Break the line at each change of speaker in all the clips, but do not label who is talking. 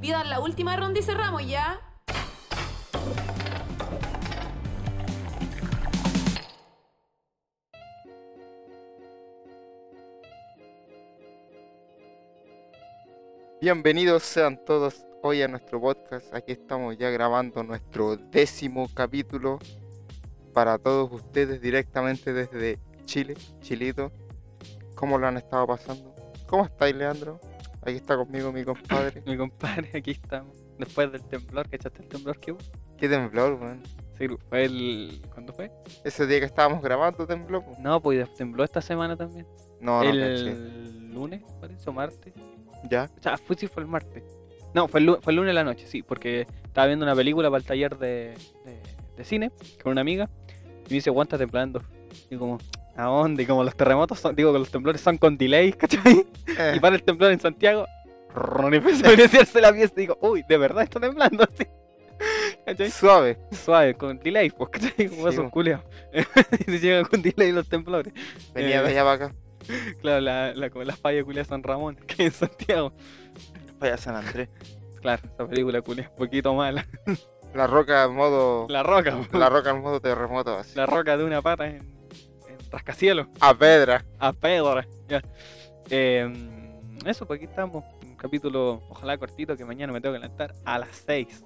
Pidan la última ronda y cerramos ya.
Bienvenidos sean todos hoy a nuestro podcast. Aquí estamos ya grabando nuestro décimo capítulo para todos ustedes directamente desde Chile, Chilito. ¿Cómo lo han estado pasando? ¿Cómo estáis, Leandro? Aquí está conmigo mi compadre.
Mi compadre, aquí estamos. Después del temblor, que echaste el temblor que hubo?
Qué temblor, weón.
Sí, fue el. ¿Cuándo fue?
Ese día que estábamos grabando tembló. po.
No, pues tembló esta semana también.
No, no, caché.
el lunes, parece, o martes.
Ya,
O sea, fue, sí, fue el martes. No, fue el, lu- fue el lunes en la noche, sí, porque estaba viendo una película para el taller de, de- de cine con una amiga y me dice, Juan está temblando. Y como, ¿a dónde? Y como los terremotos son, digo que los temblores son con delay, ¿cachai?
Eh,
Y para el temblor en Santiago, ron, empezó a iniciarse la fiesta y digo, uy, de verdad está temblando, sí. ¿cachai?
suave.
Suave, con delay, pues, ¿cachai? Como
Sí,
esos
po.
culeados. y se llegan con delay los temblores.
Venía
Eh.
de allá para acá.
Claro, la, la, como la falla culia de San Ramón, que hay en Santiago.
Vaya San Andrés.
Claro, esa película culia, un poquito mala.
La roca en modo.
La roca, po.
La roca en modo terremoto. Así.
La roca de una pata en, en rascacielos,
A pedra.
a pedra. ya. Eh, eso, pues aquí estamos. Un capítulo, ojalá cortito, que mañana me tengo que levantar a las 6.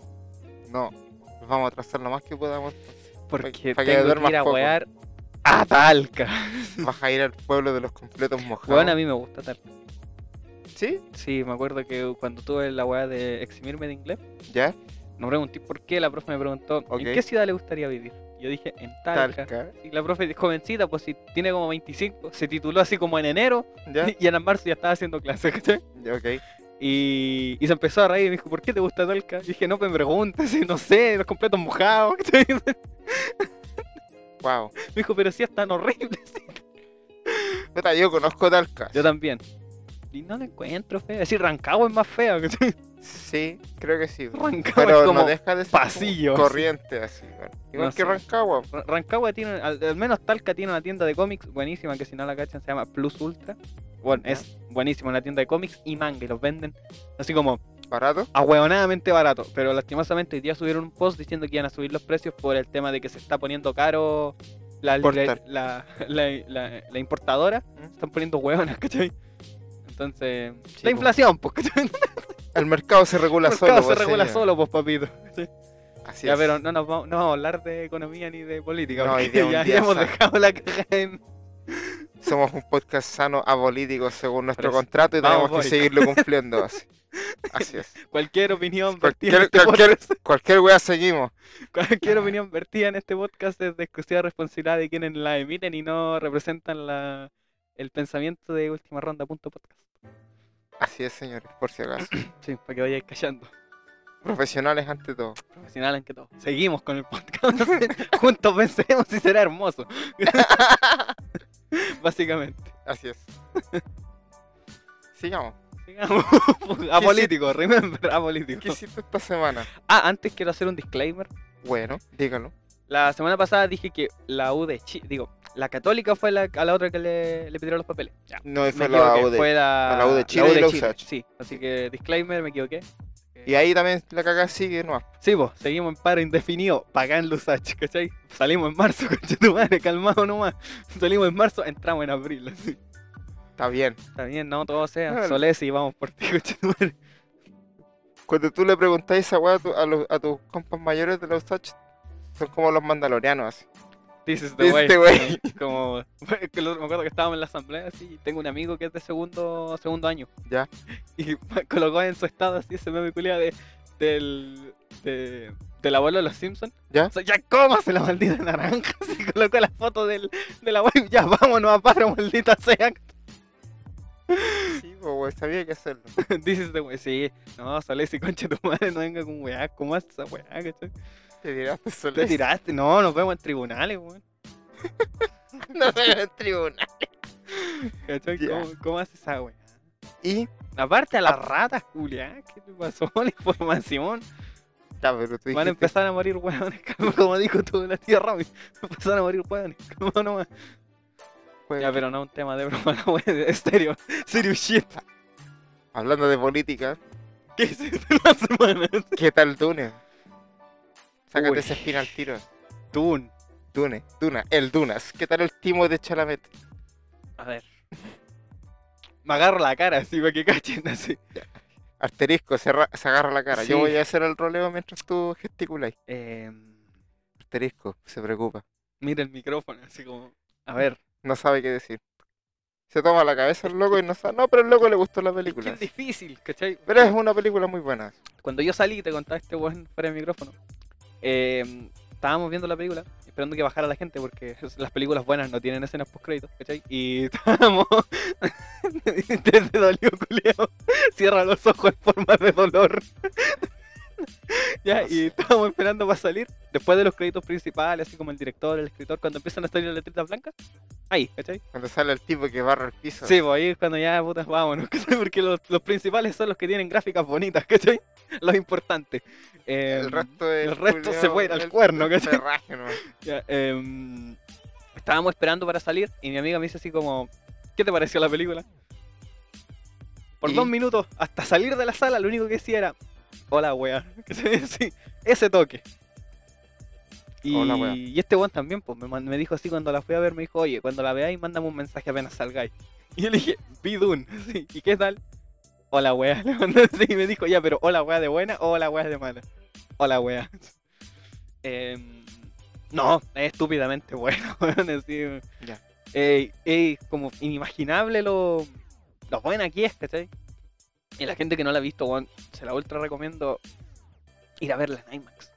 No. Vamos a atrasar lo más que podamos.
Porque
pa' que
tengo que
duermas
ir a
poco.
wear a Talca.
Vas a ir al pueblo de los completos mojados.
Bueno, a mí me gusta Talca.
¿Sí?
Sí, me acuerdo que cuando tuve la weá de eximirme de inglés,
¿Ya?
no pregunté por qué, la profe me preguntó,
Ok.
¿en qué ciudad le gustaría vivir? Yo dije, en Talca.
Talca.
Y la profe, jovencita, pues si tiene como 25, se tituló así como en enero
¿Ya?
y en marzo ya estaba haciendo clases, ¿cachai?
Ya, Ok.
Y, y se empezó a reír y me dijo, ¿por qué te gusta Talca? Y dije, no me preguntes, no sé, los completos mojados. ¿cachai? Me
Wow.
dijo, pero sí es tan horrible.
Puta, yo conozco Talca.
Yo también. Y no lo encuentro feo. Es decir, Rancagua es más feo. ¿cachai?
Sí, creo que sí.
Rancagua
Pero
es como...
no deja de ser como
pasillo, así.
corriente así. bueno. Igual
No
que
sé.
Rancagua.
Ra- Rancagua tiene, al, al menos Talca tiene una tienda de cómics buenísima que si no la cachan se llama Plus Ultra. Bueno, es buenísima la tienda de cómics y manga y los venden así como
Barato.
ahueonadamente barato. Pero lastimosamente hoy día subieron un post diciendo que iban a subir los precios por el tema de que se está poniendo caro la, la,
Importar.
la, la- la- la importadora.
¿Mm?
Se están poniendo hueonas, ¿cachai? Entonces,
po.
la inflación, pues, ¿cachai? El
El mercado se regula
mercado
solo.
se
pues,
regula
señor.
solo, pues, papito. ¿cachai?
Así
ya,
es.
pero no nos vamos, no vamos a hablar de economía ni de política.
No, hoy
porque
día un
ya,
día
ya hemos
sano.
dejado la caja en.
Somos un podcast sano, apolítico según nuestro
Parece.
contrato y
Vamos,
tenemos que
voy.
seguirlo cumpliendo así. Así es.
Cualquier opinión vertida en
Cualquier,
este podcast-
cualquier, cualquier wea seguimos.
cualquier opinión vertida en este podcast es de exclusiva responsabilidad de quienes la emiten y no representan la, el pensamiento de última ronda.podcast.
Así es, señores, por si acaso.
Sí, para que vayáis callando.
Profesionales ante todo.
Profesional ante todo. Seguimos con el podcast. Juntos vencemos y será hermoso. Básicamente.
Así es. Sigamos.
Sigamos. Apolítico, remember, apolítico.
¿Qué hiciste esta semana?
Ah, antes quiero hacer un disclaimer.
Bueno, dígalo.
La semana pasada dije que la U de Chile, digo, la católica fue la, a la otra que le, le pidieron los papeles. Ya,
No,
me
fue la
equivoqué,
UD.
fue la,
a la U de Chile y la USACH.
Sí, así que disclaimer, me equivoqué.
Y ahí también la caga sigue nomás.
Sí, vos, seguimos en paro indefinido, pagan Lusach, ¿cachai? Salimos en marzo, tu madre, calmado nomás. Salimos en marzo, entramos en abril. así.
Está bien.
Está bien, no todo sea
Claro.
solés y vamos por ti, conchetumare.
Cuando tú le preguntáis esa weá a, tu- a los- a tus compas mayores de los Touch, son como los mandalorianos así.
This is the
This
way.
is the way.
este Como, que lo- me acuerdo que estábamos en la asamblea así, y tengo un amigo que es de segundo, segundo año.
Ya.
Y colocó en su estado así ese meme culiado de, del, de- del abuelo de los Simpsons.
¿Ya?
O sea, ya cómase la maldita naranja. Así colocó la foto del, del abuelo. Ya vámonos a paro, maldita sea.
Sí, po, weón, sabía que hacerlo.
Dices de wey, este sí, no, sale ese concha tu madre, no venga con weá, ¿cómo haces esa weá, cachai?
Te tiraste solo.
Te tiraste, no, nos vemos en tribunales, weón.
No en el tribunal.
¿Cachai?
Ya.
¿Cómo, cómo haces esa weá?
Y.
Aparte a las ratas, Julián, ¿qué te pasó? La información.
Ya, pero tú dijiste.
Van a empezar a morir hueones, cabrón, como dijo tú la tía Rami. Empezaron a morir hueones, como nomás.
pues,
Ya, pero no un tema de broma, no, weón, de serio. Serious shit.
Hablando de política,
¿Qué hiciste la semana?
¿Qué tal Dune? Sácate
Uy.
esa espina al tiro.
Dune.
Dune, Duna, el Dunas. ¿Qué tal el timo de Chalamet?
A ver. Me agarro la cara así para que cachen así.
Asterisco, se, ra- se agarra la cara.
Sí.
Yo voy a hacer el roleo mientras tú gesticuláis.
Eh,
Asterisco, se preocupa.
mira el micrófono, así como. A ver.
No sabe qué decir. Se toma la cabeza el loco y no sabe. No, pero el loco le gustó la
Es que
película.
es difícil, ¿cachai?
Pero es una película muy buena.
Cuando yo salí, te contaba este weón fuera del micrófono. eh, estábamos viendo la película, esperando que bajara la gente, porque es- las películas buenas no tienen escenas post créditos, ¿cachai? Y estábamos. Te dolió, culiao. Cierra los ojos en forma de dolor. ya, y estábamos esperando para salir. Después de los créditos principales, así como el director, el escritor, cuando empiezan a salir las letritas blancas, ahí, ¿cachai?
Cuando sale el tipo que barra el piso.
Sí, pues ahí es cuando ya, putas, vámonos, ¿cachai? Porque los, los principales son los que tienen gráficas bonitas, ¿cachai? Los importantes. Em,
El resto, es
el resto se
culiao,
puede ir al
el-
cuerno,
el
¿cachai?
perraje nomás.
ya, em, estábamos esperando para salir y mi amiga me dice así como, ¿qué te pareció la película? Por
¿Y?
dos minutos, hasta salir de la sala, lo único que decía era, hola, wea. ¿cachai? Sí, ese toque. Y,
Hola, wea.
y este weón también, pues, me, man- me dijo así cuando la fui a ver, me dijo, oye, cuando la veáis, mándame un mensaje apenas salgáis. Y yo le dije, Bidun, sí, ¿y qué tal? Hola, wea. Le mandé así y me dijo, ya, pero hola, wea de buena o hola, wea de mala. Hola, wea. Em, no, es estúpidamente bueno, weón, así.
Ya.
Eh, eh, como inimaginable lo, lo buena que es, ¿cachai? Y la gente que no la ha visto, weón, se la ultra recomiendo ir a verla en IMAX.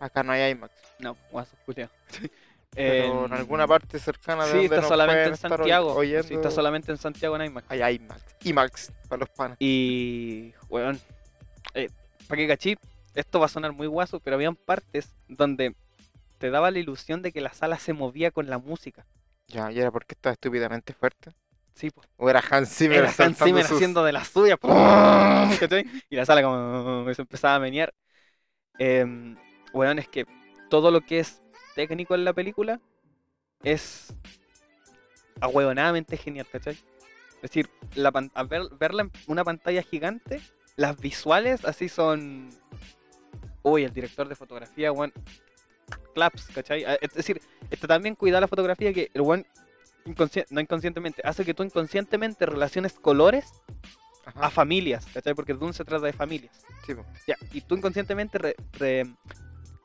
Acá no hay IMAX.
No, guaso, culiao.
Pero en
Em,
alguna parte cercana de
Sí,
donde
está
nos
solamente
pueden
en
estar
Santiago.
oy-
Sí,
oyendo,
está solamente en Santiago en IMAX.
Hay IMAX. IMAX para los panas.
Y, weón, para que cachí, esto va a sonar muy guaso, pero habían partes donde te daba la ilusión de que la sala se movía con la música.
Ya, ¿y era porque estaba estúpidamente fuerte?
Sí, po.
¿O era Hans Zimmer,
Era Hans
saltando
Zimmer
sus- ¡Ah!
haciendo de las suyas. po, ¿cachai? y la sala como se empezaba a menear. Em, weón, es que todo lo que es técnico en la película es ahueonadamente genial, ¿cachai? Es decir, la pan- a ver- verla en una pantalla gigante, las visuales así son... Uy, el director de fotografía, weón. Claps, ¿cachai? Ah, Es decir, está también cuidada la fotografía que el weón, inconscien- no inconscientemente, hace que tú inconscientemente relaciones colores
Ajá,
a familias, ¿cachai? Porque Dune se trata de familias.
sí, po.
Ya, y tú inconscientemente re- re-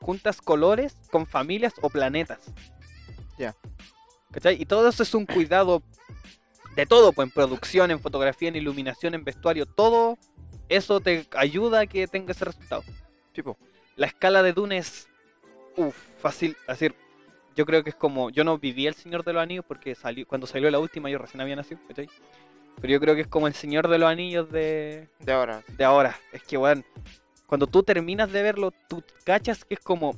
juntas colores con familias o planetas.
Ya.
¿Cachai? Y todo eso es un cuidado de todo, pues en producción, en fotografía, en iluminación, en vestuario, todo eso te ayuda a que tenga ese resultado.
Sí, po.
La escala de Dune es. Uf, fácil. Es decir, yo creo que es como. Yo no viví El Señor de los Anillos porque salió, cuando salió la última yo recién había nacido, ¿cachai? Pero yo creo que es como El Señor de los Anillos de,
De ahora.
de ahora. Es que, weón, cuando tú terminas de verlo, tú cachas que es como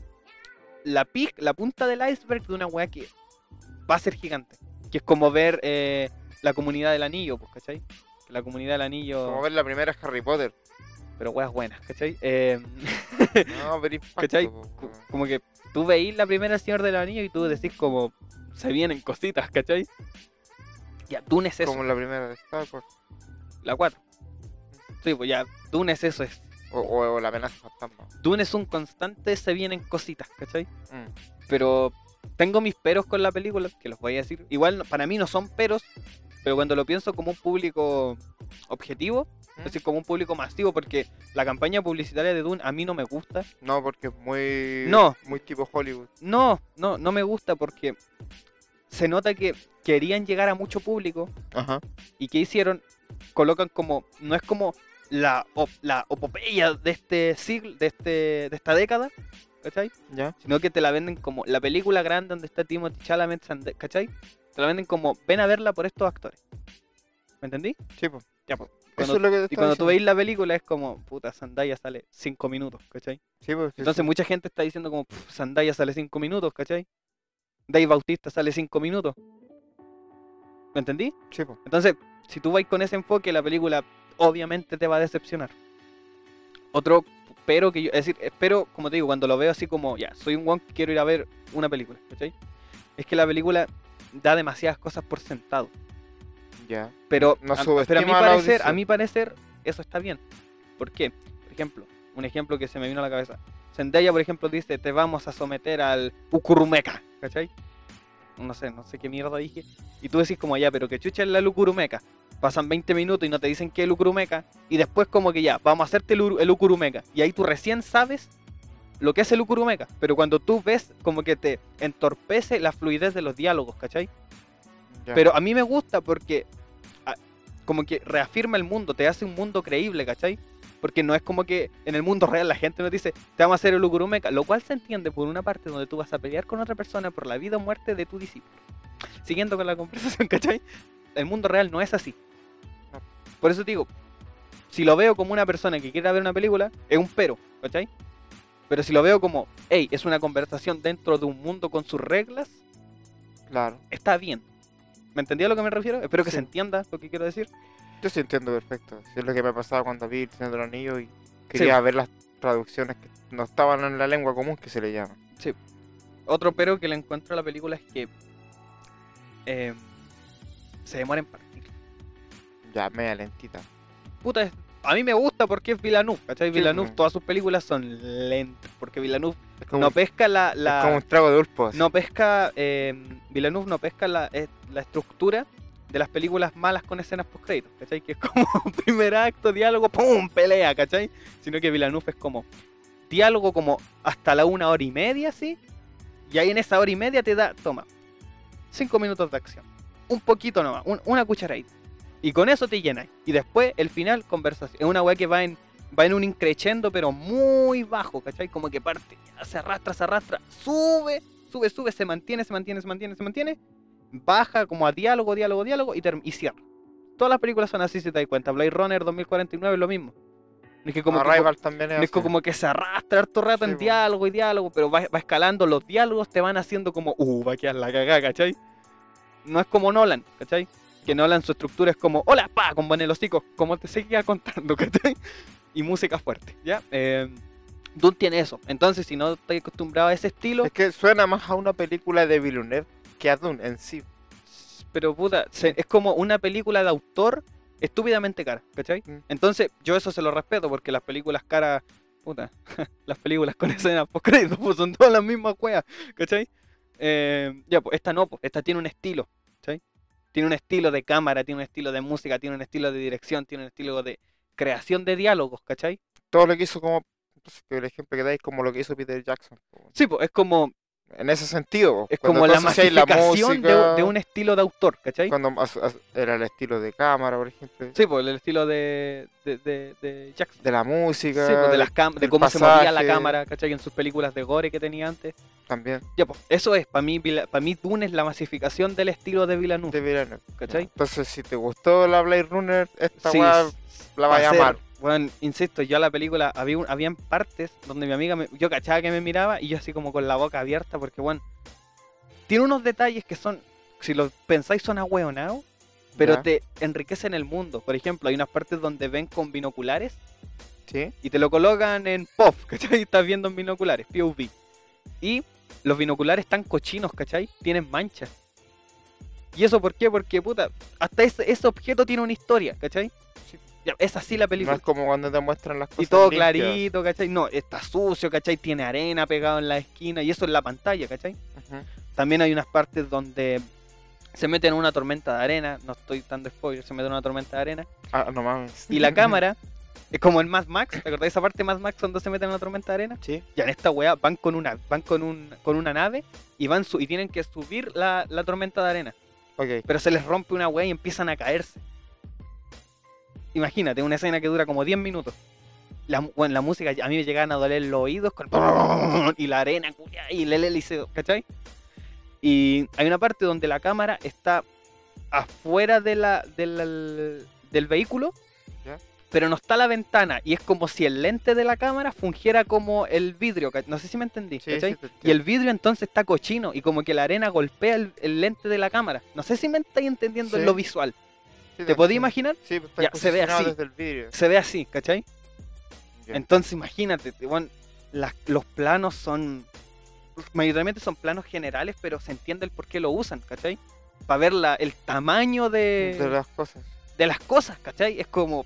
la, pic, la punta del iceberg de una weá que va a ser gigante. Que es como ver eh, la comunidad del anillo, pues, ¿cachai? Que La comunidad del
Como
anillo,
ver la primera es Harry Potter.
pero weas buenas, ¿cachai? Eh,
No, pero impacto,
¿Cachai?
po,
Co-
weón.
Como que tú veís la primera El Señor del Anillo y tú decís como se vienen cositas, ¿cachai? Ya, Dune es eso,
Como la primera de Star Wars.
la 4. Sí, pues ya, Dune es eso, es.
O, o- o la amenaza fantasma.
Dune es un constante se vienen cositas, ¿cachai?
Mm.
Pero tengo mis peros con la película, que los voy a decir. Igual no- para mí no son peros, pero cuando lo pienso como un público objetivo, es decir, como un público masivo, porque la campaña publicitaria de Dune a mí no me gusta.
No, porque es muy.
No.
Muy tipo Hollywood.
No, no, no me gusta porque se nota que querían llegar a mucho público
Ajá.
y que hicieron, colocan como, no es como la, op- la opopeya de este siglo, de, este, de esta década, ¿cachai?
Ya.
Sino que te la venden como la película grande donde está Timothy Chalamet, Sande- ¿cachai? Te la venden como, ven a verla por estos actores. ¿Me entendí?
Sí, po.
Ya, po.
Eso
Cuando-
es lo que te
Y
estaba
cuando tú
diciendo.
veis la película es como, puta, Zendaya sale 5 minutos, ¿cachai?
Sí, po, sí,
Entonces
sí.
mucha gente está diciendo como, "Pff, Zendaya sale 5 minutos, ¿cachai? Dave Bautista sale 5 minutos. ¿Me entendí?
Sí, po.
Entonces, si tú vas con ese enfoque, la película obviamente te va a decepcionar. Otro pero que yo, es decir, espero, como te digo, cuando lo veo así como, ya, soy un one que quiero ir a ver una película, ¿cachai? Es que la película da demasiadas cosas por sentado.
Ya.
Pero,
No
a, pero a mi
subestima la
parecer, a
audición.
mi parecer, eso está bien. ¿Por qué? Por ejemplo, un ejemplo que se me vino a la cabeza. Zendaya, por ejemplo, dice, te vamos a someter al Ucurumeca, ¿cachai? No sé, no sé qué mierda dije. Y tú decís como, ya, pero que chucha es la Lucurumeca. Pasan 20 minutos y no te dicen qué es Lucurumeca. Y después como que ya, vamos a hacerte el, Uru- el Ucurumeca. Y ahí tú recién sabes lo que es el Ucurumeca. Pero cuando tú ves, como que te entorpece la fluidez de los diálogos, ¿cachai?
Ya.
Pero a mí me gusta porque ah, como que reafirma el mundo, te hace un mundo creíble, ¿cachai? Porque no es como que en el mundo real la gente nos dice, te vamos a hacer el Ugurumeca, lo cual se entiende por una parte donde tú vas a pelear con otra persona por la vida o muerte de tu discípulo. Siguiendo con la conversación, ¿cachai? El mundo real no es así.
No.
Por eso te digo, si lo veo como una persona que quiera ver una película, es un pero, ¿cachai? Pero si lo veo como, hey, es una conversación dentro de un mundo con sus reglas,
claro.
está bien. ¿Me entendía a lo que me refiero? Espero que
Sí.
se entienda lo que quiero decir.
Yo sí entiendo perfecto. sí es lo que me pasaba cuando vi el Señor de los Anillos y quería ver las traducciones que no estaban en la lengua común que se le llama.
Otro pero que le encuentro a la película es que eh, se demora en partir.
Ya, media lentita.
Puta, es- a mí me gusta porque es Villeneuve, ¿cachai?
Sí,
Villeneuve,
pues.
todas sus películas son lentas, porque Villeneuve
Es como,
no
un-
pesca la...
es
la-
como un trago de ulpo. así.
no pesca... eh, Villeneuve no pesca la, es- la estructura de las películas malas con escenas post-créditos, ¿cachai? Que es como primer acto, diálogo, ¡pum! Pelea, ¿cachai? Sino que Villeneuve es como diálogo como hasta la una hora y media, ¿sí? Y ahí en esa hora y media te da, toma, cinco minutos de acción. Un poquito nomás, un- una cucharadita. Y con eso te llenas. Y después, el final, conversación. Es una weá que va en, va en un increchendo, pero muy bajo, ¿cachai? Como que parte, ya, se arrastra, se arrastra, sube, sube, sube, se mantiene, se mantiene, se mantiene, se mantiene. Baja como a diálogo, diálogo, diálogo y, term- y cierra. Todas las películas son así, si te das cuenta. Blade Runner 2049 es lo mismo. Es que como que-
Arrival también es
no es co-
así.
como que se arrastra harto rato
Sí,
en
po.
diálogo y diálogo, pero va, va escalando los diálogos, te van haciendo como, uh, va a quedar la cagada, ¿cachai? No es como Nolan, ¿cachai? Que Nolan su estructura es como, hola, pa, con buen hocico, como te seguía contando, ¿cachai? Y música fuerte, ¿ya? Eh, Dune tiene eso. Entonces, si no estás acostumbrado a ese estilo,
Es que suena más a una película de Villeneuve que a Dune en sí.
pero puta, se- es como una película de autor estúpidamente cara, ¿cachai?
Mm.
Entonces, yo eso se lo respeto porque las películas caras, puta, las películas con escenas post crédito, pues son todas las mismas cuevas, ¿cachai? Eh, ya, pues esta no, pues esta tiene un estilo, ¿cachai? Tiene un estilo de cámara, tiene un estilo de música, tiene un estilo de dirección, tiene un estilo de creación de diálogos, ¿cachai?
Todo lo que hizo como... entonces, que el ejemplo que dais es como lo que hizo Peter Jackson. po.
Sí, pues es como,
En ese sentido, po,
es
cuando
como
tú
la
asocias la
masificación de- de,
música,
un estilo de autor, ¿cachai?
Cuando as- as- era el estilo de cámara, por ejemplo.
Sí, pues el estilo de, de, de, de Jackson.
De la música.
Sí, pues, de, las cam- de
del
cómo se movía la
pasaje.
cámara, ¿cachai? En sus películas de gore que tenía antes.
También.
Ya, pues, eso es, para mí, Vila- pa' mí Dune es la masificación del estilo de Villeneuve,
De Villeneuve.
¿cachai?
Entonces, si te gustó la Blade Runner, esta
Sí,
weá
s-
la va a
pa' ser-
llamar.
Bueno, insisto, yo a la película, había un- habían partes donde mi amiga, me- yo cachaba que me miraba y yo así como con la boca abierta, porque, bueno, tiene unos detalles que son, si los pensáis, son ahueonados, pero
ya,
te enriquecen el mundo. Por ejemplo, hay unas partes donde ven con binoculares
¿sí?
y te lo colocan en POV, ¿cachai? Estás viendo en binoculares, POV. Y los binoculares están cochinos, ¿cachai? Tienen manchas. ¿Y eso por qué? Porque, puta, hasta ese, ese objeto tiene una historia, ¿cachai?
Sí.
Ya, Es así la
No
película.
es como cuando te muestran las cosas.
y todo
limpias.
clarito, ¿cachai? No, está sucio, ¿cachai? Tiene arena pegado en la esquina y eso en la pantalla, ¿cachai?
Ujú.
También hay unas partes donde se meten en una tormenta de arena, no estoy dando spoiler, se meten en una tormenta de arena
Ah, no mames.
y la cámara es como en Mad Max, ¿te acordás de esa parte de Mad Max cuando se meten en la tormenta de arena?
Sí.
Ya en esta weá van con una, van con un, con una nave y van su- y tienen que subir la, la tormenta de arena.
Ok.
Pero se les rompe una weá y empiezan a caerse. Imagínate, una escena que dura como 10 minutos. La, mu- bueno, la música a mí me llegaban a doler los oídos con y la arena culiá, y el liceo, ¿cachai? Y hay una parte donde la cámara está afuera de la, de la- del vehículo,
Ya.
pero no está la ventana. Y es como si el lente de la cámara fungiera como el vidrio. ¿cach- No sé si me entendí,
Sí,
¿cachai?
sí, te
Y el
entiendo.
vidrio entonces está cochino y como que la arena golpea el, el lente de la cámara. No sé si me estáis entendiendo en
Sí.
lo visual.
Sí,
¿Te podéis
entiendo.
imaginar?
Sí, pues, está
Ya, se ve
posicionado
así.
desde el vidrio.
Se ve así, ¿cachai?
Ya.
Entonces imagínate, te- weón, las- los planos son... Mayoritariamente son planos generales, pero se entiende el por qué lo usan, ¿cachai? Para ver la- el tamaño de,
De las cosas.
de las cosas, ¿cachai? Es como...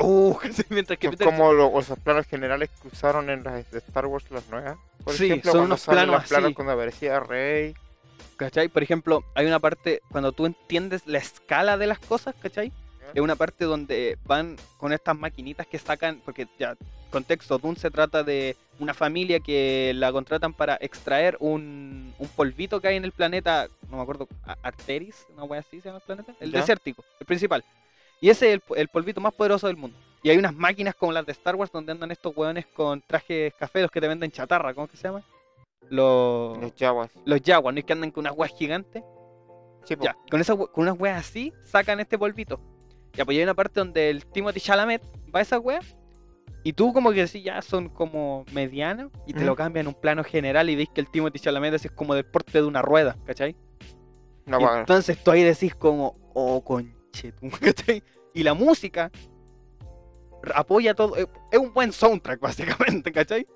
Uh, mientras que
Son
Peter
como lo- los planos generales que usaron en las de Star Wars, las nuevas. Por
Sí,
ejemplo,
son
cuando
unos
salen
planos
los planos
así.
cuando aparecía Rey.
¿Cachai? Por ejemplo, hay una parte, cuando tú entiendes la escala de las cosas, ¿cachai?
Ya.
Es una parte donde van con estas maquinitas que sacan, porque ya, contexto, Dune se trata de una familia que la contratan para extraer un, un polvito que hay en el planeta, no me acuerdo, A- Arteris, una wea así se llama el planeta, el
Ya.
desértico, el principal. Y ese es el, po- el polvito más poderoso del mundo. Y hay unas máquinas como las de Star Wars donde andan estos weones con trajes café, los que te venden chatarra, ¿cómo que se llama? Los,
Los Jawas.
los Jaguars, ¿no es que andan con unas weas gigantes?
Sí, pues, po.
Ya, con, esas we- con unas weas así, sacan este polvito. Ya, pues hay una parte donde el Timothy Chalamet va a esa wea. Y tú como que decís, ya son como medianos. Y te
Mm.
lo cambian en un plano general y veis que el Timothy Chalamet así es como del porte de una rueda, ¿cachai?
No,
Y
va-
entonces tú ahí decís como, oh, conche, tu- ¿cachai? Y la música r- apoya todo. eh, Es un buen soundtrack, básicamente, ¿cachai?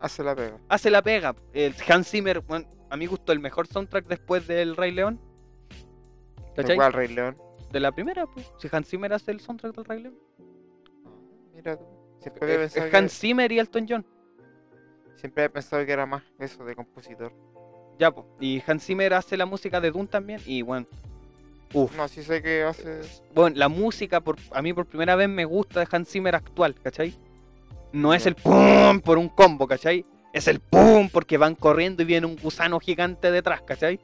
hace la pega.
Hace la pega. El Hans Zimmer, bueno, a mi gusto, el mejor soundtrack después del Rey León. ¿Cachai?
Igual Rey León.
De la primera, pues. Si Hans Zimmer hace el soundtrack del Rey León.
Mira tú. Siempre había,
Es,
pensado
es
que,
Eh, Hans Zimmer y Elton John.
siempre había pensado que era más eso de compositor.
Ya, pues. Y Hans Zimmer hace la música de Dune también. Y bueno. Uf.
No, sí sé que hace.
Bueno, la música por, a mí por primera vez me gusta de Hans Zimmer actual, ¿cachai? No es
Ya.
el pum por un combo, ¿cachai? Es el pum porque van corriendo y viene un gusano gigante detrás, ¿cachai?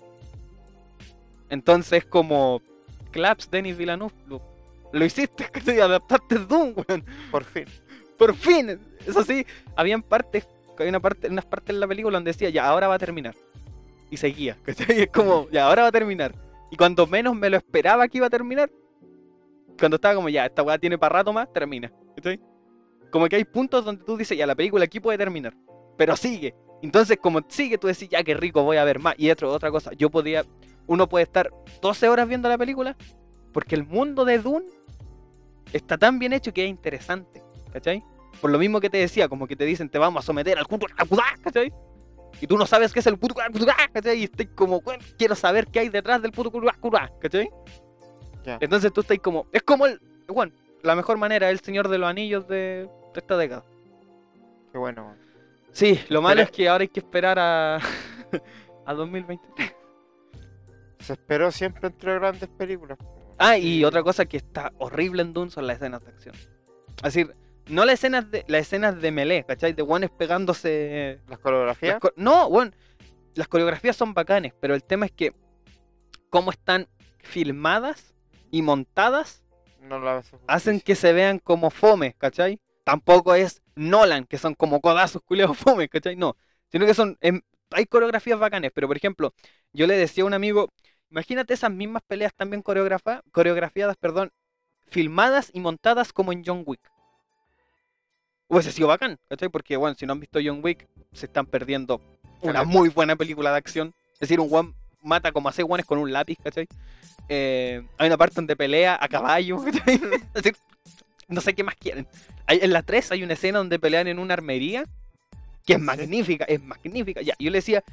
Entonces como Claps, Denis Villeneuve, lo, lo hiciste, ¿cachai? Adaptaste Doom, weón.
Por fin.
por fin. Eso sí, habían partes, hay una parte, unas partes en la película donde decía, ya, ahora va a terminar. Y seguía, ¿cachai? Es como, ya, ahora va a terminar. Y cuando menos me lo esperaba que iba a terminar, cuando estaba como, ya, esta weá tiene para rato más, termina, ¿cachai? Como que hay puntos donde tú dices, ya, la película aquí puede terminar, pero sigue. Entonces, como sigue, tú decís, ya, qué rico, voy a ver más. Y otro, otra cosa, yo podía, uno puede estar 12 horas viendo la película, porque el mundo de Dune está tan bien hecho que es interesante, ¿cachai? Por lo mismo que te decía, como que te dicen, te vamos a someter al Kutu ¿cachai? Y tú no sabes qué es el Kutu ¿cachai? Y estás como, "Bueno, quiero saber qué hay detrás del Kutu ¿cachai?
Ya.
Entonces tú estás como, es como el, bueno, la mejor manera, el señor de los anillos de, de esta década.
Qué bueno. man.
Sí, lo malo
Pero-
es que ahora hay que esperar a, a 2023.
Se esperó siempre entre grandes películas. pues.
Ah, y otra cosa que está horrible en Dune son las escenas de acción. Es decir, no las escenas de, las escenas de melee, ¿cachai? De guanes pegándose
Las
Las
coreografías.
co- no, bueno, las coreografías son bacanes, pero el tema es que cómo están filmadas y montadas
no las hace justicia.
hacen que se vean como fome, ¿cachai? Tampoco es Nolan, que son como codazos culeados fome, ¿cachai? No, sino que son, em, hay coreografías bacanes, pero por ejemplo, yo le decía a un amigo, imagínate esas mismas peleas también coreografa- coreografiadas, perdón, filmadas y montadas como en John Wick. Hubiese sido bacán, ¿cachai? Porque, bueno, si no han visto John Wick, se están perdiendo una
Claro.
muy buena película de acción. Es decir, un one mata como a seis guanes con un lápiz, ¿cachai? Eh, hay una parte donde pelea a caballo, ¿cachai? Es decir, no sé qué más quieren. Hay- en la 3 hay una escena donde pelean en una armería, que es
Sí.
magnífica, es magnífica. Ya, yo le decía,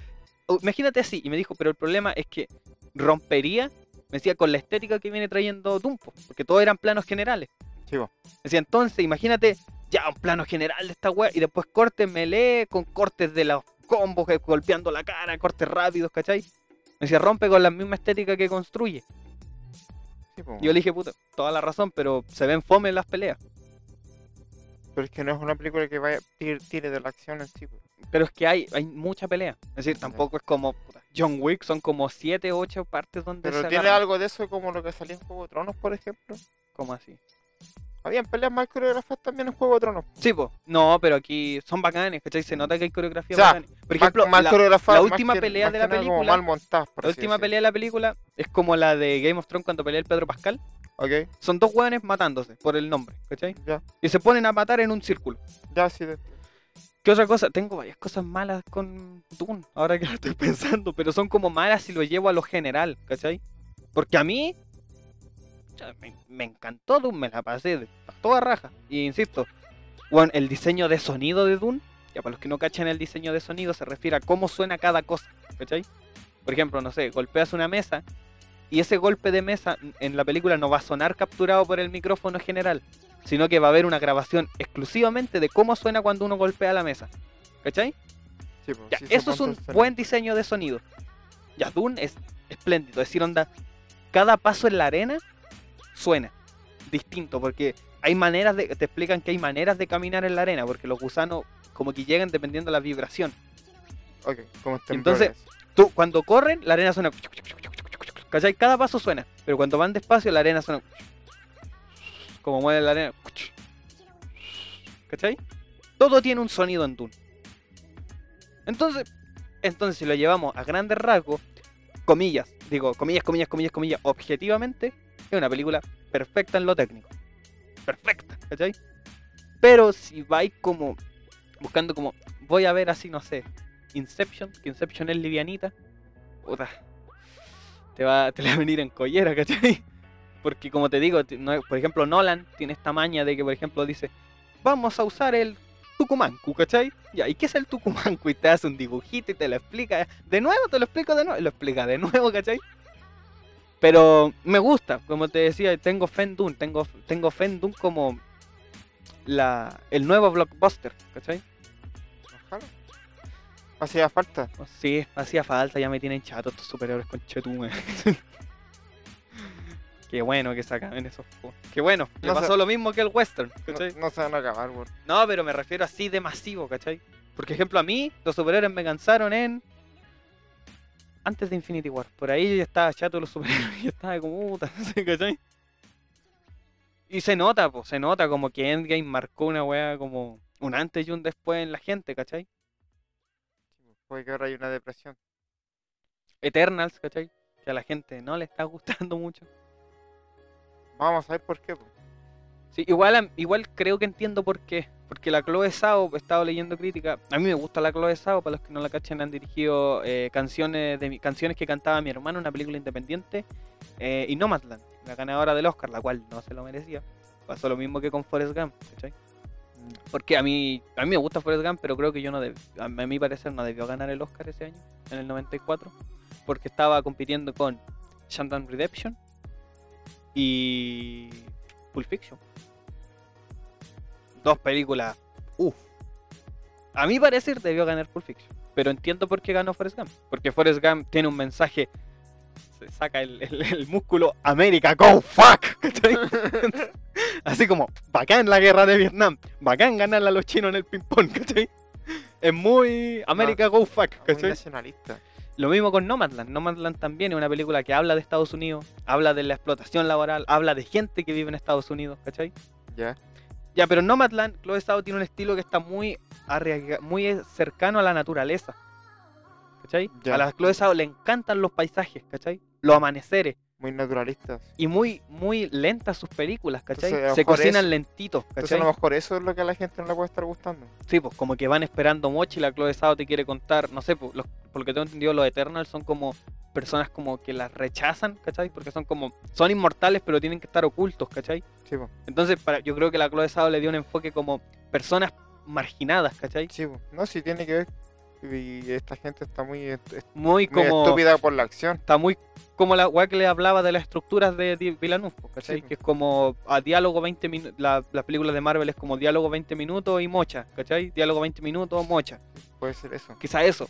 "Oh, imagínate así, y me dijo, pero el problema es que rompería, me decía, con la estética que viene trayendo Dumpo, porque todos eran planos generales.
Sí, po.
Decía, entonces, imagínate, ya un plano general de esta wea, y después cortes melee con cortes de los combos, eh, golpeando la cara, cortes rápidos, ¿cachai? Me decía, rompe con la misma estética que construye.
Sí, pues, po,
Y Yo le dije, puta, toda la razón, pero se ven fome en las peleas.
Pero es que no es una película que vaya tire, tire de la acción en sí. po.
Pero es que hay, hay mucha pelea. Es decir, tampoco es como puta, John Wick, son como 7, 8 partes donde
Pero
se
tiene
agarran,
algo de eso como lo que salía en Juego de Tronos, por ejemplo.
como así.
Habían peleas más coreografadas también en Juego de Tronos.
Sí, po. No, pero aquí son bacanes, ¿cachai? Se nota que hay coreografía
O sea,
bacanes. Por ejemplo,
más, más
la,
coreografadas, más
última
que-
pelea
más
de
que
la
nada como
película-
mal montadas, por
la
así
última
decirlo.
pelea de la película es como la de Game of Thrones cuando pelea el Pedro Pascal.
Ok,
Son dos hueones matándose por el nombre, ¿cachai?
ya.
Y se ponen a matar en un círculo.
Ya, sí. de-
¿Qué otra cosa? Tengo varias cosas malas con Dune, ahora que lo estoy pensando, pero son como malas si lo llevo a lo general, ¿cachai? Porque a mí o sea, me, me encantó Dune, me la pasé de a toda raja. Y insisto, bueno, el diseño de sonido de Dune, ya para los que no cachan el diseño de sonido, se refiere a cómo suena cada cosa, ¿cachai? Por ejemplo, no sé, golpeas una mesa Y ese golpe de mesa n- en la película no va a sonar capturado por el micrófono general, sino que va a haber una grabación exclusivamente de cómo suena cuando uno golpea la mesa. ¿Cachai?
Sí, po,
Ya,
Pues sí, son
eso es un
cuantos son.
buen diseño de sonido. Ya, Dune es espléndido. Es decir, onda, cada paso en la arena suena distinto, porque hay maneras de. Te explican que hay maneras de caminar en la arena, porque los gusanos como que llegan dependiendo de la vibración.
Ok, como este está en
Entonces-
progress.
Tú, cuando corren, la arena suena. ¿Cachai? Cada paso suena. Pero cuando van despacio, la arena suena. Como mueve la arena. ¿Cachai? Todo tiene un sonido en Dune. Entonces, entonces si lo llevamos a grandes rasgos, comillas, digo, comillas, comillas, comillas, comillas, objetivamente, es una película perfecta en lo técnico. Perfecta, ¿cachai? Pero si vais como buscando como, voy a ver así, no sé, Inception, que Inception es livianita, puta, te va, te la va a venir en collera, ¿cachai? Porque como te digo, ti- no es- por ejemplo, Nolan tiene esta maña de que, por ejemplo, dice, vamos a usar el Tucumancu, ¿cachai? Ya, ¿y qué es el Tucumancu? Y te hace un dibujito y te lo explica, de nuevo, te lo explico de nuevo, y lo explica de nuevo, ¿cachai? Pero me gusta, como te decía, tengo fe en Dune, tengo, tengo fe en Dune como la, el nuevo blockbuster, ¿cachai?
Ojalá. Hacía falta.
Oh, Sí, hacía falta, ya me tienen chato estos superhéroes con chetume. Qué bueno que sacan esos juegos. Qué bueno, le
No sé.
pasó lo mismo que el western,
No,
¿cachai?
no se van a acabar, weón.
No, pero me refiero así de masivo, ¿cachai? Porque, ejemplo, a mí los superhéroes me cansaron en... Antes de Infinity War. Por ahí yo ya estaba chato de los superhéroes. Ya estaba como puta, ¿sí? ¿cachai? Y se nota, pues, se nota como que Endgame marcó una weá como un antes y un después en la gente, ¿cachai?
Puede que ahora hay una depresión.
Eternals, ¿cachai? Que a la gente no le está gustando mucho.
Vamos a ver por qué, po.
Sí, igual, a- igual creo que entiendo por qué. Porque la Chloe Sao, he estado leyendo crítica. A mí me gusta la Chloe Sao, para los que no la cachen, han dirigido eh, canciones de mi- canciones que cantaba mi hermano, una película independiente. eh, y Nomadland, la ganadora del Oscar, la cual no se lo merecía. Pasó lo mismo que con Forrest Gump, ¿cachai? Porque a mí, a mí me gusta Forrest Gump, pero creo que yo no deb- a a mi parecer no debió ganar el Oscar ese año, en el 94, porque estaba compitiendo con Shantan Redemption y Pulp Fiction. Dos películas, uff. A mi parecer debió ganar Pulp Fiction, pero entiendo por qué ganó Forrest Gump, porque Forrest Gump tiene un mensaje, se saca el, el- el músculo América, go fuck, ¿cachai? Así como, bacán la guerra de Vietnam, bacán ganarle a los chinos en el ping-pong, ¿cachai? Es muy América go fuck,
Muy
¿cachai?
nacionalista.
Lo mismo con Nomadland. Nomadland también es una película que habla de Estados Unidos, habla de la explotación laboral, habla de gente que vive en Estados Unidos, ¿cachai?
Ya.
Ya, pero Nomadland, Chloe Zhao tiene un estilo que está muy, arriesga- muy eh, cercano a la naturaleza. ¿Cachai?
Ya.
A la Chloe Zhao le encantan los paisajes, ¿cachai? Los amaneceres.
Muy naturalistas.
Y muy, muy lentas sus películas, ¿cachai?
Entonces, a lo
Se
mejor
cocinan
es-
lentitos,
Entonces
¿cachai?
a lo mejor eso es lo que a la gente no le puede estar gustando.
Sí, pues como que van esperando mucho y la Chloe Zhao te quiere contar, no sé, pues, los- por lo que tengo entendido, los Eternals son como personas como que las rechazan, ¿cachai? Porque son como, son inmortales pero tienen que estar ocultos, ¿cachai?
Sí, po.
Entonces para, yo creo que la Chloe Zhao le dio un enfoque como personas marginadas, ¿cachai?
Sí, po. No, sí tiene que ver. Y esta gente está muy, est- est- muy
Muy como,
estúpida por la acción.
está muy como la weá que le hablaba de las estructuras de Di- Villeneuve, pues, ¿cachai?
Sí, pues.
Que es como a diálogo 20 minutos, las películas de Marvel es como diálogo 20 minutos y mocha, ¿cachai? Diálogo 20 minutos, mocha.
Puede ser eso.
quizá eso.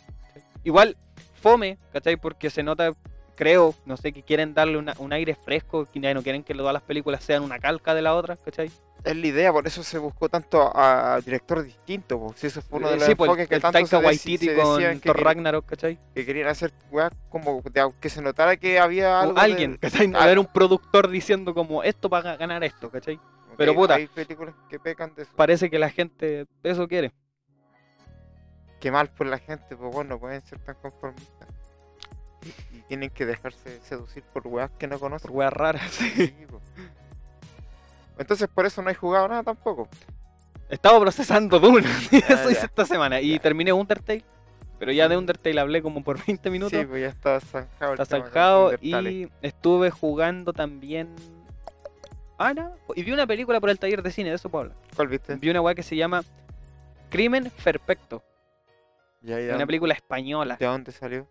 Igual, fome, ¿cachai? Porque se nota, creo, no sé, que quieren darle una- un aire fresco, que ya no quieren que todas las películas sean una calca de la otra, ¿cachai?
Es la idea, por eso se buscó tanto a, a director distinto. po. Si eso fue uno de
Eh,
los
sí, pues,
enfoques
el,
que
el
tanto se,
Taika
deci-
Waititi
se
con
decían que,
Thor
querían-
Ragnarok, ¿cachai?
que querían hacer weas como de- que se notara que había algo.
O
de-
alguien, ¿cachai?
Ah.
Haber un productor diciendo como, esto para ganar esto, ¿cachai?
Ok,
pero puta.
Hay películas que pecan de eso.
Parece que la gente eso quiere.
Qué mal por la gente, pues bueno, pueden ser tan conformistas. Y- Y tienen que dejarse seducir por weas que no conocen.
Por weas raras. sí.
Sí, po. Entonces por eso no he jugado nada tampoco.
Estaba procesando Dune. eso
Ah,
hice
ya.
esta semana. Y
Ya. Mm.
terminé Undertale. Pero ya de Undertale hablé como por 20 minutos.
Sí, pues ya está zanjado el
Está
tema con
zanjado
Undertale.
y estuve jugando también. Ah, no. Y vi una película por el taller de cine, de eso puedo hablar.
¿Cuál viste?
Vi una weá que se llama Crimen Perfecto.
Ya, ya.
Una película española.
¿De dónde salió?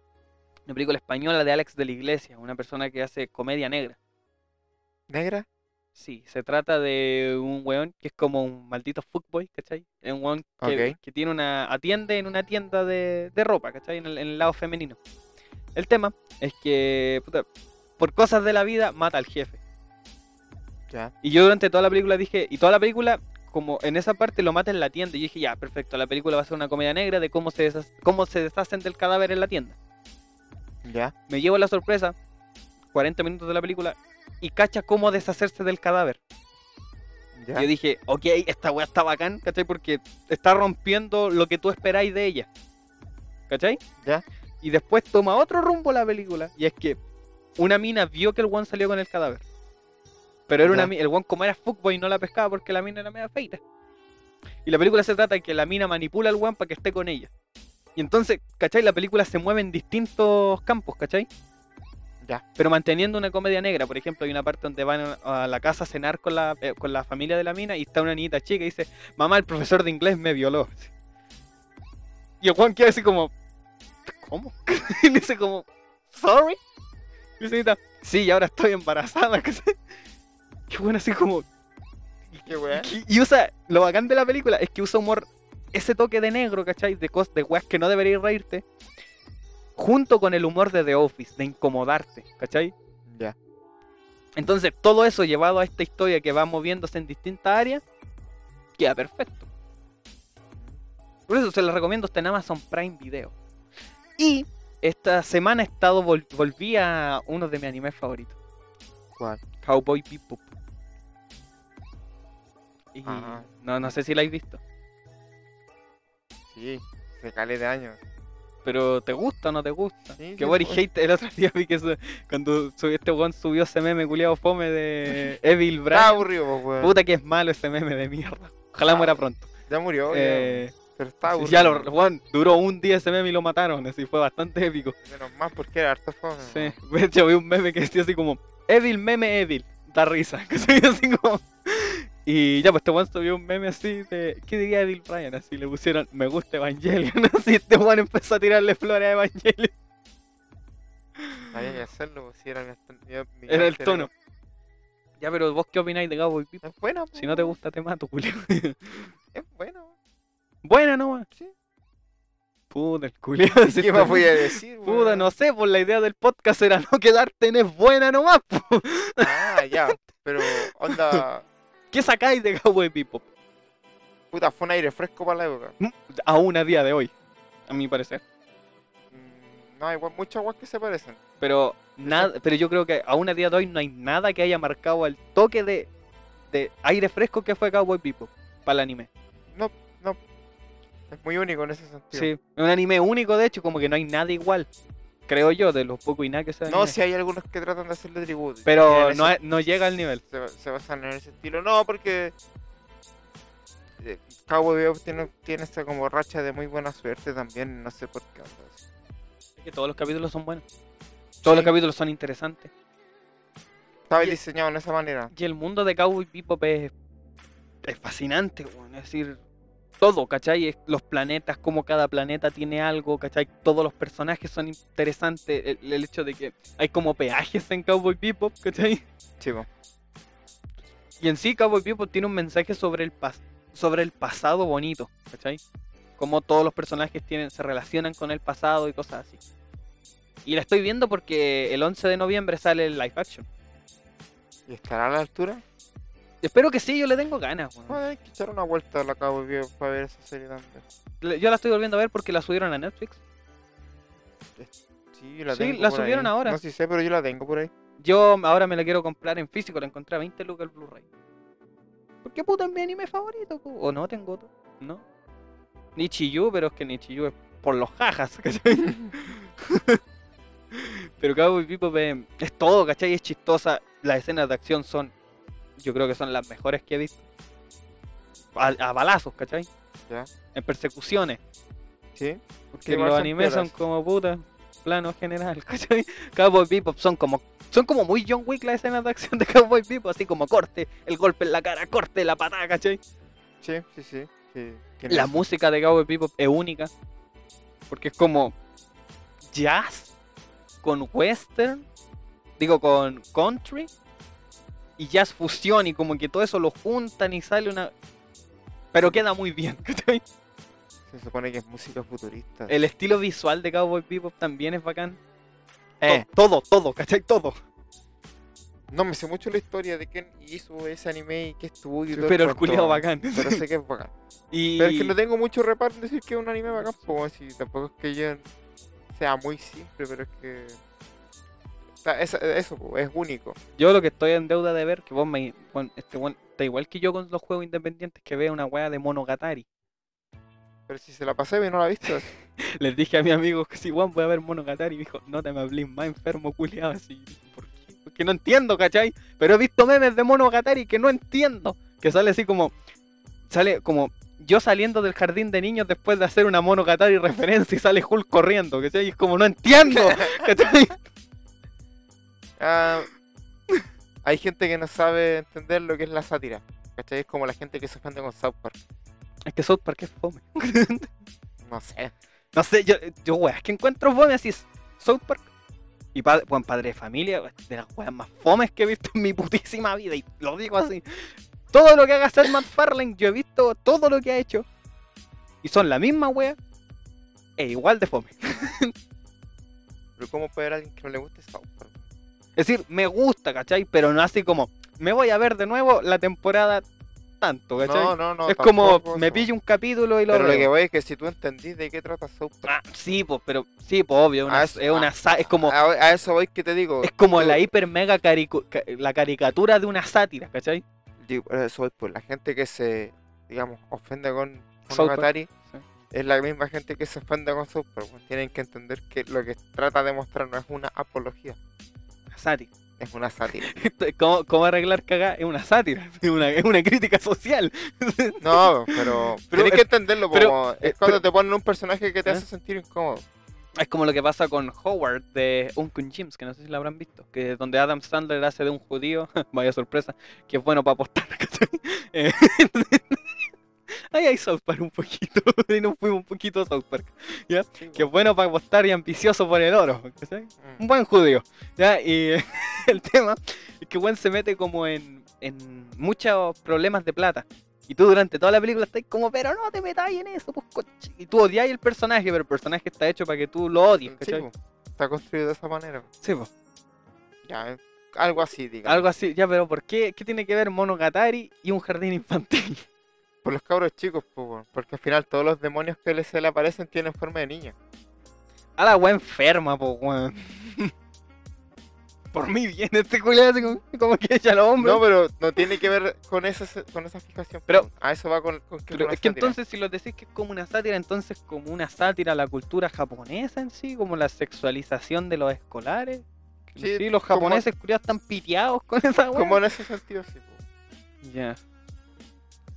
Una película española de Alex de la Iglesia, una persona que hace comedia negra.
¿Negra?
Sí, se trata de un weón que es como un maldito fuckboy, ¿cachai? Es un weón que,
Ok.
que tiene una, atiende en una tienda de, de ropa, ¿cachai? En el, en el lado femenino. El tema es que, puta, por cosas de la vida, mata al jefe.
Ya.
Y yo durante toda la película dije, y toda la película, como en esa parte lo mata en la tienda, y yo dije, ya, perfecto, la película va a ser una comedia negra de cómo se, deshac- cómo se deshacen del cadáver en la tienda.
Ya.
Me llevo la sorpresa, 40 minutos de la película, y cacha cómo deshacerse del cadáver.
Ya.
Yo dije, ok, esta weá está bacán, ¿cachai? Porque está rompiendo lo que tú esperáis de ella. ¿Cachai?
Ya.
Y después toma otro rumbo la película. Y es que una mina vio que el one salió con el cadáver. Pero era una
Ya.
mi- el one como era fuckboy no la pescaba porque la mina era media feita. Y la película se trata de que la mina manipula al one para que esté con ella. Y entonces, ¿cachai? La película se mueve en distintos campos, ¿cachai?
Ya.
pero manteniendo una comedia negra. Por ejemplo, hay una parte donde van a a la casa a cenar con la, eh, con la familia de la mina y está una niñita chica y dice, mamá, el profesor de inglés me violó. Y el Juan queda así como, ¿cómo? y le dice como, ¿sorry? Y dice, "Niñita, sí, y ahora estoy embarazada. Qué bueno, así como,
Qué weá.
y- Y usa, lo bacán de la película es que usa humor, ese toque de negro, ¿cachai? De cosas, de weas que no deberías reírte, junto con el humor de The Office, de incomodarte, ¿cachai?
Ya.
Entonces, todo eso llevado a esta historia que va moviéndose en distintas áreas, queda perfecto. Por eso se los recomiendo, está en Amazon Prime Video. Y esta semana he estado vol- volví a uno de mis animes favoritos.
¿Cuál?
Cowboy Bebop. Y
Ah.
no, no sé si la habéis visto,
Sí. Se calé de años.
pero ¿te gusta o no te gusta?
Sí,
que
sí,
Boris
pues.
Hate el otro día vi que su- cuando subió este weón subió ese meme culiado fome de Evil
Está
Brad.
aburrido, pues, weón.
Puta que es malo ese meme de mierda. Ojalá
Ah,
muera pronto.
Ya murió, ya,
Eh,
pero está aburrido.
ya lo, weón, duró un día ese meme y lo mataron, así fue bastante épico.
Menos mal porque era harto fome.
Sí, de hecho vi un meme que decía así como Evil meme Evil, da risa, que se veía así como y ya pues este weón subió un meme así de ¿qué diría Evil Ryan? Así le pusieron me gusta Evangelion, así este weón empezó a tirarle flores a Evangelion,
weón. Había que hacerlo, pues si era mi, hasta- mi- mi
era el
arte,
tono. Ya pero vos qué opináis de Cowboy Bebop?
Es bueno, pues,
Si no te gusta te mato, culio.
Es bueno.
Buena nomás.
Sí.
Puta el culio. si
¿Qué
está-
más voy a decir, weón?
Puta, no sé, por la idea del podcast era no quedarte en es buena nomás. po.
Ah, ya. Pero, onda.
¿Qué sacáis de Cowboy Bebop?
Puta, fue un aire fresco para la época.
aún a día de hoy, a mi parecer.
Mm, No, hay gua- muchas guas que se parecen.
Pero nada, pero yo creo que aún a día de hoy no hay nada que haya marcado el toque de, de aire fresco que fue Cowboy Bebop para el anime.
No, no. Es muy único en ese sentido.
Sí, es un anime único de hecho, como que no hay nada igual. Creo yo, de los poco y nada que se
No, si hay algunos que tratan de hacerle tributo.
Pero
En
no,
ese-
ha- no llega al nivel.
Se, se basan en ese estilo. No, porque. eh, Cowboy Bebop tiene, tiene esta como racha de muy buena suerte también. No sé por qué. onda eso.
Es que todos los capítulos son buenos. Todos los
Sí.
capítulos son interesantes.
Estaba
Y-
diseñado en esa manera.
Y el mundo de Cowboy Bebop es, es fascinante, weón. Es decir, todo, ¿cachai? Es- Los planetas, como cada planeta tiene algo, ¿cachai? Todos los personajes son interesantes. El, el hecho de que hay como peajes en Cowboy Bebop, ¿cachai?
Chivo.
Y en sí, Cowboy Bebop tiene un mensaje sobre el, pas- sobre el pasado bonito, ¿cachai? Como todos los personajes tienen, se relacionan con el pasado y cosas así. Y la estoy viendo porque el 11 de noviembre sale el live action.
¿Y estará a la
Mm.
altura?
Espero que sí, yo le tengo ganas, weón.
Bueno, hay que echar una vuelta a la Cowboy Bebop para ver esa serie también.
Le- Yo la estoy volviendo a ver porque la subieron a Netflix.
Sí, la
Sí,
tengo
la
por
subieron
ahí.
ahora.
No sé si sé, pero yo la tengo por ahí.
Yo ahora me la quiero comprar en físico, la encontré a 20 lucas el Blu-ray. ¿Por qué puta es mi anime favorito? po? ¿O no tengo otro? ¿No? Ni Chiyu, pero es que ni Chiyu es por los jajas, ¿cachai? pero Cowboy Bebop es, es todo, ¿cachai? Es chistosa. Las escenas de acción son, yo creo que son las mejores que he visto. A, a balazos, ¿cachai?
Ya.
En persecuciones.
Sí.
Porque
igual
los
son
animes son
piolas.
como puta, plano general, ¿cachai? Cowboy Bebop son como son como muy John Wick las escenas de acción de Cowboy Bebop, así como corte, el golpe en la cara, corte la patada, ¿cachai?
Sí, sí, sí. sí. Tiene
La
eso.
música de Cowboy Bebop es única, porque es como jazz, con western, digo con country y jazz fusión y como que todo eso lo juntan y sale una... Pero queda muy bien. ¿cachai?
Se supone que es música futurista.
El estilo visual de Cowboy Bebop también es bacán.
Eh.
To- Todo, todo, ¿cachai? Todo.
No me sé mucho la historia de quién hizo ese anime y qué estudio. y todo
Pero el
cuento,
culiao bacán.
Pero sé que es bacán.
Y...
Pero es que no tengo mucho reparo en decir que es un anime bacán, pues si tampoco es que yo sea muy simple, pero es que. Está- es- eso, po, es único.
Yo lo que estoy en deuda de ver, que vos me. weón, este weón está igual que yo con los juegos independientes que veo una weá de Monogatari.
Pero si se la pasé bien, no la he visto.
Les dije a mi amigo que si weón voy a ver Monogatari y me dijo, no te me hablís más enfermo, culiado. Así, ¿por qué? Porque no entiendo, ¿cachai? Pero he visto memes de Monogatari que no entiendo. Que sale así como. Sale como. Yo saliendo del jardín de niños después de hacer una Monogatari referencia y sale Hulk corriendo, ¿cachai? Y es como, no entiendo, ¿cachai?
Ah, hay gente que no sabe entender lo que es la sátira. ¿Cachai? Es como la gente que se ofende con South Park.
Es que South Park es fome.
No sé.
No sé, yo, yo weas que encuentro fome así es South Park y pa- weón, Padre de Familia, weón, de las weas más fomes que he visto en mi putísima vida, y lo digo así. Todo lo que haga Seth MacFarlane, yo he visto todo lo que ha hecho, y son la misma wea, e igual de fome.
Pero ¿cómo puede haber alguien que no le guste South Park?
Es decir, me gusta, ¿cachai? Pero no así como, me voy a ver de nuevo la temporada tanto, ¿cachai?
No, no, no.
es como,
tampoco
me
eso.
pillo un capítulo y lo
Pero lo
veo.
que voy es que si tú entendís de qué trata South Park.
Ah, sí, pues, pero, sí, pues, obvio, una-
Ah,
es,
es-
una, sa- es como...
A, a eso voy que te digo.
Es como
Yo-
la hiper mega caricu- ca- la caricatura de una sátira, ¿cachai?
digo, a eso voy, pues la gente que se, digamos, ofende con
South Park,
Monogatari
sí.
es la misma gente que se ofende con South Park. pues, tienen que entender que lo que trata de mostrar no es una apología,
Una sátira.
es una sátira.
¿Cómo, cómo arreglar cagá? Es una sátira, es una, es una crítica social.
no, pero,
Pero
tienes
es-
que entenderlo.
pero-
como, es
eh,
cuando te ponen un personaje que te
¿Eh?
hace sentir incómodo.
Es como lo que pasa con Howard de Uncle James, que no sé si lo habrán visto, que es donde Adam Sandler hace de un judío, vaya sorpresa, que es bueno para apostar, ¿cachai? Eh, Ahí hay South Park un poquito, y nos fuimos un poquito a South Park,
Sí,
que es
pues,
bueno para apostar y ambicioso por el oro, ¿cachai?
mm.
un buen judío. ¿ya? Y eh, el tema es que Gwen se mete como en, en muchos problemas de plata. Y tú durante toda la película estás como, pero no te metáis en eso, pues coche". Y tú odiáis el personaje, pero el personaje está hecho para que tú lo odies,
Sí,
¿cachai?
pues, está construido de esa manera.
Sí, po.
Ya, eh, algo así, digamos.
Algo así, ya, pero ¿por qué? ¿Qué tiene que ver Monogatari y un jardín infantil?
Por los cabros chicos, pues, bueno, porque al final todos los demonios que le- se le aparecen tienen forma de niña.
A la wea enferma, po, weón. Por mí bien, este culiado así como, como que echa los hombros.
No, pero no tiene que ver con esa, con esa fijación.
Pero-
perdón. a eso va con, con que
Pero
una
es que
sátira.
entonces si lo decís que es como una sátira, entonces como una sátira a la cultura japonesa en sí, como la sexualización de los escolares. que Sí,
Sí,
los
como-
japoneses curiosos están piteados con esa weá.
Como en ese sentido, sí. po.
Ya.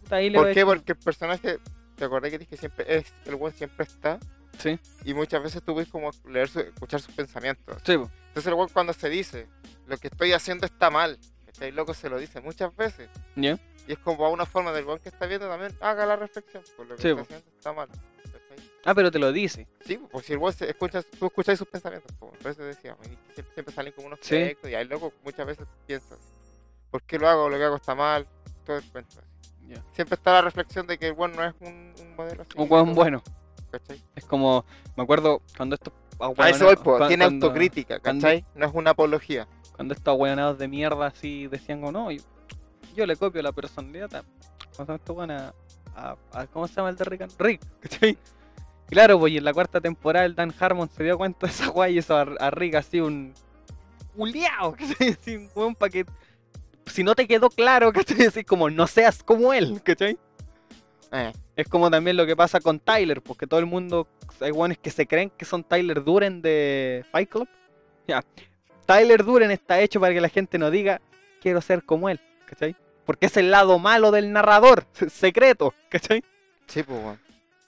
Puta, ahí le voy
¿Por
a
qué?
echar-
Porque el personaje, ¿te acordás que dije siempre es, el buen siempre está?
Sí.
Y muchas veces tú puedes como leer su- escuchar sus pensamientos.
Sí, po.
Entonces el buen cuando se dice, lo que estoy haciendo está mal, ¿cachai? Loco se lo dice muchas veces.
Ya.
Y es como una forma del buen que está viendo también, haga la reflexión, por lo que
Sí,
está
po.
haciendo está mal. ¿cachai?
Ah, pero te lo dice.
Sí, po, por si el buen se escucha, tú escuchas sus pensamientos, po. por eso decía, y siempre, siempre salen como unos
Sí.
proyectos y ahí loco muchas veces piensas, ¿por qué lo hago? Lo que hago está mal, todo el cuento.
Ya.
siempre está la reflexión de que el bueno no es un, un modelo así.
Un weón
como-
bueno.
¿cachai?
Es como, me acuerdo cuando estos
A eso voy,
ahueonados-
po,
cuan-
pues, tiene
cuando-
autocrítica,
cuando-
¿cachai? No es una apología.
Cuando estos ahueonados de mierda así decían, como, no, yo, yo le copio la personalidad a, ¿cómo se llama esta weona? a, a- ¿Cómo se llama el de Rick? and- Rick, ¿cachai? Claro, pues y en la cuarta temporada el Dan Harmon se dio cuenta de esa weá y hizo a, a Rick así un culiao, ¿cachai? Así un weón pa' que. Si no te quedó claro, ¿cachai? Así como no seas como él, ¿cachai?
Eh,
Es como también lo que pasa con Tyler, porque todo el mundo, hay guanes que se creen que son Tyler Duren de Fight Club. Ya. Tyler Duren está hecho para que la gente no diga, quiero ser como él, ¿cachai? Porque es el lado malo del narrador, secreto, ¿cachai?
sí, pues, weón.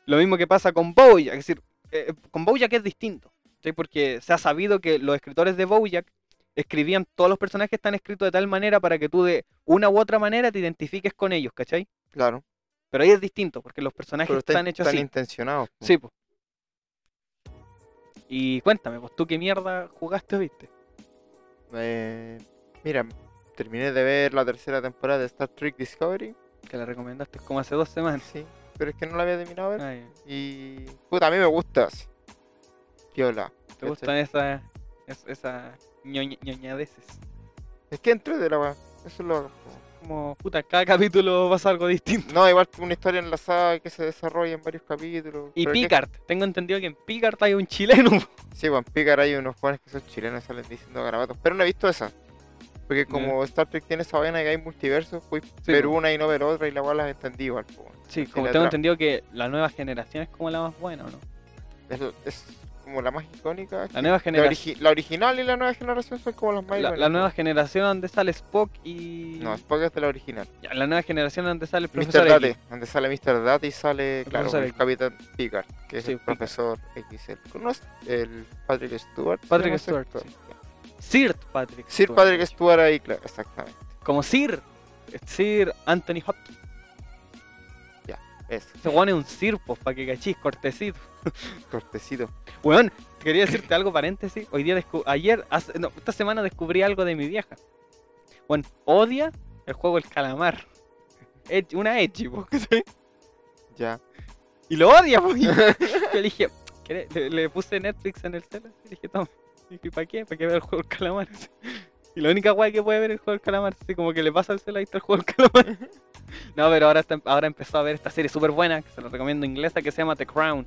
Lo mismo que pasa con Bojack, es decir, eh, con Bojack es distinto, ¿cachai? Porque se ha sabido que los escritores de Bojack escribían, todos los personajes están escritos de tal manera para que tú de una u otra manera te identifiques con ellos, ¿cachai?
Claro.
Pero ahí es distinto, porque los personajes
Pero
están hechos
tan
así.
intencionados. po.
Sí, po. Y cuéntame, pues tú qué mierda jugaste o viste.
Eh, mira, terminé de ver la tercera temporada de Star Trek Discovery.
Que la recomendaste como hace dos semanas.
Sí, pero es que no la había terminado de ver.
Ay,
Y. Puta, a mí me gustas. Piola.
¿Te
¿cachai?
gustan esas es- esas ñoñ- ñoñadeces?
Es que entré de la weá. Eso es lo.
Como, puta, cada capítulo pasa algo distinto.
No, igual una historia enlazada que se desarrolla en varios capítulos.
Y
pero que-
Picard, tengo entendido que en Picard hay un chileno.
Sí, bueno, en Picard hay unos buenos que son chilenos y salen diciendo garabatos. Pero no he visto esa. Porque como Star Trek tiene esa vaina que hay multiversos, fui ver
po.
una y no ver otra y la cual las entendí igual. po. Sí,
Sí, como
la
tengo
tra-
entendido que la nueva generación es como la más buena, ¿o no?
Es, es como la más icónica.
La nueva
La,
generación.
origi- la original y la nueva generación son como las más
La, la
icónicas.
nueva generación donde sale Spock y.
No, Spock es de la original.
Ya, la nueva generación donde sale el
Mr.
profesor X.
Date, donde sale Mr. Date y sale,
El
claro,
profesor
el
X.
Capitán Picard, que es
Sí,
el
Picard.
profesor X. El, ¿conoces el Patrick Stewart. se
Patrick
llama ese
Stewart,
actor?
sí. Sir Patrick.
Sir
Stewart.
Patrick Stewart ahí, claro, exactamente.
Como Sir. Sir Anthony Hopkins.
Es,
Se pone un Sir, pues, para que cachis, cortecito.
cortecito.
Weón, quería decirte algo, paréntesis. Hoy día, descu- ayer, hace- no, esta semana descubrí algo de mi vieja. Bueno, odia el juego El Calamar. Ed- una Edgy, po, ¿cachai?
Ya.
Y lo odia, po. Y Yo le dije, ¿querés? le, le puse Netflix en el celular. Le dije, toma. Y dije, ¿para qué? ¿Para qué ver el juego El Calamar? Y la única guay que puede ver es el juego El Calamar. Así como que le pasa al celular y está el juego El Calamar. No, pero ahora, está- ahora empezó a ver esta serie súper buena, que se la recomiendo inglesa, que se llama The Crown.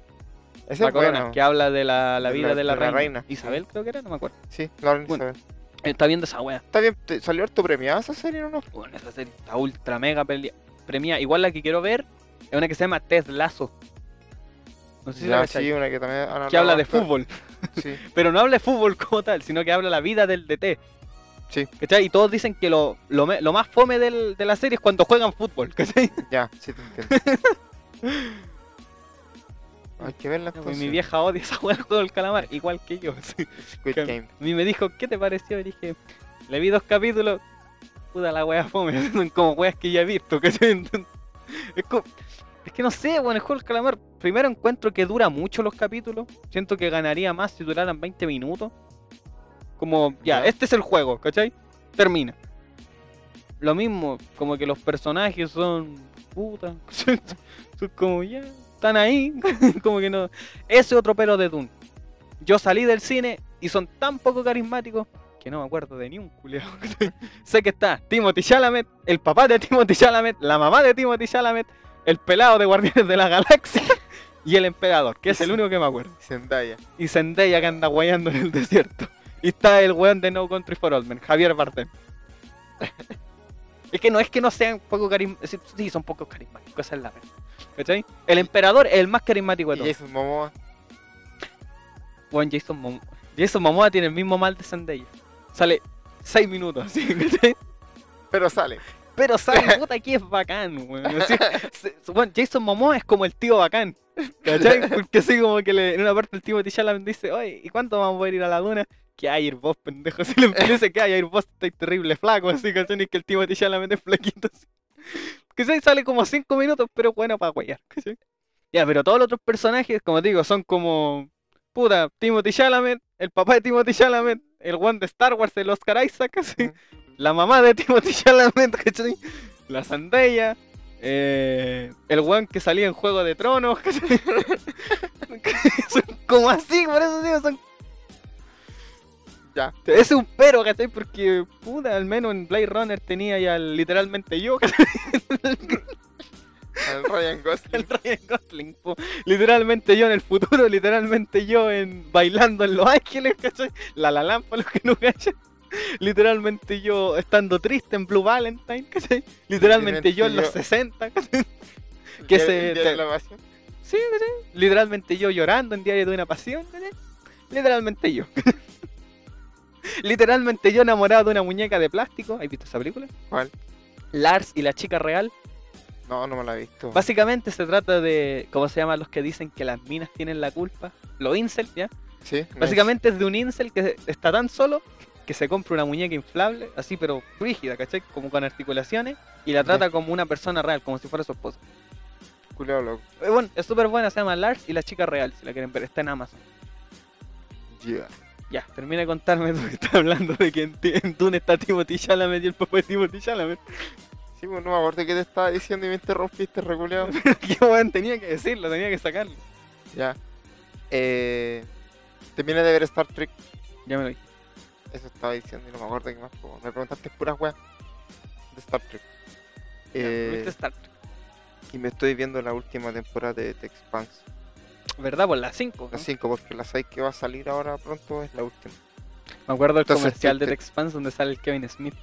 Ese
la
es
corona,
bueno.
que habla de la, la
De
vida
la-
de, la,
de la
reina.
reina,
Isabel creo que era, no me acuerdo.
Sí, Lauren
Bueno.
Isabel.
Está viendo esa wea.
Está bien, te- salió harto premiada esa serie, ¿no?
Bueno, esa serie está ultra mega peli- premiada. Igual la que quiero ver es una que se llama Ted Lazo. No sé si la
Ya,
cachai,
sí, una que también han
Que
hablado
habla de
harto.
fútbol.
Sí,
Pero no habla de fútbol como tal, sino que habla la vida del DT.
Sí.
¿Cachai? Y todos dicen que lo, lo, me- lo más fome del- de la serie es cuando juegan fútbol. ¿Cachai?
ya, sí te entiendo. Hay que verla
Y
entonces.
pues, mi vieja odia esa wea del juego del calamar, igual que yo. sí.
Squid
que-
Game.
A mí me dijo, ¿qué te pareció? Y dije, le vi dos capítulos. Puta la wea fome, son como weas que ya he visto, ¿cachai? Entonces, Es, como- es que no sé, bueno, el juego del calamar. Primero encuentro que dura mucho los capítulos. Siento que ganaría más si duraran 20 minutos. Como, ya,
Ya.
este es el juego, ¿cachai? Termina. Lo mismo, como que los personajes son puta. Son como, ya, están ahí. como que no. Ese otro pelo de Dune. Yo salí del cine y son tan poco carismáticos que no me acuerdo de ni un culiao. sé que está Timothy Chalamet, el papá de Timothy Chalamet, la mamá de Timothy Chalamet, el pelado de Guardianes de la Galaxia y el emperador, que es el único que me acuerdo.
Zendaya.
Y Zendaya que anda guayando en el desierto. Y está el weón de No Country for Old Men, Javier Bardem. es que no es que no sean poco carismáticos. Sí, son pocos carismáticos, esa es la verdad. ¿Cachai? El emperador es el más carismático de
Y
todos.
Jason Momoa.
Weón, Jason, Mom- Jason Momoa tiene el mismo mal de Zendaya. Sale 6 minutos, así, ¿cachai?
Pero sale.
Pero sale puta que es bacán, weón. así, se- se- weón, Jason Momoa es como el tío bacán. ¿Cachai? Porque así como que le- en una parte el tío Chalamet dice, oye, ¿y cuánto vamos a poder ir a la luna? Que hay ir vos, pendejo. Si le empieza que hay ir vos, estáis terrible flaco, así, ¿cachai? Y que el tío Chalamet es flaquito. Así. ¿Cachai? Sale como 5 minutos, pero bueno para guayar, ¿cachai? Ya, pero todos los otros personajes, como te digo, son como. Puta, Timothy Chalamet, el papá de Timothy Chalamet, el one de Star Wars, el Oscar Isaac, así. La mamá de Timothy Chalamet, ¿cachai? La Zendaya, eh, el one que salía en Juego de Tronos, ¿cachai? son como así, por eso digo, son.
Ya.
Ese es un pero, ¿cachai? Porque, puta, al menos en Blade Runner tenía ya literalmente yo, ¿cachai?
Al Ryan
El
Gosling.
Ryan Gosling, po. literalmente yo en el futuro, literalmente yo en bailando en Los Ángeles, ¿cachai? La la lampa, los que no cachan. Literalmente yo estando triste en Blue Valentine, ¿cachai? Literalmente yo en los
Literalmente
60, ¿cachai?
el
que
día-
se-
el día de
te-
la pasión.
Sí, ¿cachai? Literalmente yo llorando en Diario de una Pasión, ¿cachai? Literalmente yo. Literalmente yo enamorado de una muñeca de plástico. ¿Has visto esa película?
¿Cuál?
Lars y la chica real.
No, no me la he visto.
Básicamente se trata de, ¿cómo se llaman los que dicen que las minas tienen la culpa? Los incel, ¿ya?
Sí, nice.
Básicamente es de un incel que está tan solo que se compra una muñeca inflable, así pero rígida, ¿cachai? Como con articulaciones, y la
Ya.
trata como una persona real, como si fuera su esposa.
Culeado loco.
Eh, Bueno, es súper buena, se llama Lars y la chica real, si la quieren ver, está en Amazon.
Yeah.
Ya, termina de contarme tú que estás hablando de que en, ti- en Dune está Timothy Chalamet y el papá de Timothy Chalamet.
Sí, pues no me acuerdo qué te estaba diciendo y me interrumpiste, reculeado.
Que weón tenía que decirlo, tenía que sacarlo.
ya. Eh, terminé de ver Star Trek.
Ya me lo dije.
Eso estaba diciendo y no me acuerdo qué más. po. Me preguntaste puras weas de Star Trek. Eh,
¿Viste Star Trek?
y me estoy viendo la última temporada de The Expanse.
Ah. ¿Verdad? Por las 5.
La 5, porque la 6 que va a salir ahora pronto es la última.
Me acuerdo del
Entonces,
comercial de
te-
The Expanse donde sale el Kevin Smith.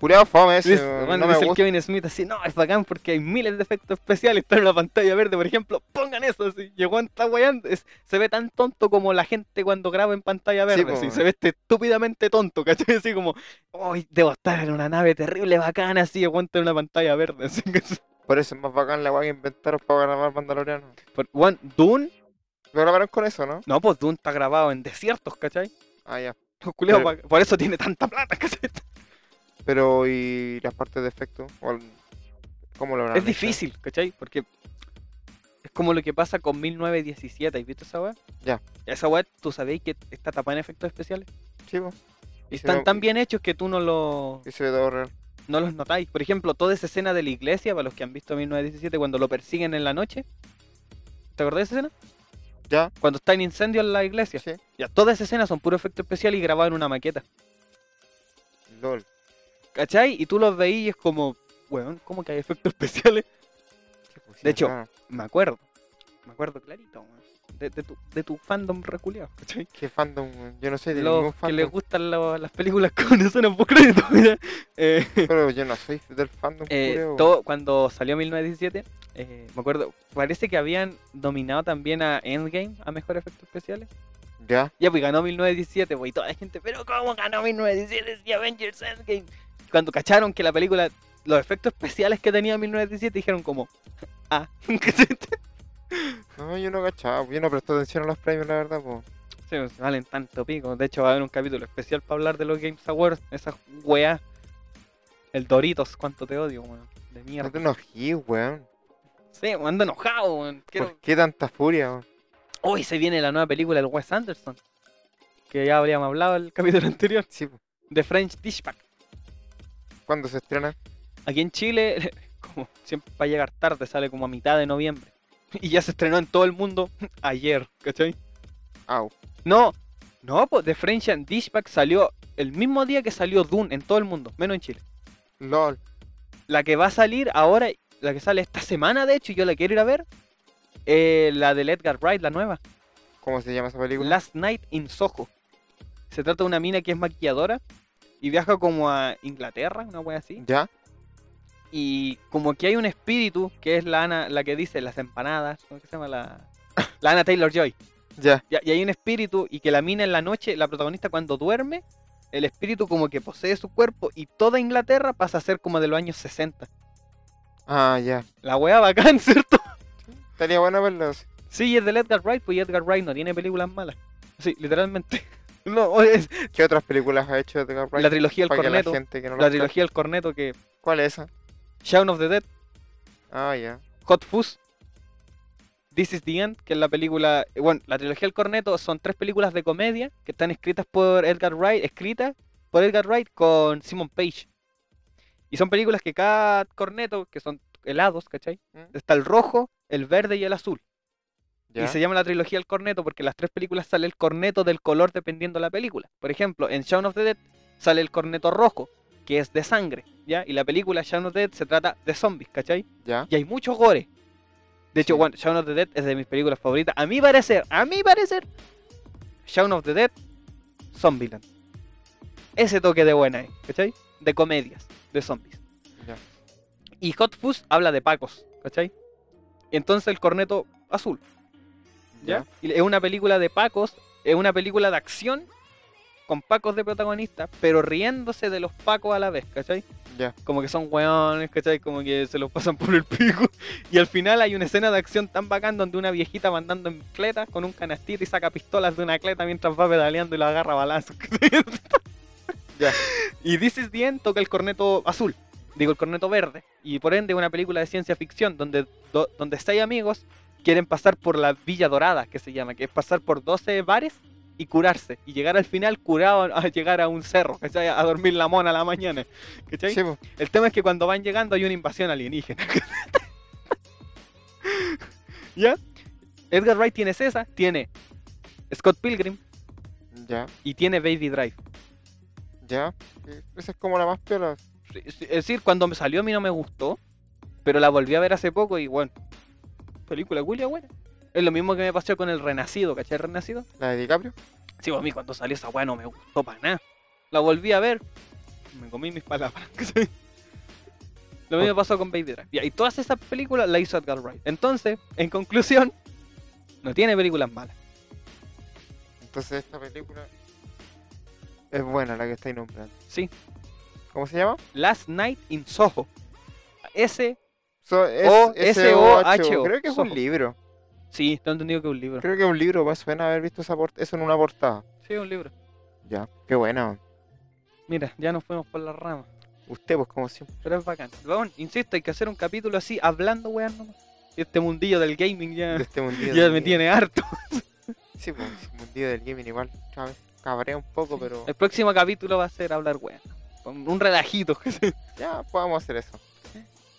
Puleado fome ese,
Dice-
weón,
bueno,
no me
dice el
gusta.
Kevin Smith así, no, es bacán porque hay miles de efectos especiales, está en la pantalla verde, por ejemplo, pongan eso así, y el weón está guayando, se ve tan tonto como la gente cuando graba en pantalla
Sí,
verde,
po,
así,
weón.
se ve este estúpidamente tonto, ¿cachai? Así como, hoy debo estar en una nave terrible, bacana, así, aguanta en una pantalla verde, así que...
Por eso es más bacán la wea que inventaron para grabar Mandaloriano.
Por- weón, Dune,
Lo grabaron con eso, ¿no?
no, pues Dune está grabado en desiertos, ¿cachai?
Ah, ya.
Los culiados
Pero-
pa- por eso tiene tanta plata, ¿cachai?
Pero, ¿y las partes de efecto? ¿O el- ¿Cómo lo habrán
Es
hecho?
difícil, ¿cachai? Porque es como lo que pasa con 1917, ¿has visto esa weá?
Ya.
Esa weá, tú sabéis que está tapada en efectos especiales.
Sí, po. Y se
Y están
ve-
tan bien hechos que tú no, lo,
Y se ve todo real.
no los notáis. Por ejemplo, toda esa escena de la iglesia, para los que han visto 1917, cuando lo persiguen en la noche. ¿Te acordás de esa escena?
Ya.
Cuando está en incendio en la iglesia.
Sí.
Ya, toda esa escena son puro efecto especial y grabado en una maqueta.
LOL.
¿Cachai? Y tú los veís y es como, weón, ¿cómo que hay efectos especiales?
Sí, pues, sí,
De hecho,
raro.
Me acuerdo. Me acuerdo clarito, weón. De, de tu, de tu fandom reculeado, ¿cachai?
Qué fandom, weón. Yo no soy de ningún
Los que
fandom.
les gustan lo- las películas con escenas post-crédito, mira. Eh,
Pero yo no soy del fandom,
eh,
culiao, weón.
todo, cuando salió 1917, eh, me acuerdo, parece que habían dominado también a Endgame, a Mejor Efectos Especiales.
Ya.
Ya, pues ganó 1917, pues, y toda la gente, pero ¿cómo ganó 1917 si Avengers Endgame? Cuando cacharon que la película, los efectos especiales que tenía 1917, dijeron como, ah, ¿cachai?
No, yo no cachaba. Yo no presté atención a los premios, la verdad, po.
Sí, pues, valen tanto pico. De hecho, va a haber un capítulo especial para hablar de los Games Awards. Esas weas. El Doritos, cuánto te odio, weón. De
No te
mierda.
enojí, weón.
Sí, weón, ando enojado, weón. Quiero-
¿Por qué tanta furia, weón?
Hoy se viene la nueva película del Wes Anderson. Que ya habríamos hablado el capítulo anterior.
Sí, po.
De French Dispatch.
¿Cuándo se estrena?
Aquí en Chile, como siempre va a llegar tarde, sale como a mitad de noviembre. Y ya se estrenó en todo el mundo ayer, ¿cachai?
Au.
No, no, pues The French and Dispatch salió el mismo día que salió Dune en todo el mundo, menos en Chile.
LOL.
la que va a salir ahora, la que sale esta semana, de hecho, y yo la quiero ir a ver. eh, la del Edgar Wright, la nueva.
¿Cómo se llama esa película?
Last Night in Soho. Se trata de una mina que es maquilladora y viaja como a Inglaterra, una wea así.
¿Ya?
Y como que hay un espíritu que es la Ana, la que dice las empanadas, ¿cómo que se llama? La, la Ana Taylor Joy.
Ya.
Y, y hay un espíritu y que la mina en la noche, la protagonista cuando duerme, el espíritu como que posee su cuerpo y toda Inglaterra pasa a ser como de los años 60.
Ah, ya.
La wea bacán, ¿cierto?
Estaría bueno verlos.
Sí, y es del Edgar Wright, pues y Edgar Wright no tiene películas malas. Sí, literalmente. No, o es
¿Qué otras películas ha hecho Edgar Wright?
la trilogía El
Para que
Corneto.
la gente que no
La
las
trilogía El Corneto que.
cache. ¿Cuál es esa?
Shaun of the Dead,
Ah, ya.
Hot Fuzz, This is the End, que es la película. eh, Bueno, la trilogía El Corneto son tres películas de comedia que están escritas por Edgar Wright, escritas por Edgar Wright con Simon Page. Y son películas que cada corneto, que son helados, ¿cachai?
¿Mm?
Está el rojo, el verde y el azul.
¿Ya?
Y se llama la trilogía El Corneto porque en las tres películas sale el corneto del color dependiendo la película. Por ejemplo, en Shaun of the Dead sale el corneto rojo, que es de sangre, ¿ya? Y la película Shaun of the Dead se trata de zombies, ¿cachai?
¿Ya?
Y hay muchos gore. De hecho,
Sí.
bueno, Shaun of the Dead es de mis películas favoritas. A mi parecer, a mi parecer, Shaun of the Dead, Zombieland. Ese toque de buena, ¿eh? ¿cachai? De comedias, de zombies.
Ya.
Y Hot Fuzz habla de pacos, ¿cachai? Entonces el corneto azul. ¿ya? Y es una película de pacos, es una película de acción con pacos de protagonista, pero riéndose de los pacos a la vez, ¿cachai?
Ya.
Como que son weones, ¿cachai? Como que se los pasan por el pico. Y al final hay una escena de acción tan bacán donde una viejita va andando en cleta con un canastito y saca pistolas de una cleta mientras va pedaleando y la agarra a balazos. ¿cachai?
Ya.
Y This is the End toca el corneto azul, digo el corneto verde, y por ende una película de ciencia ficción donde, do- donde seis amigos quieren pasar por la Villa Dorada, que se llama, que es pasar por 12 bares y curarse. Y llegar al final curado a a llegar a un cerro, ¿cachai? A dormir la mona a la mañana. ¿cachai?
Sí, po.
El tema es que cuando van llegando hay una invasión alienígena. ¿Ya? Edgar Wright tiene César, tiene Scott Pilgrim
ya,
y tiene Baby Drive.
ya. Eh, Esa es como la más peor.
Sí, sí, Es decir, cuando me salió a mí no me gustó, pero la volví a ver hace poco y bueno, película culia buena. Es lo mismo que me pasó con El Renacido, ¿cachai? El Renacido.
La de DiCaprio.
Sí, pues a mí cuando salió esa weá no me gustó para nada. La volví a ver, me comí mis palabras. ¿cachai? Lo mismo pasó con Baby Drive. Ya, Y todas esas películas las hizo Edgar Wright. Entonces, en conclusión, no tiene películas malas.
Entonces esta película es buena la que estáis nombrando.
Sí.
¿Cómo se llama?
Last Night in Soho. Ese,
So, es,
O-
S-O-H-O. Creo que es un
Soho.
libro.
sí, tengo entendido que es un libro.
Creo que es un libro. Va, suena haber visto esa por- eso en una portada.
Sí, es un libro.
Ya. Qué buena.
Mira, ya nos fuimos por las ramas.
Usted, pues como siempre.
Pero es bacán. Weón, insisto, hay que hacer un capítulo así, hablando, weón. nomás. Este mundillo del gaming
De
ya,
este mundillo.
ya
del
me
gaming.
tiene harto.
Sí, pues el mundillo del gaming igual. cada vez Cabrea un poco, pero
El próximo capítulo va a ser hablar, weón. Con un relajito.
ya podemos hacer eso.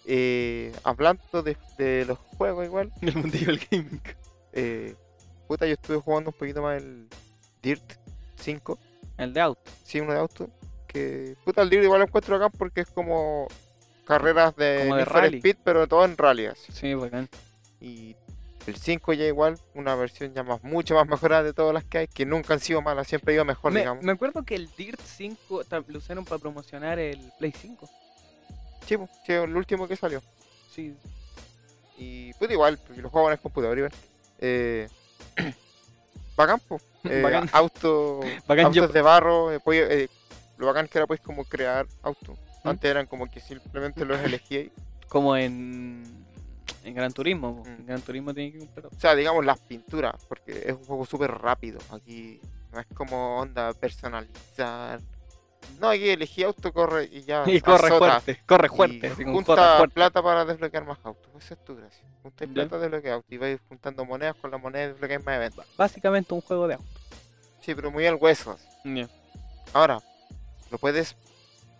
Eh, hablando de, de los juegos igual.
el mundillo del gaming.
eh, puta, yo estuve jugando un poquito más el Dirt 5.
El de auto.
sí, uno de auto. Que puta, el libro igual lo encuentro acá porque es como carreras de,
Como de
Need for
rally.
Speed, pero todo en rally así.
Sí, pues, bacán.
Y el 5 ya igual, una versión ya más, mucho más mejorada de todas las que hay, que nunca han sido malas, siempre ha ido mejor,
Me,
digamos.
me acuerdo que el Dirt 5 ta- lo usaron para promocionar el Play 5.
Sí, pues, sí, el último que salió.
Sí.
Y puta, igual, porque lo juego en el computador, igual. Eh, bacán, pues. Eh,
Bacán.
Auto,
Bacán,
autos
yo-
de barro, eh, podía- eh, lo bacán que era pues como crear autos.
¿Mm?
Antes eran como que simplemente los elegía y
Como en. En Gran Turismo. po.
Mm.
En Gran Turismo tiene que comprar.
O sea, digamos las pinturas, porque es un juego súper rápido. Aquí no es como onda personalizar. No, aquí elegí auto, corre y ya.
Y corre
Ah, azota.
fuerte. Corre
Y
fuerte. así como corre
junta
fuerte.
plata para desbloquear más autos. Esa es tu gracia. Juntáis
Ya.
plata, desbloquear autos. Y vais juntando monedas con las monedas, desbloqueáis más eventos.
Básicamente un juego de auto.
Sí, pero muy al hueso. así.
Ya.
Ahora, lo puedes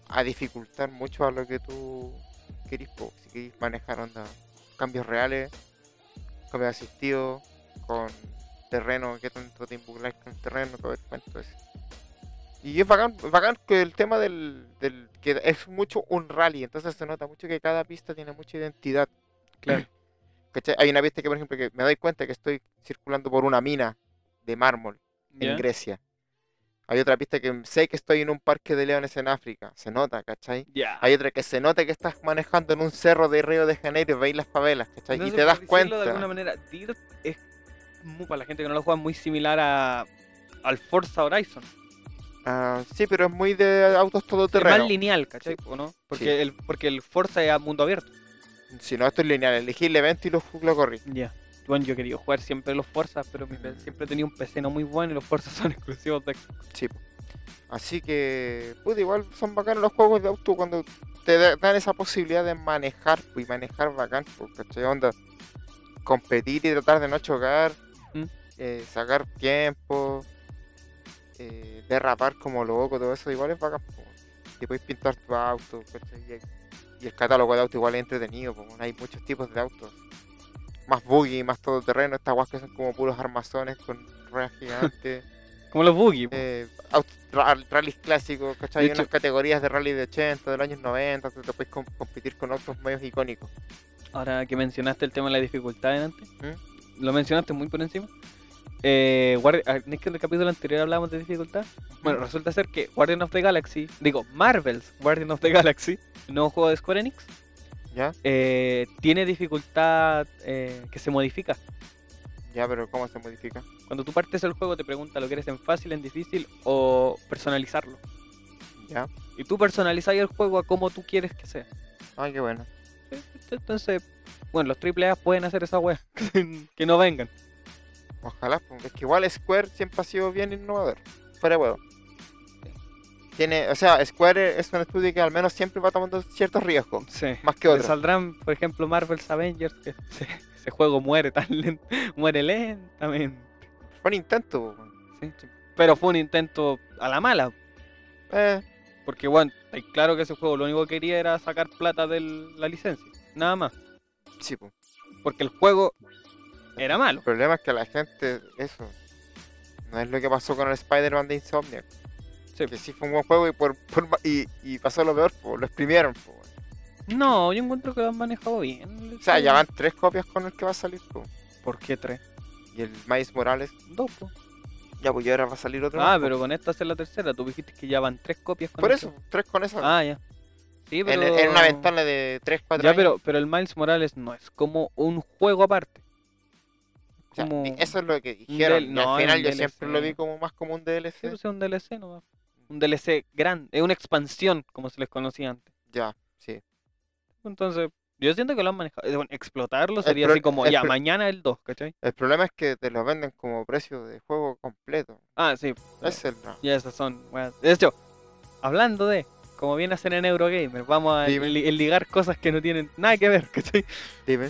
a dificultar mucho a lo que tú querís. po. Si querís manejar onda, cambios reales, cambios asistidos, con terreno, qué tanto te involucras con el terreno, todo el cuento ese. Y es bacán, es bacán que el tema del, del- que es mucho un rally, entonces se nota mucho que cada pista tiene mucha identidad.
Claro.
¿Cachai? Hay una pista que, por ejemplo, que me doy cuenta que estoy circulando por una mina de mármol en
Ya.
Grecia. Hay otra pista que sé que estoy en un parque de leones en África. Se nota, ¿cachai?
Ya.
Hay otra que se nota que estás manejando en un cerro de Río de Janeiro y veis las favelas, ¿cachai? y
Entonces,
te
por
das
decirlo
cuenta.
De alguna manera, Dirt es, muy, para la gente que no lo juega, muy similar a, al Forza Horizon.
Ah, sí, pero es muy de autos
Es
todoterreno.
más lineal, ¿cachai? ¿O no? Porque,
Sí.
el, porque el Forza es a mundo abierto.
si no, esto es lineal. Elegí el evento y lo, ju- lo corrí.
Ya. Bueno, yo he querido jugar siempre los Forza, pero mi pe- siempre he tenido un PC no muy bueno y los Forza son exclusivos de Xbox.
Sí. po. Así que, puta, igual son bacanos los juegos de auto cuando te da- dan esa posibilidad de manejar, pues, y manejar bacán, pues, ¿cachai? Onda, competir y tratar de no chocar,
Mm.
eh, sacar tiempo, eh, derrapar como loco, todo eso, igual es bacán, pues. Te puedes pintar tu auto, ¿cachai? Y, y el catálogo de auto igual es entretenido, pues, hay muchos tipos de autos. Más buggy, más todoterreno, estas guas que son como puros armazones con ruedas gigantes.
Como los Buggy. po.
eh, aut- ra- rallies clásicos, ¿cachai?
De
Hay
hecho-
unas categorías de rally de 80, de los años 90, entonces te puedes com- competir con autos medios icónicos.
Ahora que mencionaste el tema de la dificultad delante, lo mencionaste muy por encima. Eh, Guardi- ah, ¿no es que en el capítulo anterior hablábamos de dificultad? Bueno, resulta ser que Guardian of the Galaxy, digo, Marvel's Guardian of the Galaxy, el nuevo juego de Square Enix,
¿Ya?
eh, tiene dificultad eh, que se modifica.
Ya, pero ¿cómo se modifica?
Cuando tú partes el juego te pregunta lo quieres en fácil, en difícil o personalizarlo.
Ya.
Y tú personalizas el juego a como tú quieres que sea.
Ah, qué bueno.
Entonces, bueno, los AAA pueden hacer esa wea. que no vengan.
Ojalá, pues, es que igual Square siempre ha sido bien innovador. Fuera de huevo. Tiene, o sea, Square es un estudio que al menos siempre va tomando ciertos riesgos,
Sí.
más que
Te
otros.
saldrán, por ejemplo, Marvel's Avengers, que se- ese juego muere tan lento, muere lentamente.
Fue un intento, pues, weón.
Sí. Pero fue un intento a la mala.
Eh,
Porque, bueno, está claro que ese juego lo único que quería era sacar plata de la licencia. Nada más.
sí, po.
Porque el juego era malo.
El problema es que la gente, eso, no es lo que pasó con el Spider-Man de Insomniac.
Sí,
Que
po.
sí fue un buen juego y, por, por ma- y, y pasó lo peor, po, lo exprimieron. po.
No, yo encuentro que lo han manejado bien.
O sea, ya van tres copias con el que va a salir. po.
¿Por qué tres?
Y el Miles Morales,
Dos, po.
ya, pues y ahora va a salir otro.
Ah,
más, po.
pero con esta es la tercera. Tú dijiste que ya van tres copias con
Por
esto.
eso, tres con eso.
Ah, ya. Sí,
En-
pero...
en, una ventana de tres, cuatro
Ya,
años.
pero, pero el Miles Morales no es como un juego aparte.
O sea,
como-
Eso es lo que
un
dijeron.
del-
y
no,
al
es
final
un
yo siempre lo vi
DLC.
como más como un DLC.
Sí, pues es un DLC nomás. Un DLC grande. Es una expansión, como se les conocía antes.
Ya, sí.
Entonces, yo siento que lo han manejado. eh, bueno, explotarlo
El
sería
pro-
así como,
el
ya,
pro-
mañana el 2, ¿cachai?
El problema es que te lo venden como precio de juego completo.
Ah, sí.
Ese Es el drama.
Ya esas son. weas. De hecho, hablando de, como viene a hacer en Eurogamer, vamos a
Dime.
li- ligar cosas que no tienen nada que ver, ¿cachai?
Dime.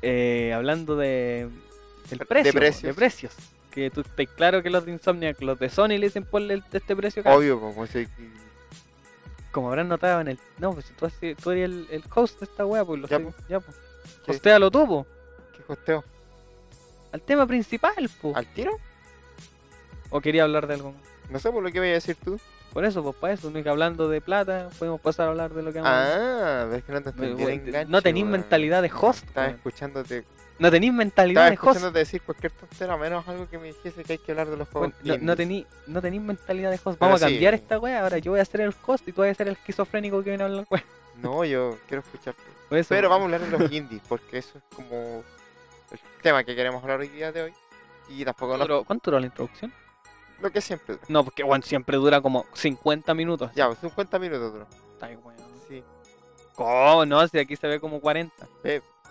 Eh, hablando de del
De
precio, po,
precios.
precios. Que tú estás claro que los de Insomniac, los de Sony le dicen ponle el- este precio acá.
Obvio, pues, como si.
Como habrán notado en el. No, pues si tú, haces- tú eres el, el host de esta wea, pues lo
Ya,
sé,
po.
ya, pues.
Sí.
Hostéalo tú, po,
¿Qué costeo?
Al tema principal, po.
¿Al tiro?
O quería hablar de algo más.
No sé por lo que voy a decir tú.
Por eso, pues para eso, no es que hablando de plata, podemos pasar a hablar de lo que vamos a
Ah, ves que no te
Pero,
entendí el
weón,
enganche,
no tenís
weón.
mentalidad de host,
Estaba
weón.
escuchándote.
No tenéis mentalidad
Estaba
de host.
escuchándote decir cualquier tontera, menos algo que me dijese que hay que hablar de los juegos.
Bueno, no,
indie.
no tení, no tení mentalidad de host.
Pero
Vamos a
sí.
cambiar esta wea. Ahora yo voy a ser el host y tú vas a ser el esquizofrénico que viene a hablar wea.
No, yo quiero escucharte.
Por eso,
Pero vamos a hablar de los indies, porque eso es como el tema que queremos hablar hoy día de hoy. Y tampoco
¿Cuánto
nos-
duró, cuánto duró la introducción?
lo que siempre. dura.
No, porque bueno, siempre dura como 50 minutos.
Ya, pues, 50 minutos duró.
Está ahí, weón.
Sí.
¿Cómo? No, si aquí se ve como 40.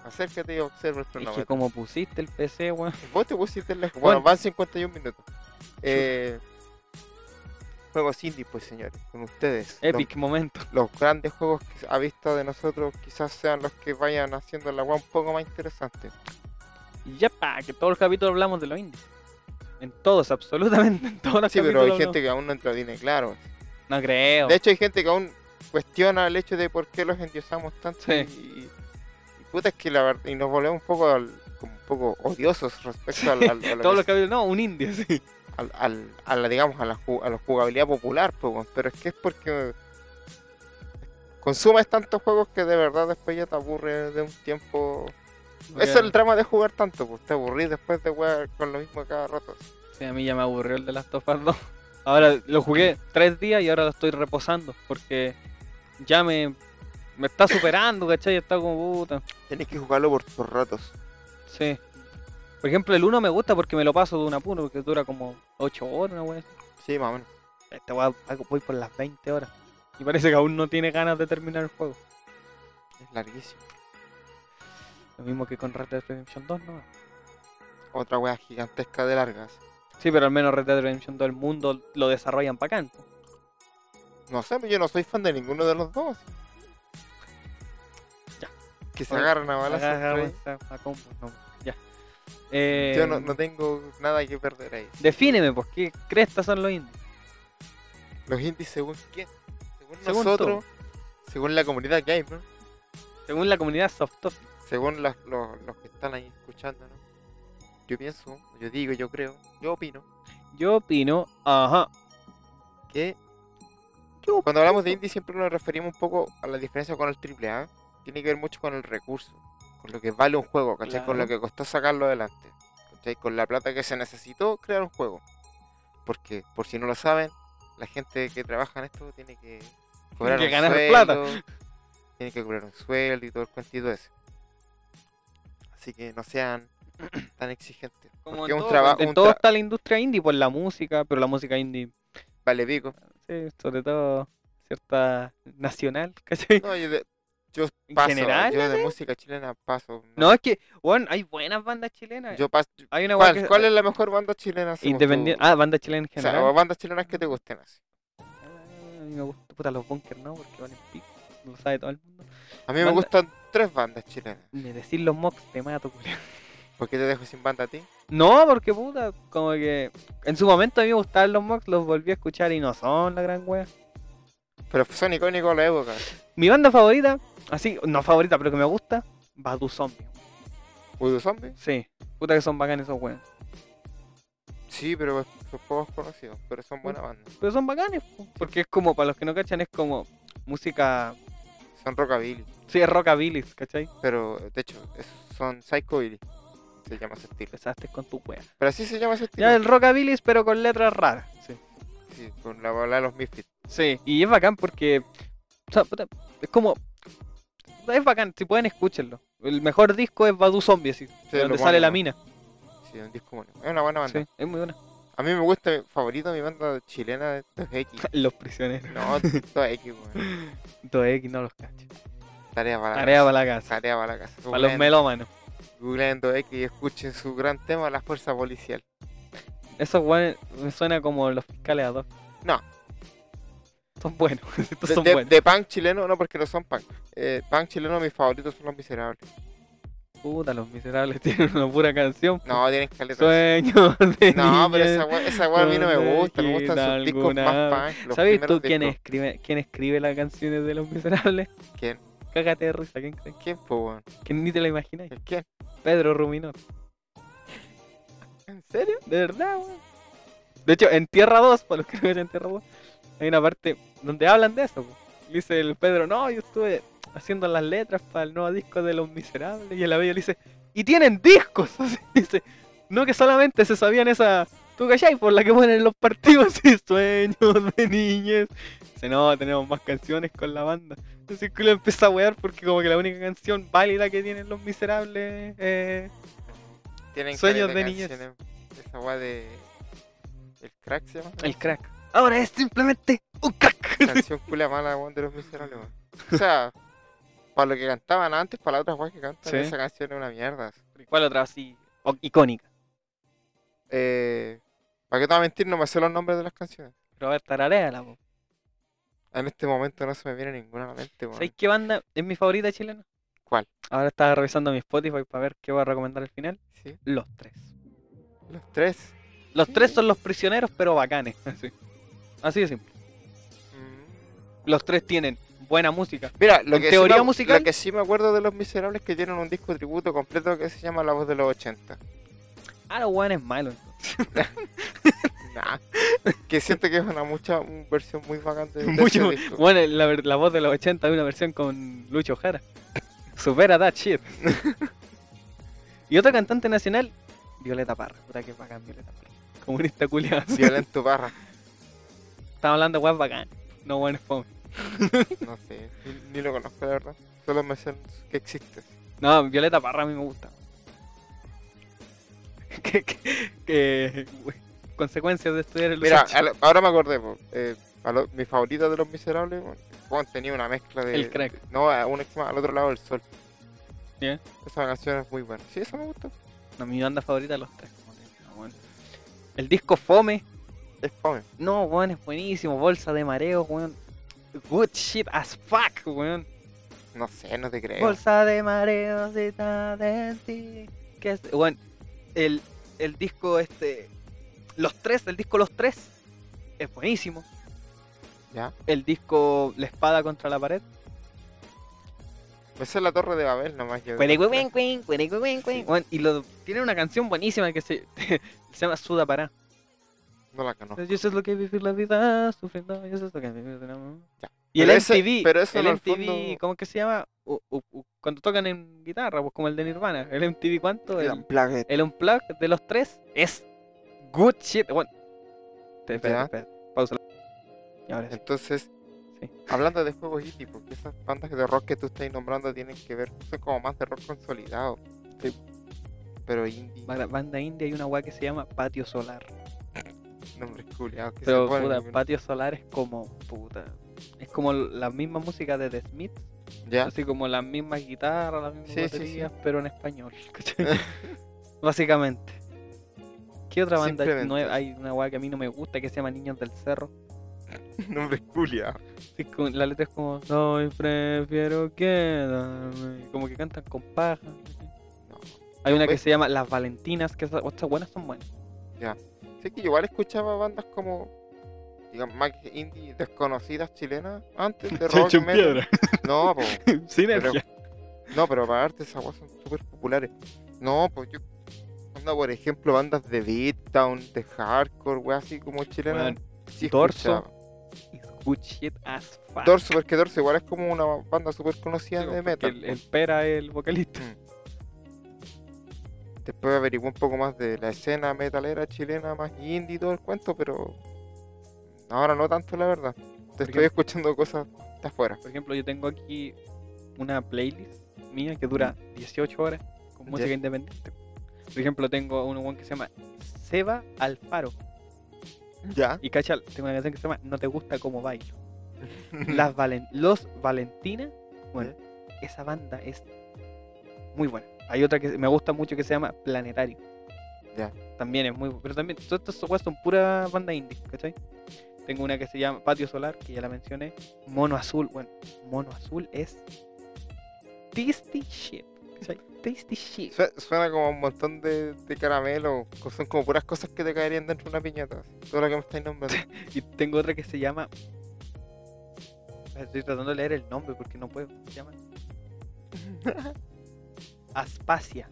Acércate y observa el
Es que
cronómetro.
como pusiste el PC, weón.
Vos te pusiste el... Bueno,
Bueno.
van 51 minutos. Eh, juegos indies, pues señores, con ustedes. Los-
Epic momento.
Los, grandes juegos que a vista de nosotros quizás sean los que vayan haciendo la agua un poco más interesante.
Y ya pa, que todos los capítulos hablamos de los indies. En todos, absolutamente en todos los
Sí, pero
capítulos.
hay
hablamos.
gente que aún no lo tiene claro.
No creo.
De hecho, hay gente que aún cuestiona el hecho de por qué los endiosamos tanto.
Sí.
Y, y puta, es que la verdad. Y nos volvemos un poco, al- como un poco odiosos respecto al, al- a, lo
todos
que
los
es-
capítulos. No, un indio, sí.
al- al- a la, digamos, a la, ju- a la jugabilidad popular. po, weón. pero es que es porque consumes tantos juegos que de verdad después ya te aburre de un tiempo. Ese es el drama de jugar tanto. Pues te aburrís después de jugar con lo mismo cada rato.
Sí, a mí ya me aburrió el de Last of Us 2. Ahora lo jugué tres días y ahora lo estoy reposando porque ya me, me está superando, ¿cachai? Está como puta.
Tenés que jugarlo por, por ratos.
Sí. Por ejemplo, el 1 me gusta porque me lo paso de una apuro, porque dura como 8 horas, una wea así.
Sí, más o menos.
Esta wea va- voy por las 20 horas. Y parece que aún no tiene ganas de terminar el juego.
Es larguísimo.
Lo mismo que con Red Dead Redemption 2, ¿no?
Otra wea gigantesca de largas.
Sí, pero al menos Red Dead Redemption 2 el mundo lo desarrollan bacán. po.
No sé, yo no soy fan de ninguno de los dos.
Ya.
Que se
Oye,
agarran a balas.
Agarra, avanza, a combo, no, ya. Eh,
Yo no, no tengo nada que perder ahí.
Defíneme, pues, ¿qué crestas son los indies?
Los indies según quién. Según,
Según
nosotros. Según la comunidad gamer.
Según la comunidad Softoff.
Según las- los, los que están ahí escuchando, ¿no? Yo pienso, yo digo, yo creo, yo opino
Yo opino, ajá.
que
Yo
cuando hablamos de indie siempre nos referimos un poco a la diferencia con el AAA. Tiene que ver mucho con el recurso, con lo que vale un juego, ¿cachai? Con lo que costó sacarlo adelante, ¿cachai? Con la plata que se necesitó crear un juego. Porque, por si no lo saben, la gente que trabaja en esto tiene que cobrar
que
un
ganar
sueldo,
plata.
Tiene que cobrar un sueldo y todo el cuentito ese. Así que no sean tan exigentes.
como
porque
en
un
todo,
trabajo,
en
un
todo
tra-
está la industria indie, pues la música, pero la música indie,
vale pico.
sí, sobre todo cierta nacional, ¿cachai?
No, yo, de- yo
En
paso,
general,
yo
no,
de música chilena paso.
No, es que, bueno, hay buenas bandas chilenas.
yo paso,
hay una
¿Cuál,
guay que-
cuál es la mejor banda chilena? según
Independiente.
tú?
Ah, banda chilena en
o sea,
general.
o bandas chilenas que te gusten así.
Ah, a mí me gusta, puta, los bunkers, ¿no? Porque van en pico, lo sabe todo el mundo.
A mí me
Banda-
gustan tres bandas chilenas.
Me decís los mocks, te mato, culiao.
¿Por qué te dejo sin banda a ti?
No, porque puta, como que en su momento a mí me gustaban los mocks, los volví a escuchar y no son la gran wea.
Pero son icónicos de la época.
Mi banda favorita, así, no favorita, pero que me gusta, Badu Zombie.
¿Voodoo Zombie?
Sí, puta que son bacanes esos weones.
Sí, pero son pocos conocidos, pero son buena banda.
Pero son bacanes, po, porque es como, para los que no cachan, es como música.
Son rockabilly.
Sí, es rockabilly, ¿cachai?
Pero, de hecho, esos son psychobilly. Se llama ese estilo.
Empezaste con tu wea.
Pero así se llama ese estilo.
Ya el rockabilly, pero con letras raras. Sí.
Sí, con la bola de los Misfits.
Sí, y es bacán porque. o sea, puta, es como. Es bacán, si pueden, escúchenlo. El mejor disco es Badu Zombie, así,
lo
donde
pongo,
sale la
¿no?
mina.
Sí, un disco bueno. Es una buena banda.
Sí, es muy buena.
A mí me gusta, mi favorito, mi banda chilena es 2X.
Los prisioneros.
No, 2X, weón.
2X no los cacho.
Tarea para la
Tarea
casa.
para la casa.
Tarea para la casa.
Para los
Googleen-
melómanos.
Googleen 2X y escuchen su gran tema, la fuerza policial.
Esos weones me suena como los fiscales a dos.
No.
Son buenos. Estos
De,
son
de-
buenos.
de punk chileno, no porque no son punk. Eh, punk chileno, mis favoritos son los miserables.
Puta, los miserables tienen una pura canción.
No, tienen caleta. de-
Sueños de
No, pero
niña.
esa weá esa weá a mí no me
Donde
gusta, me
queda
gustan sus discos
alguna-
más punk. los
¿Sabes tú
primeros
quién
discos.
escribe, quién escribe las canciones de Los Miserables?
¿Quién?
Cágate de risa, ¿quién crees?
¿Quién, po, weón?
Que ni te lo imagináis.
¿Quién?
Pedro Ruminot.
¿En serio?
De verdad, weón. De hecho, en Tierra 2, para los que no vean Tierra 2, hay una parte donde hablan de eso. po. Le Dice el Pedro, no, yo estuve haciendo las letras para el nuevo disco de Los Miserables. Y el Abello le dice, ¡y tienen discos! Así dice, no que solamente se sabían esa... ¿Tú callai? Por la que ponen los partidos y sueños de niñez. Dice, no, tenemos más canciones con la banda. Entonces que lo empieza a wear porque como que la única canción válida que tienen Los Miserables eh,
Tienen
Sueños
caleta
de niñez.
canciones. Esa weá de. El crack se llama.
El crack. Ahora es simplemente un crack.
Canción culia mala, weón, de los miserables, weón. O sea, para lo que cantaban antes, para las otras weas que cantan,
Sí.
esa canción es una mierda.
¿Cuál otra así? o- icónica.
Eh, ¿Para qué te voy a mentir? No me sé los nombres de las canciones.
Pero a ver, tararéala, po.
En este momento no se me viene ninguna a la mente, weón.
¿Sabéis qué banda es mi favorita chilena?
¿Cuál?
Ahora estaba revisando mi Spotify para ver qué voy a recomendar al final.
Sí,
Los tres.
Los tres.
Los tres son los prisioneros, pero bacanes. Así. Así de simple.
Mm.
Los tres tienen buena música.
Mira, lo
¿En
que,
teoría
sí me,
musical?
lo que sí me acuerdo de Los Miserables es que tienen un disco tributo completo que se llama La Voz de los 80.
Ah, los weón es malo. entonces.
Nah. que siento que es una mucha una versión muy bacán de, de
Mucho.
ese disco.
Bueno, la, ver- la voz de los 80 de una versión con Lucho Jara. Supera that shit. y otra cantante nacional, Violeta Parra. Puta que bacán, Violeta Parra. Comunista culiada.
Violento barra.
Estamos hablando de weas bacán. No weón es fome.
No sé, ni, ni lo conozco, la verdad. Solo me sé que existe.
No, Violeta Parra a mí me gusta. que, que- que- we- consecuencias de estudiar el
Mira,
Lucho.
a lo- ahora me acordé, po, eh, a lo- mi favorita de Los Miserables, weón, weón, tenía una mezcla de...
el crack.
No, a uno que se llama Al otro lado del sol.
Ya.
Esa canción es muy buena. Sí, esa me gusta.
No, mi banda favorita los tres. como te digo, weón. El disco Fome.
Es fome.
No, weón, es buenísimo. Bolsa de mareo, weón. Good shit as fuck, weón.
No sé, no te creo.
Bolsa de mareo, si está de ti. Que es, weón, el, el disco este. Los tres, el disco Los tres. Es buenísimo.
Ya.
el disco La espada contra la pared.
Me sé la torre de Babel nomás yo. Sí.
Bueno, y lo, tiene una canción buenísima que se, se llama Suda Pará.
No la conozco.
Yo sé lo que es vivir la vida sufriendo, yo sé lo que es vivir el amor.
Ya.
Y el
Pero ese-
MTV,
pero eso
el
en el
MTV,
fondo-
¿cómo que se llama? U- u- u- cuando tocan en guitarra, pues como el de Nirvana. El MTV, ¿cuánto? El, el Unplugged de los tres es good shit. Bueno, te- espera,
Ya.
espera, pausa. Y ahora sí.
Entonces,
Sí.
hablando de juegos indie, porque esas bandas de rock que tú estás nombrando tienen que ver, son como más de rock consolidado.
Sí.
Pero indie,
Ba- Banda india y una weá que se llama Patio Solar.
nombres culiados que
Pero
se ponen.
puta,
weón.
Patio Solar es como puta. Es como la misma música de The Smith,
Ya,
así como las mismas guitarras, las mismas
Sí, sí, sí.
baterías, pero en español, ¿cachai? Básicamente. ¿Qué otra banda
Simplemente
nueva?
eso.
Hay una weá que a mí no me gusta que se llama Niños del Cerro.
nombres culiados.
Así como- la letra es como Soy prefiero quedarme. Como que cantan con paja.
No,
Hay una que
Pues-
se llama Las Valentinas, que esas, estas buenas son buenas.
Sé que yo igual escuchaba bandas como, digamos, más que indie, desconocidas chilenas, antes de rock metal. No, po,
Sinergia.
no, pero para arte esas cosas son súper populares. No, pues yo, onda, por ejemplo, bandas de beatdown, de hardcore, wey, así como chilenas.
Weón,
sí
Dorso.
escuchaba.
It's good shit as fuck.
Dorso, porque Dorso igual es como una banda súper conocida
Sí,
de
porque
metal.
El, el Pera es el vocalista.
Después averigué un poco más de la escena metalera chilena, más indie y todo el cuento, pero ahora no tanto, la verdad. Te estoy
qué?
escuchando cosas de afuera.
Por ejemplo, yo tengo aquí una playlist mía que dura 18 horas con
Ya.
música independiente. Por ejemplo, tengo un one que se llama Seba Alfaro.
¿Ya?
Y cacha, tengo una canción que se llama No te gusta cómo bailo. Las Valen- Los Valentina, bueno, esa banda es muy buena. Hay otra que me gusta mucho que se llama Planetario.
Ya.
También es muy bu- Pero también, todas estas weas son pura banda indie, ¿cachai? Tengo una que se llama Patio Solar, que ya la mencioné. Mono Azul, bueno, Mono Azul es tasty shit. ¿cachai? Tasty shit.
Sue- Suena como un montón de, de caramelo, co- son como puras cosas que te caerían dentro de una piñata. así, Todo lo que me estáis nombrando.
Y tengo otra que se llama. Estoy tratando de leer el nombre porque no puedo. Se llama Aspasia.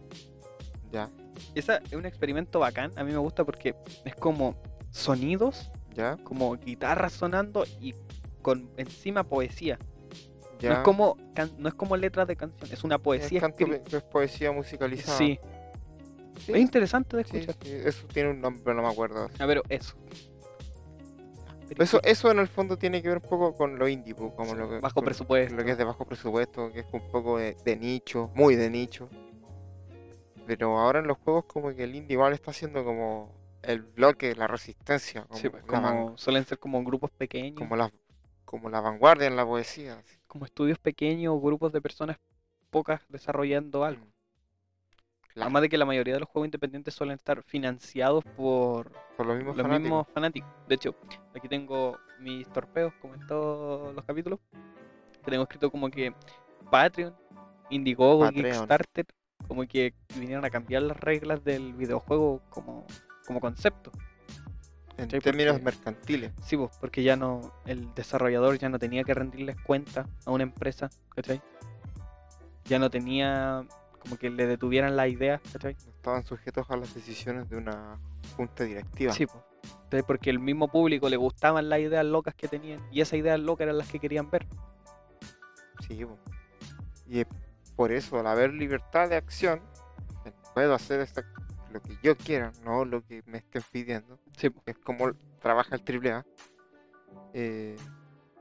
ya,
Esa es un experimento bacán. A mí me gusta porque es como sonidos,
ya,
como guitarras sonando y con encima poesía.
ya.
No es como can- no es como letras de canción, es una
Es
poesía
canto
escrita.
pe- es poesía musicalizada.
Sí,
Sí,
es interesante de
sí,
escuchar.
sí, Eso tiene un nombre, no me acuerdo.
A ver, eso.
Pero eso, eso en el fondo tiene que ver un poco con lo indie, po, como lo que,
bajo
con-
presupuesto.
lo que es de bajo presupuesto, que es un poco de, de nicho, muy de nicho. Pero ahora en los juegos como que el indie igual está haciendo como el bloque, la resistencia, como,
Sí, pues,
la van-
como suelen ser como grupos pequeños.
como la, como la vanguardia en la poesía. así.
como estudios pequeños o grupos de personas pocas desarrollando algo.
Claro,
Además de que la mayoría de los juegos independientes suelen estar financiados por
por los mismos
los
fanáticos.
mismos fanáticos. De hecho, aquí tengo mis torpeos, como en todos los capítulos, que tengo escrito como que Patreon, Indiegogo,
Patreon.
Kickstarter, como que vinieron a cambiar las reglas del videojuego como, como concepto.
En
¿cachai?
términos
Porque-
mercantiles.
pues, Sí, pues, porque ya no, el desarrollador ya no tenía que rendirles cuenta a una empresa, ¿cachai? Ya no tenía como que le detuvieran las ideas, ¿cachai?
no Estaban sujetos a las decisiones de una junta directiva.
Sí, pues. Entonces, porque el mismo público le gustaban las ideas locas que tenían y esas ideas locas eran las que querían ver.
Sí, po. Y es por eso, al haber libertad de acción, eh, puedo hacer esta- lo que yo quiera, no lo que me estén pidiendo.
Sí, pues. po.
que es como trabaja el triple A. Eh,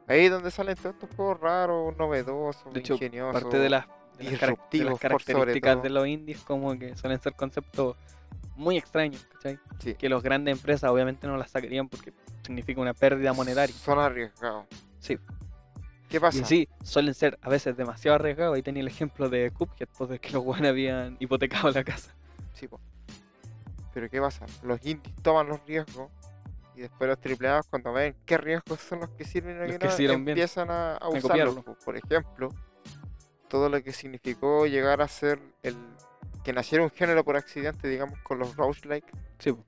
ahí es donde salen todos estos juegos raros, novedosos,
De hecho,
ingeniosos.
parte de las, de las carac- de
disruptivos,
las
por sobre
características
todo.
de los indies como que suelen ser conceptos muy extraños, ¿cachai?
Sí.
Que los grandes empresas obviamente no las sacarían porque significa una pérdida monetaria.
Son arriesgados.
Sí.
¿Qué
Y
pasa?
sí, suelen ser a veces demasiado arriesgados. Ahí tenía el ejemplo de Cuphead, pues de que los buenos habían hipotecado la casa.
Sí, po. Pero ¿qué pasa? Los indies toman los riesgos y después los tripleados cuando ven qué riesgos son los que sirven y
Los
que
que
no,
hicieron bien.
empiezan a, a usarlos.
copiarlo.
po. Por ejemplo, todo lo que significó llegar a ser el que naciera un género por accidente, digamos, con los roguelike.
Sí, po.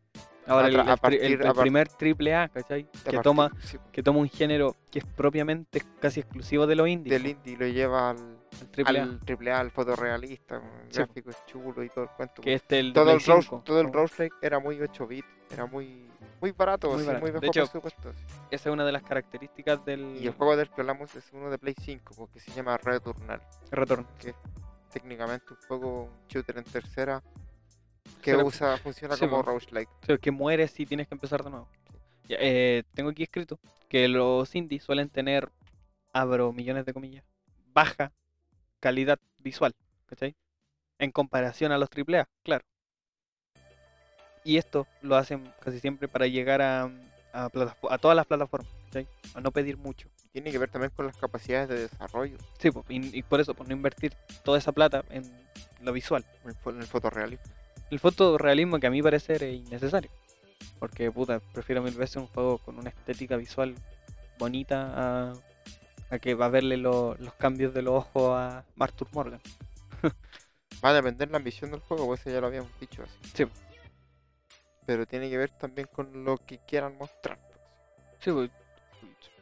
Ahora, el,
tra-
el
a
pri- el-
partir-
el
a par-
primer triple A, ¿cachai?
a
Que
partir-
toma,
sí, po,
que toma un género que es propiamente casi exclusivo de los indies.
del indie y lo lleva al
el triple A.
al triple A, al fotorrealista, con
Sí, po.
gráficos chulos y todo el cuento.
Que este el
todo el,
2005,
roguel- todo el
¿no?
roguelike era muy 8 bit, era muy muy barato,
Muy
así,
barato.
muy
De
bajo
hecho,
presupuesto, así.
Esa es una de las características del
Y el juego del que hablamos es uno de Play 5, porque se llama Returnal.
retorno.
Técnicamente un poco un shooter en tercera que
Tercera-
usa, funciona
sí,
como
po.
roguelike.
O sea, que mueres y tienes que empezar de nuevo. Ya, eh, tengo aquí escrito que los indies suelen tener, abro millones de comillas, baja calidad visual, ¿cachai? En comparación a los AAA, claro. Y esto lo hacen casi siempre para llegar a, a platafo- a todas las plataformas, ¿cachai? A no pedir mucho.
Y tiene que ver también con las capacidades de desarrollo,
Sí, po, y, y por eso, por no invertir toda esa plata en lo visual.
en el, fo- en el fotorrealismo.
El fotorrealismo que a mi parecer es innecesario. Porque, puta, prefiero mil veces un juego con una estética visual bonita a, a que va a verle lo- los cambios de los ojos a Arthur Morgan.
Va a depender la ambición del juego, pues eso ya lo habíamos dicho así.
Sí.
Pero tiene que ver también con lo que quieran mostrar.
Sí, pues,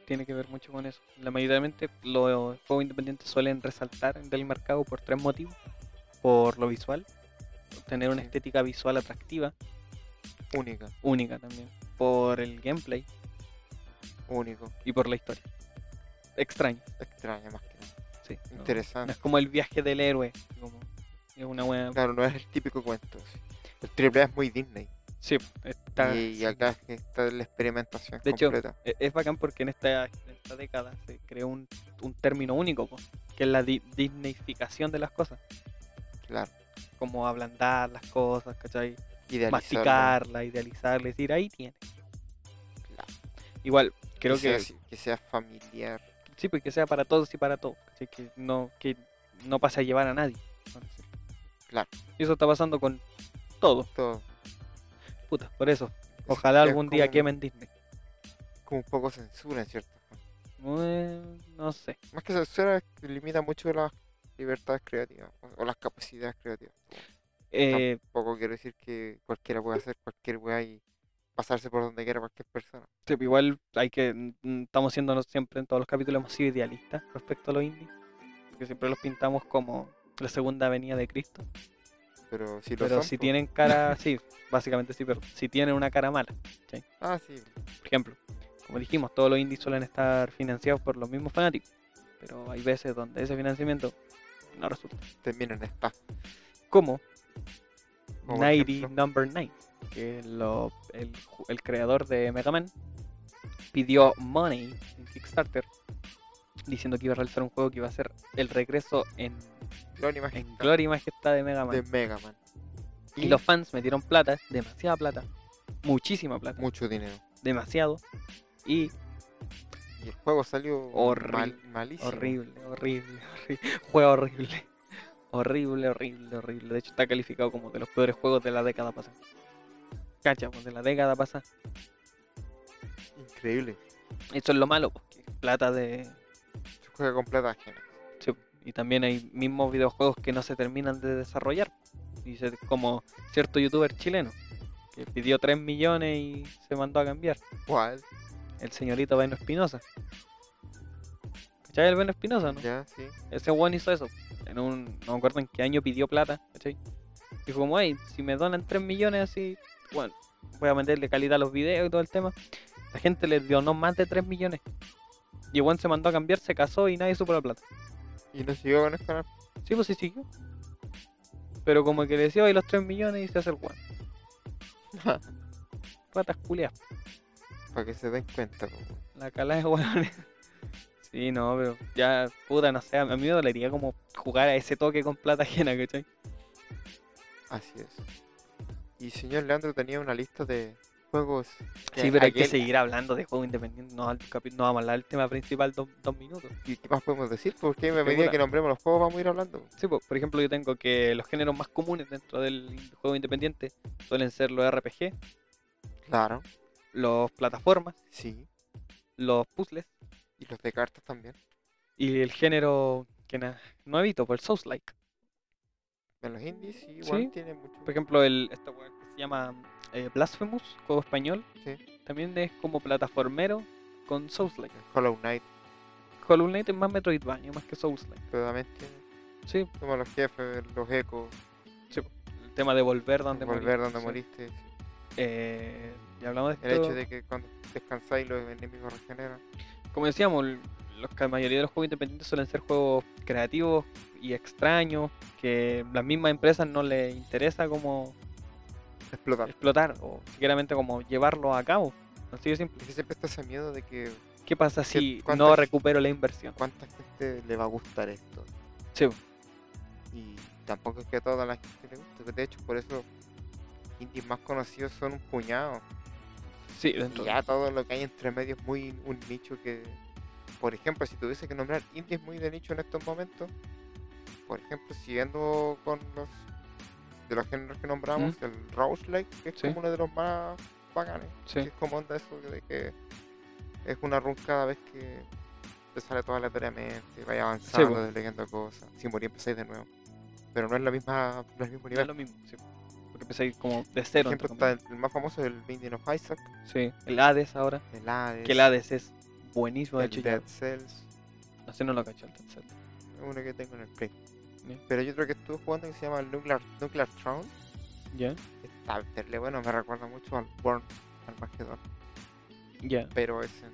tiene que ver mucho con eso. La mayoritariamente los juegos independientes suelen resaltar del mercado por tres motivos. Por lo visual, por tener una
Sí.
estética visual atractiva,
Única,
única también. Por el gameplay
único,
y por la historia. Extraño.
extraña más que nada.
Sí. no- No,
Interesante.
es como el viaje del héroe. como- es una buena...
Claro, no es el típico cuento. así. El triple A es muy Disney.
Sí, está...
y,
sí.
acá es que está la experimentación
De hecho,
completa.
E- es bacán porque en esta, en esta década se creó un, un término único, po, que es la di- disneyficación de las cosas.
Claro.
Como ablandar las cosas, ¿cachai?
Idealizarlo.
Masticarla, idealizarla, decir, ahí tiene.
Claro.
Igual, creo
que,
que,
sea, que sea familiar.
sí, pues que sea para todos y para todos, ¿cachai? Que no, que no pase a llevar a nadie. por decir.
Claro.
Y eso está pasando con todo,
Todo.
puta, por eso.
Es-
Ojalá
es
algún día
como-
quemen Disney.
Como un poco censura en cierta forma.
Eh, no sé.
Más que censura, es que limita mucho las libertades creativas o- o las capacidades creativas.
Eh,
Tampoco quiero decir que cualquiera puede hacer cualquier weá y pasarse por donde quiera cualquier persona.
Sí, pero pues igual hay que. mm, Estamos siendo siempre en todos los capítulos hemos sido idealistas respecto a los indies. Porque siempre los pintamos como la segunda venida de Cristo.
Pero si lo
Pero
son,
si
pues-
tienen cara. sí, básicamente sí, pero si tienen una cara mala.
Ah, sí.
Por ejemplo, como dijimos, todos los indies suelen estar financiados por los mismos fanáticos. Pero hay veces donde ese financiamiento no resulta.
Terminan esta. Como
Como
por
90
ejemplo-
Number 9, que lo- el, ju- el creador de Mega Man pidió money en Kickstarter diciendo que iba a realizar un juego que iba a ser el regreso en,
Gloria y
en
Majestad
gloria y majestad de Mega Man.
de Mega Man.
Y los fans metieron plata, demasiada plata, muchísima plata,
Mucho dinero.
demasiado. Y
Y el juego salió
Horrible.
mal- malísimo.
horrible, horrible, horrible, juego horrible. Horrible, horrible, horrible. De hecho, está calificado como de los peores juegos de la década pasada. Cacha, pues de la década pasada.
Increíble.
Eso es lo malo, porque plata de.
Se juega con plata ajena.
sí, Y también hay mismos videojuegos que no se terminan de desarrollar. Y se- como cierto youtuber chileno, que pidió 3 millones y se mandó a cambiar.
¿Cuál?
El señorito Beno Espinosa. ¿Cachai el Beno Espinosa, no?
Ya, sí.
Ese weón hizo eso. En un, no me acuerdo en qué año pidió plata, ¿cachai? Dijo como, ay, si me donan 3 millones así, bueno, voy a meterle calidad a los videos y todo el tema. La gente le dio no más de 3 millones. Y el weón se mandó a cambiar, se casó y nadie supo la plata.
Y no siguió con esta.
Sí, pues sí siguió. Pero como que le decía, ay, los 3 millones y se hace el weón. Ratas culias,
Para que se den cuenta. po, weón.
la cala de weones. Sí, no, pero ya, puta, no sé, a mí me dolería como jugar a ese toque con plata ajena, ¿cachai?
Así es. Y señor Leandro tenía una lista de juegos.
Sí, pero hay que
aquel-
seguir hablando de juego independiente. No, al capi- no vamos a hablar del tema principal dos, dos minutos.
¿Y qué más podemos decir? Pues, Porque a
Porque,
medida
puta.
que nombremos los juegos vamos a ir hablando.
Sí, po, por ejemplo, yo tengo que los géneros más comunes dentro del in- juego independiente suelen ser los RPG,
Claro.
los plataformas,
Sí.
los puzzles
Y los de cartas también.
y el género que na- no evito, por el Souls-like.
En los indies sí, igual
Sí.
tienen mucho.
Por ejemplo, el, esta weá que se llama eh, Blasphemous, juego español,
Sí.
también es como plataformero con Souls-like.
El Hollow Knight,
Hollow Knight es más Metroidvania, más que Souls-like.
pero también tiene.
Sí,
Como los jefes, los ecos,
el tema de volver donde
volver
moriste,
donde
sí.
moriste. sí.
Eh, ya hablamos de
El
esto.
hecho de que cuando descansáis los enemigos regeneran.
Como decíamos, l- los, la mayoría de los juegos independientes suelen ser juegos creativos y extraños que las mismas empresas no les interesa como
Explotar.
explotar o siquiera como llevarlo a cabo. Así de simple.
Es que siempre está ese miedo de que
¿Qué pasa si
cuántas-
no recupero la inversión?
cuánta gente le va a gustar esto.
Sí,
Y tampoco es que a toda la gente le guste. De hecho, por eso indies más conocidos son un puñado.
sí,
Y
dentro.
ya todo lo que hay entre medios es muy un nicho que. Por ejemplo, si tuviese que nombrar indies muy de nicho en estos momentos, por ejemplo, siguiendo con los de los géneros que nombramos, el Roguelike, que es
Sí.
como uno de los más bacanes.
Sí.
que es como onda eso de que es una run cada vez que te sale todo aleatoriamente, vaya avanzando,
po.
deslegando cosas, sin morir empezáis de nuevo. pero no es la misma, no es el mismo
No es
nivel.
lo mismo, sí. Porque empezáis como de
Por
cero. entre
ejemplo, está
comillas.
el, el más famoso, el Binding of Isaac,
Sí, el Hades ahora.
el Hades,
Que el Hades es buenísimo, de
el
hecho. yo-
Dead Cells,
No sé, no lo cacho el Dead Cells.
uno que tengo en el Play.
Ya.
Pero yo creo que estuve jugando que se llama el Nuclear, Nuclear Throne.
Ya,
Está terrible bueno, me recuerda mucho al Born, al Magedon,
ya.
pero es en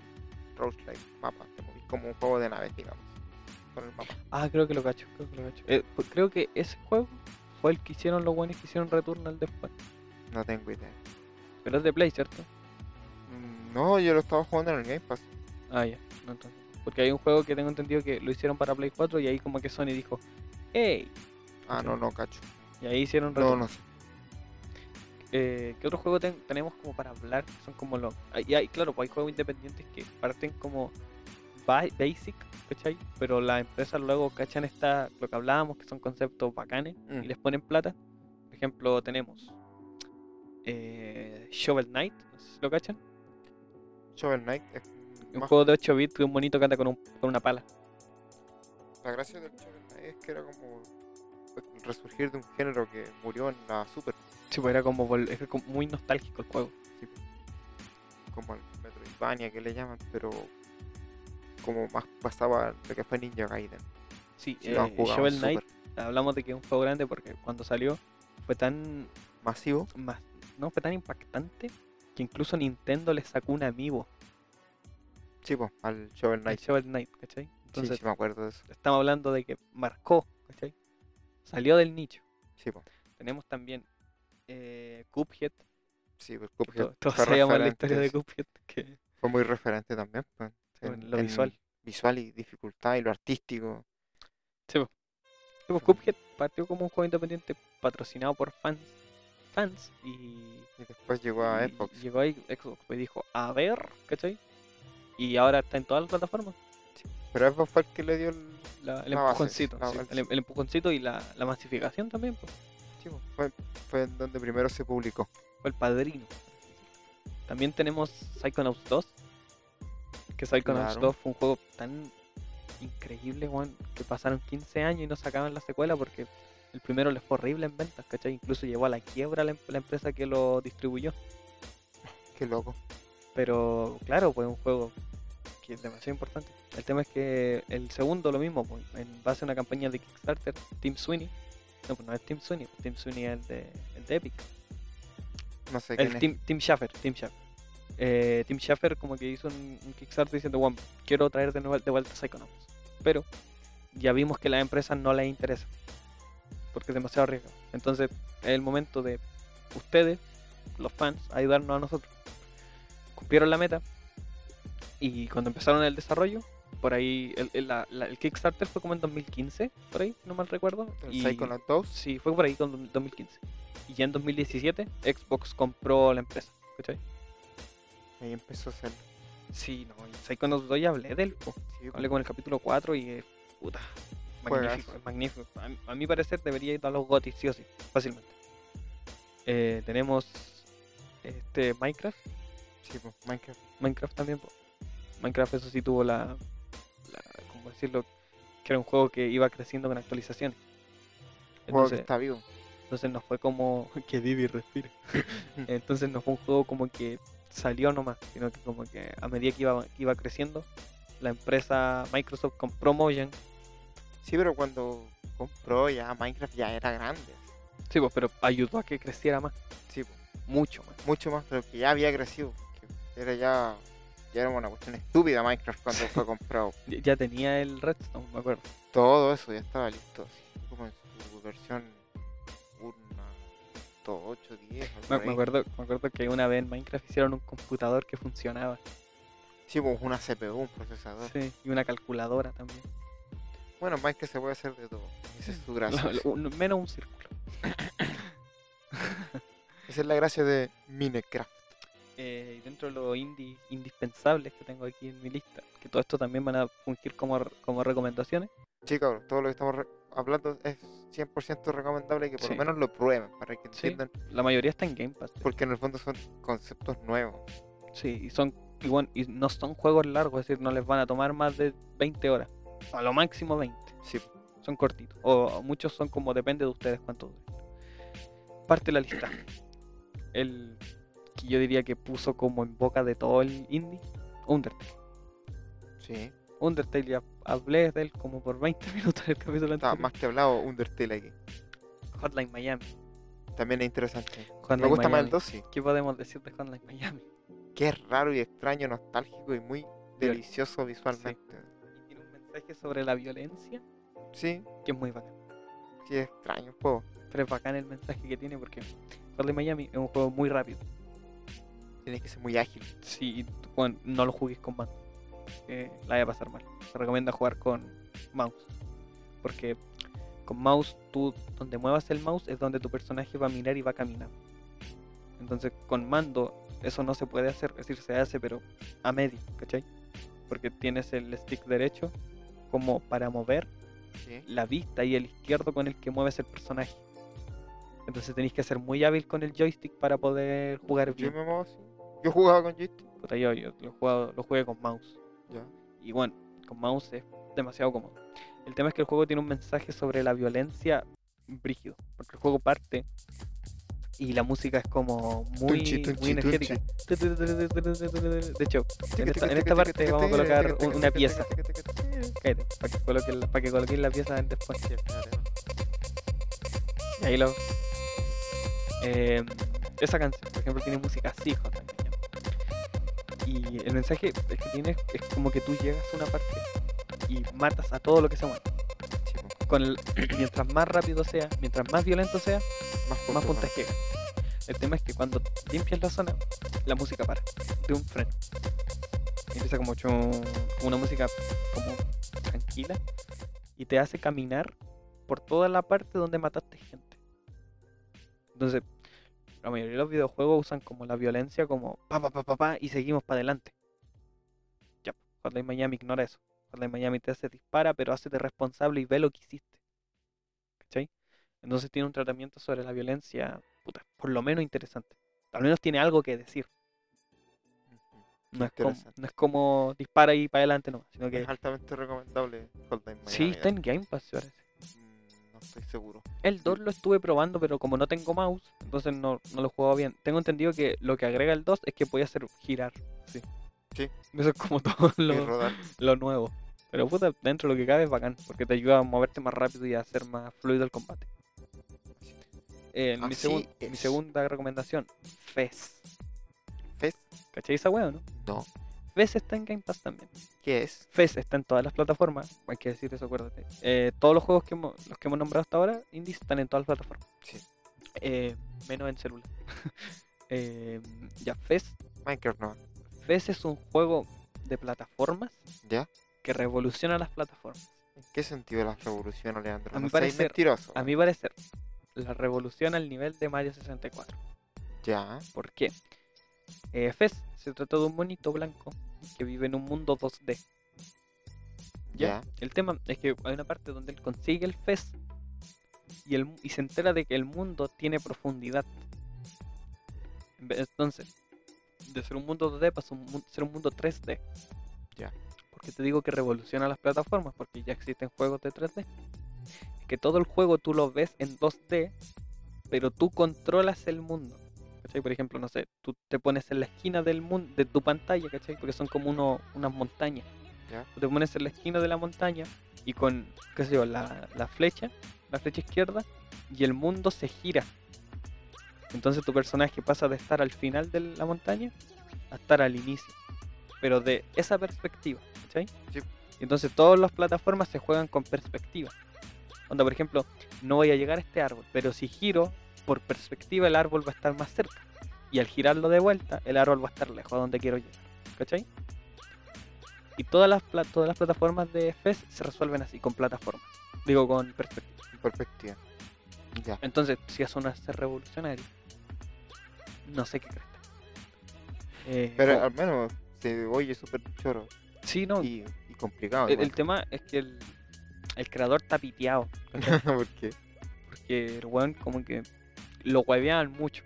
roguelike mapa, te movís como un juego de naves, digamos, con el mapa.
Ah, creo que lo cacho, creo que lo cacho. Eh, pues creo que ese juego fue el que hicieron los buenos que hicieron Returnal después.
No tengo idea.
Pero es de Play, ¿cierto?
Mm, No, yo lo estaba jugando en el Game Pass.
Ah, ya. No, entonces. Porque hay un juego que tengo entendido que lo hicieron para Play 4 y ahí como que Sony dijo, ¡Ey!
Ah, no, no, cacho.
Y ahí hicieron
No,
Returnal.
no sé.
eh, ¿qué otro juego ten- tenemos como para hablar? Son como los... Y hay, claro, pues hay juegos independientes que parten como ba- basic, ¿cachai? Pero las empresas luego cachan esta, lo que hablábamos, que son conceptos bacanes,
Mm.
y les ponen plata. Por ejemplo, tenemos eh, Shovel Knight, no sé si lo cachan.
Shovel Knight es
Un
más-
juego de 8 bits de un monito que anda con, un- con una pala.
La gracia del Shovel Knight es que era como el resurgir de un género que murió en la Super,
Sí, pues era como, vol- era como muy nostálgico el juego.
como el Metroidvania que le llaman, pero como más pasaba lo que fue Ninja Gaiden.
Sí,
Sí, lo han
eh,
jugado,
Shovel Knight,
súper.
hablamos de que es un juego grande porque cuando salió fue tan
Masivo.
más, no fue tan impactante que incluso Nintendo le sacó un amigo
Chivo, al Shovel
al
Knight.
Shovel Knight, ¿cachai?
Sí,
Entonces
sí, me acuerdo de eso.
estamos hablando de que marcó, ¿cachai? Salió del nicho.
Chivo.
Tenemos también eh, Cuphead,
Sí, pues
que to-
Cuphead
todos
fue
sabíamos la historia de
referente,
Cuphead, que
sí, Fue muy referente también, pues,
bueno, lo visual.
Visual y dificultad y lo artístico.
Sí, pues, Cuphead partió como un juego independiente patrocinado por fans, fans y
Y después llegó a
y
Xbox.
Llegó a Xbox y dijo, a ver, ¿cachai? Y ahora está en todas las plataformas.
Pero Xbox fue el que le dio el.
La- el
La base,
empujoncito.
la
sí,
base.
el, el empujoncito y la, la masificación también. pues.
Chivo. Fue, fue en donde primero se publicó.
Fue el padrino. También tenemos Psychonauts 2. Que Psychonauts
Claro.
2 fue un juego tan increíble, weón, que pasaron 15 años y no sacaban la secuela porque el primero les fue horrible en ventas, ¿cachai? Incluso llevó a la quiebra la, em- la empresa que lo distribuyó.
Qué loco.
Pero claro, pues un juego que es demasiado importante. El tema es que el segundo lo mismo, pues, en base a una campaña de Kickstarter, Team Sweeney. No, pues no es Team Sweeney, pues, Team Sweeney es el de, el de Epic.
No sé quién
El
es.
Team, Team Schafer, Team Schafer. Eh, Team Schafer como que hizo un, un Kickstarter diciendo, bueno, quiero traer de, nuevo, de vuelta Psychonauts. Pero ya vimos que a las empresas no les interesa. Porque es demasiado riesgo. Entonces es el momento de ustedes, los fans, ayudarnos a nosotros. Cumplieron la meta. Y cuando empezaron el desarrollo, por ahí, el, el- la- la- el Kickstarter fue como en 2015, por ahí, si no mal recuerdo.
El
y-
Psychonauts 2.
Sí, fue por ahí con 2000- 2015. Y ya en 2017 Xbox compró la empresa. ¿Cachai?
Ahí empezó a ser.
Sí, no, pues, y Psychonauts 2 ya hablé del po.
oh, Sí, pues,
Hablé con el capítulo 4 y eh, puta. Magnífico,
Juegazo.
magnífico. A, mi- a mi parecer debería ir a los GOTY sí o sí, fácilmente. Eh, tenemos este Minecraft.
sí, po, Minecraft.
Minecraft también. po. Minecraft eso sí tuvo la, la ¿cómo decirlo? Que era un juego que iba creciendo con actualizaciones.
Juego que
Entonces-
está vivo.
Entonces no fue como que Divi respire. Entonces no fue un juego como que salió nomás, sino que como que a medida que iba, que iba creciendo, la empresa Microsoft con Promotion,
Sí, pero cuando compró ya Minecraft ya era grande.
sí, pues, pero ayudó a que creciera más,
Sí, po,
mucho más.
mucho más, pero que ya había crecido. que Era ya. Ya era una cuestión estúpida Minecraft cuando fue comprado.
Ya, ya tenía el Redstone, me acuerdo.
Todo eso ya estaba listo. así, como en su versión 1.8, 10. algo
Me,
por
me
ahí.
acuerdo. Me acuerdo que una vez en Minecraft hicieron un computador que funcionaba,
Sí, pues una CPU, un procesador.
sí, y una calculadora también.
Bueno, Minecraft se puede hacer de todo. Esa es su gracia.
Lo- lo- un- menos un círculo.
Esa es la gracia de Minecraft.
eh, y dentro de los indie indispensables que tengo aquí en mi lista, que todo esto también van a fungir como, re- como recomendaciones.
Sí, cabrón, todo lo que estamos re- hablando es 100% recomendable que por
Sí.
lo menos lo prueben para que
Sí.
entiendan,
La mayoría está en Game Pass. de
porque en el fondo son conceptos nuevos.
hecho. Sí, y, son, y, bueno, y no son juegos largos, es decir, no les van a tomar más de 20 horas, a lo máximo 20.
Sí,
Son cortitos. O muchos son como depende de ustedes cuánto duren. Parte la lista. El que yo diría que puso como en boca de todo el indie. Undertale.
Sí.
Undertale ya hablé de él como por 20 minutos en el capítulo
Está
anterior.
más que hablado Undertale aquí.
Hotline Miami.
También es interesante.
Hotline
Me gusta más el
Miami.
12.
¿Qué podemos decir de Hotline Miami?
Que es raro y extraño, nostálgico y muy delicioso visualmente.
Y tiene un mensaje sobre la violencia
Sí,
que es muy bacán.
sí, es extraño el juego.
Pero es bacán el mensaje que tiene porque Hotline Miami es un juego muy rápido.
Tienes que ser muy ágil.
Si bueno, no lo jugues con mando, eh, la voy a pasar mal. Se recomienda jugar con mouse. Porque con mouse, tú donde muevas el mouse es donde tu personaje va a mirar y va a caminar. Entonces con mando eso no se puede hacer, es decir, se hace pero a medio, ¿cachai? Porque tienes el stick derecho como para mover
Sí.
la vista y el izquierdo con el que mueves el personaje. Entonces tenéis que ser muy hábil con el joystick para poder jugar
Yo
bien.
me muevo así. Yo jugaba con joystick.
Puta, yo, yo lo, he jugado- lo jugué con mouse.
Ya.
Y bueno, con mouse es demasiado cómodo. El tema es que el juego tiene un mensaje sobre la violencia brígido. Porque el juego parte y la música es como muy,
Tunchi, tunchi,
muy energética. De hecho, en esta, en esta parte vamos a colocar un- una pieza. Cállate, para que coloquen la, para que coloquen la pieza en después. Y ahí lo. Eh, esa canción, por ejemplo, tiene música así, Hotline Miami. Y el mensaje es que tiene es como que tú llegas a una partida y matas a todo lo que se mueve.
Sí, po,
Con el, mientras más rápido sea, mientras más violento sea,
Más
más
puntos
puntas llegan. El tema es que cuando limpias la zona, la música para, de un freno. Y Empieza como chun, como una música como tranquila y te hace caminar por toda la parte donde mataste gente. Entonces, la mayoría de los videojuegos usan como la violencia como pa pa pa pa pa y seguimos para adelante. Ya, Hotline Miami ignora eso. Hotline Miami te hace dispara, pero hacete responsable y ve lo que hiciste. ¿Cachai? Entonces tiene un tratamiento sobre la violencia, puta, por lo menos interesante. Al menos tiene algo que decir.
Ujú.
No es, com-
Interesante.
no es como dispara y para adelante nomás, sino que
Mm, Es altamente recomendable Hotline Miami.
sí está en Game Pass, parece.
Mm, No estoy seguro.
El 2 lo estuve probando, pero como no tengo mouse, entonces no, no lo jugaba bien. Tengo entendido que lo que agrega el 2 es que podía hacer girar. Sí.
Sí.
Eso es como todo
Y
lo,
rodar.
lo nuevo. Pero puta, dentro de lo que cabe es bacán, porque te ayuda a moverte más rápido y a hacer más fluido el combate. Eh, mi,
Así
segun- mi
Ah, es.
segunda recomendación, Fez.
¿Fez?
¿Cachai esa wea, o no?
No.
Fez está en Game Pass también.
¿Qué es?
Fez está en todas las plataformas, hay que decir eso, acuérdate. Eh, todos los juegos que hemos, los que hemos nombrado hasta ahora, indies, están en todas las plataformas.
Sí.
Eh, menos en celular. Eh, ya, Fez.
Minecraft no.
Fez es un juego de plataformas
¿Ya?
que revoluciona las plataformas.
¿En qué sentido las revoluciones, Leandro?
A
no
mi
seas
parecer-
mentiroso.
A mi parecer, la revoluciona al nivel de Mario 64.
Ya.
¿Por qué? Eh, Fez se trata de un monito blanco que vive en un mundo 2D.
Ya.
¿Ya? El tema es que hay una parte donde él consigue el Fez y, el, mu- y se entera de que el mundo tiene profundidad. En vez- Entonces, de ser un mundo 2D pasa a un mun- ser un mundo 3D.
Ya.
Porque te digo que revoluciona las plataformas, porque ya existen juegos de 3D. Es que todo el juego tú lo ves en 2D, pero tú controlas el mundo. ¿Cachai? Por ejemplo, no sé, tú te pones en la esquina del mundo, de tu pantalla, ¿cachai? Porque son como uno, unas montañas tú te pones en la esquina de la montaña y con, qué sé yo, la, la flecha, la flecha izquierda, y el mundo se gira. Entonces tu personaje pasa de estar al final de la montaña a estar al inicio. Pero de esa perspectiva, ¿cachai?
Sí.
Y Entonces todas las plataformas se juegan con perspectiva. Onda, por ejemplo, no voy a llegar a este árbol, pero si giro, por perspectiva el árbol va a estar más cerca. Y al girarlo de vuelta, el árbol va a estar lejos a donde quiero llegar. ¿Cachai? Y todas las, pla- todas las plataformas de FES se resuelven así, con plataformas. Digo, con perspectiva.
En perspectiva. Ya.
Entonces, si eso no es ser revolucionario, no sé qué crees. Eh,
Pero
como-
al menos se oye súper choro
sí, no.
y, y complicado.
Oh. el, el
igual.
tema es que el, el creador está piteado. ¿cachai?
Porque,
Porque el weón, como que lo hueveaban mucho.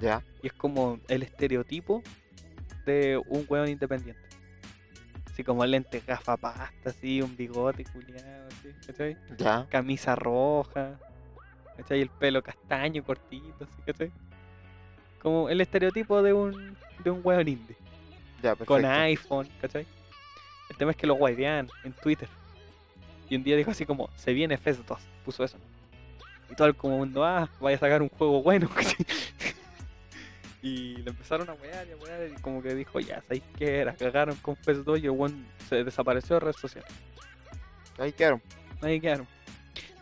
ya.
Y es como el estereotipo de un weón independiente. así como lentes gafa pasta, así, un bigote culiado, así, ¿cachai?
Ya.
Camisa roja, ¿cachai? El pelo castaño, cortito, así, ¿cachai? Como el estereotipo de un, de un weón indie,
Ya, perfecto.
con iPhone, ¿cachai? El tema es que lo guaidean en Twitter. Y un día dijo así como, se viene FES 2, puso eso. Y todo el como mundo, ah, vaya a sacar un juego bueno, ¿cachai? Y le empezaron a wear y a wear, y como que dijo, ya, ¿sabéis qué era? Cagaron con FES 2 y el weón se desapareció de redes sociales.
Ahí quedaron.
Ahí quedaron.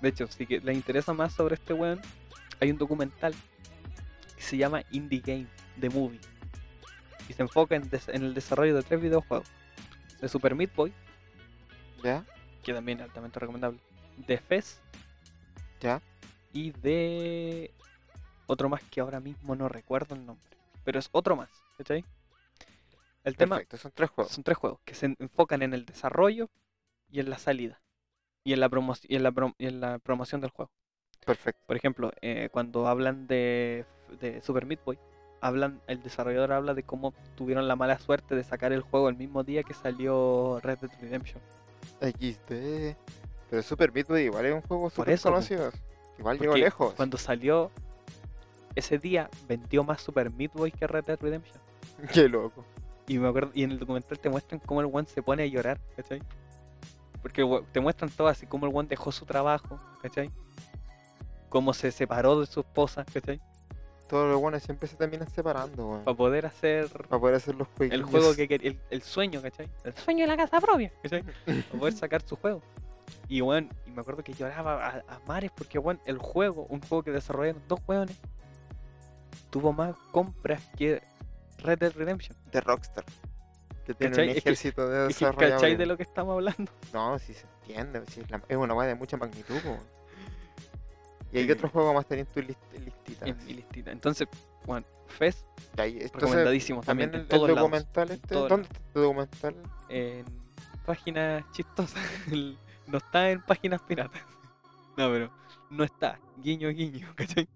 De hecho, si que les interesa más sobre este weón, hay un documental que se llama Indie Game, The Movie. Y se enfoca en, des- en el desarrollo de tres videojuegos. De Super Meat Boy,
Ya,
que también es altamente recomendable. De Fez
ya.
y de otro más que ahora mismo no recuerdo el nombre. Pero es otro más, ¿cachai? El tema
Perfecto, son tres juegos.
son tres juegos que se en- enfocan en el desarrollo y en la salida. Y en la, promo y en la, prom- y en la promoción del juego.
Perfecto.
Por ejemplo, eh, cuando hablan de, de Super Meat Boy, hablan, el desarrollador habla de cómo tuvieron la mala suerte de sacar el juego el mismo día que salió Red Dead Redemption.
XD. Pero Super Meat Boy igual es un juego súper
eso, po.
conocido. Igual llegó
Porque
lejos.
Cuando salió ese día, vendió más Super Meat Boy que Red Dead Redemption.
Qué loco.
Y me acuerdo, y en el documental te muestran cómo el one se pone a llorar, ¿cachai? Porque el weón- te muestran todo así, cómo el one dejó su trabajo, ¿cachai? Cómo se separó de su esposa, ¿cachai?
Todos los buenos siempre se terminan separando, weón.
Para poder hacer
Para poder hacer los juegos.
Oh. el juego que quer- el, el sueño, ¿cachai? El sueño de la casa propia, ¿cachai? Para poder sacar su juego. Y bueno, y me acuerdo que lloraba a, a mares porque bueno, el juego, un juego que desarrollaron dos hueones, tuvo más compras que Red Dead Redemption.
De Rockstar. Que tiene
¿Cachai?
un
Es que-
ejército de
Es que,
desarrolladores.
¿Cachai de lo que estamos hablando?
No, si se entiende. si es, la- es una weá de mucha magnitud, po. Y hay
Sí.
otro juego más teniendo tu list- listita.
En mi listita. Entonces, bueno, Fez,
Y ahí- Entonces,
recomendadísimo también,
también el, el
en todos lados.
documental
en
este.
todos
¿Dónde está este documental?
En páginas chistosas. el- No está en páginas piratas. No, pero no está. Guiño, guiño, ¿cachai?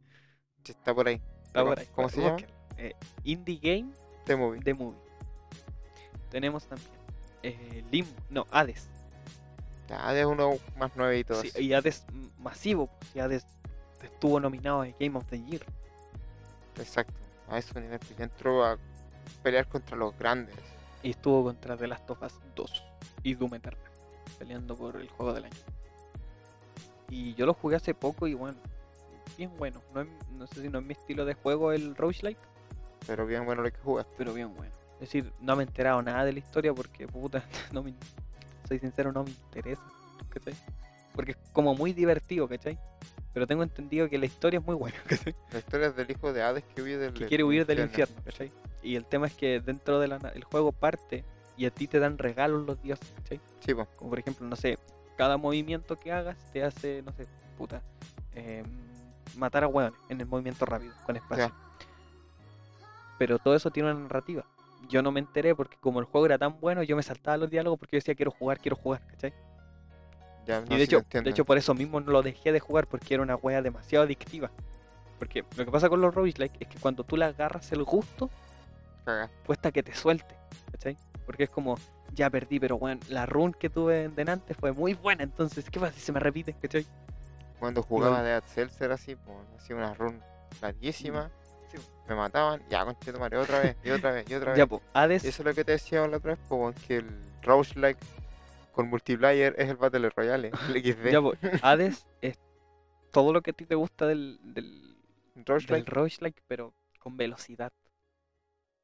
Sí, Está por ahí.
Está
Pero,
por ahí.
¿Cómo se llama?
Búsquenlo. Eh, Indie Game
Este movie.
The Movie. Tenemos también eh, Limbo, no, Hades.
Ya, es uno más nuevito.
Sí,
así.
y Hades m- masivo, pues, y Hades estuvo nominado a Game of the Year.
Exacto. A ese nivel que ya entró a pelear contra los grandes.
Y estuvo contra The Last of Us 2 y Doom Eternal, peleando por el juego del año. Y yo lo jugué hace poco y bueno, bien bueno. No, es- no sé si no es mi estilo de juego el roguelike,
Pero bien bueno lo que jugaste.
pero bien bueno. Es decir, no me he enterado nada de la historia porque, puta, no me, soy sincero, no me interesa, ¿cachai? Porque es como muy divertido, ¿cachai? Pero tengo entendido que la historia es muy buena, ¿cachai?
La historia es del hijo de Hades que huye del
Que quiere huir del infierno, ¿cachai? Y el tema es que dentro del juego parte y a ti te dan regalos los dioses, ¿cachai?
Sí, po.
Como por ejemplo, no sé, cada movimiento que hagas te hace, no sé, puta, eh, matar a hueones en el movimiento rápido, con espacio.
Ya.
Pero todo eso tiene una narrativa. Yo no me enteré porque como el juego era tan bueno, yo me saltaba los diálogos porque yo decía quiero jugar, quiero jugar, ¿cachai?
Ya,
y de hecho, de hecho por eso mismo no lo dejé de jugar porque era una wea demasiado adictiva. Porque lo que pasa con los roguelike es que cuando tú le agarras el gusto, cuesta que te suelte, ¿cachai? Porque es como, ya perdí, pero bueno, la run que tuve en delante fue muy buena, entonces, ¿qué pasa si se me repite, cachai?
Cuando jugaba de Cells era así, po. hacía una run larguísima.
Mm, Sí, po.
Me mataban. Ya, conchito, Mario, otra vez, y otra vez, y otra vez.
Ya, pues, Hades,
Eso es lo que te decía la otra vez, po, que el Roguelike con multiplayer es el Battle Royale, eh, el XD.
ya, po, Hades es todo lo que a ti te gusta del, del, del
Roguelike,
roguelike, pero con velocidad.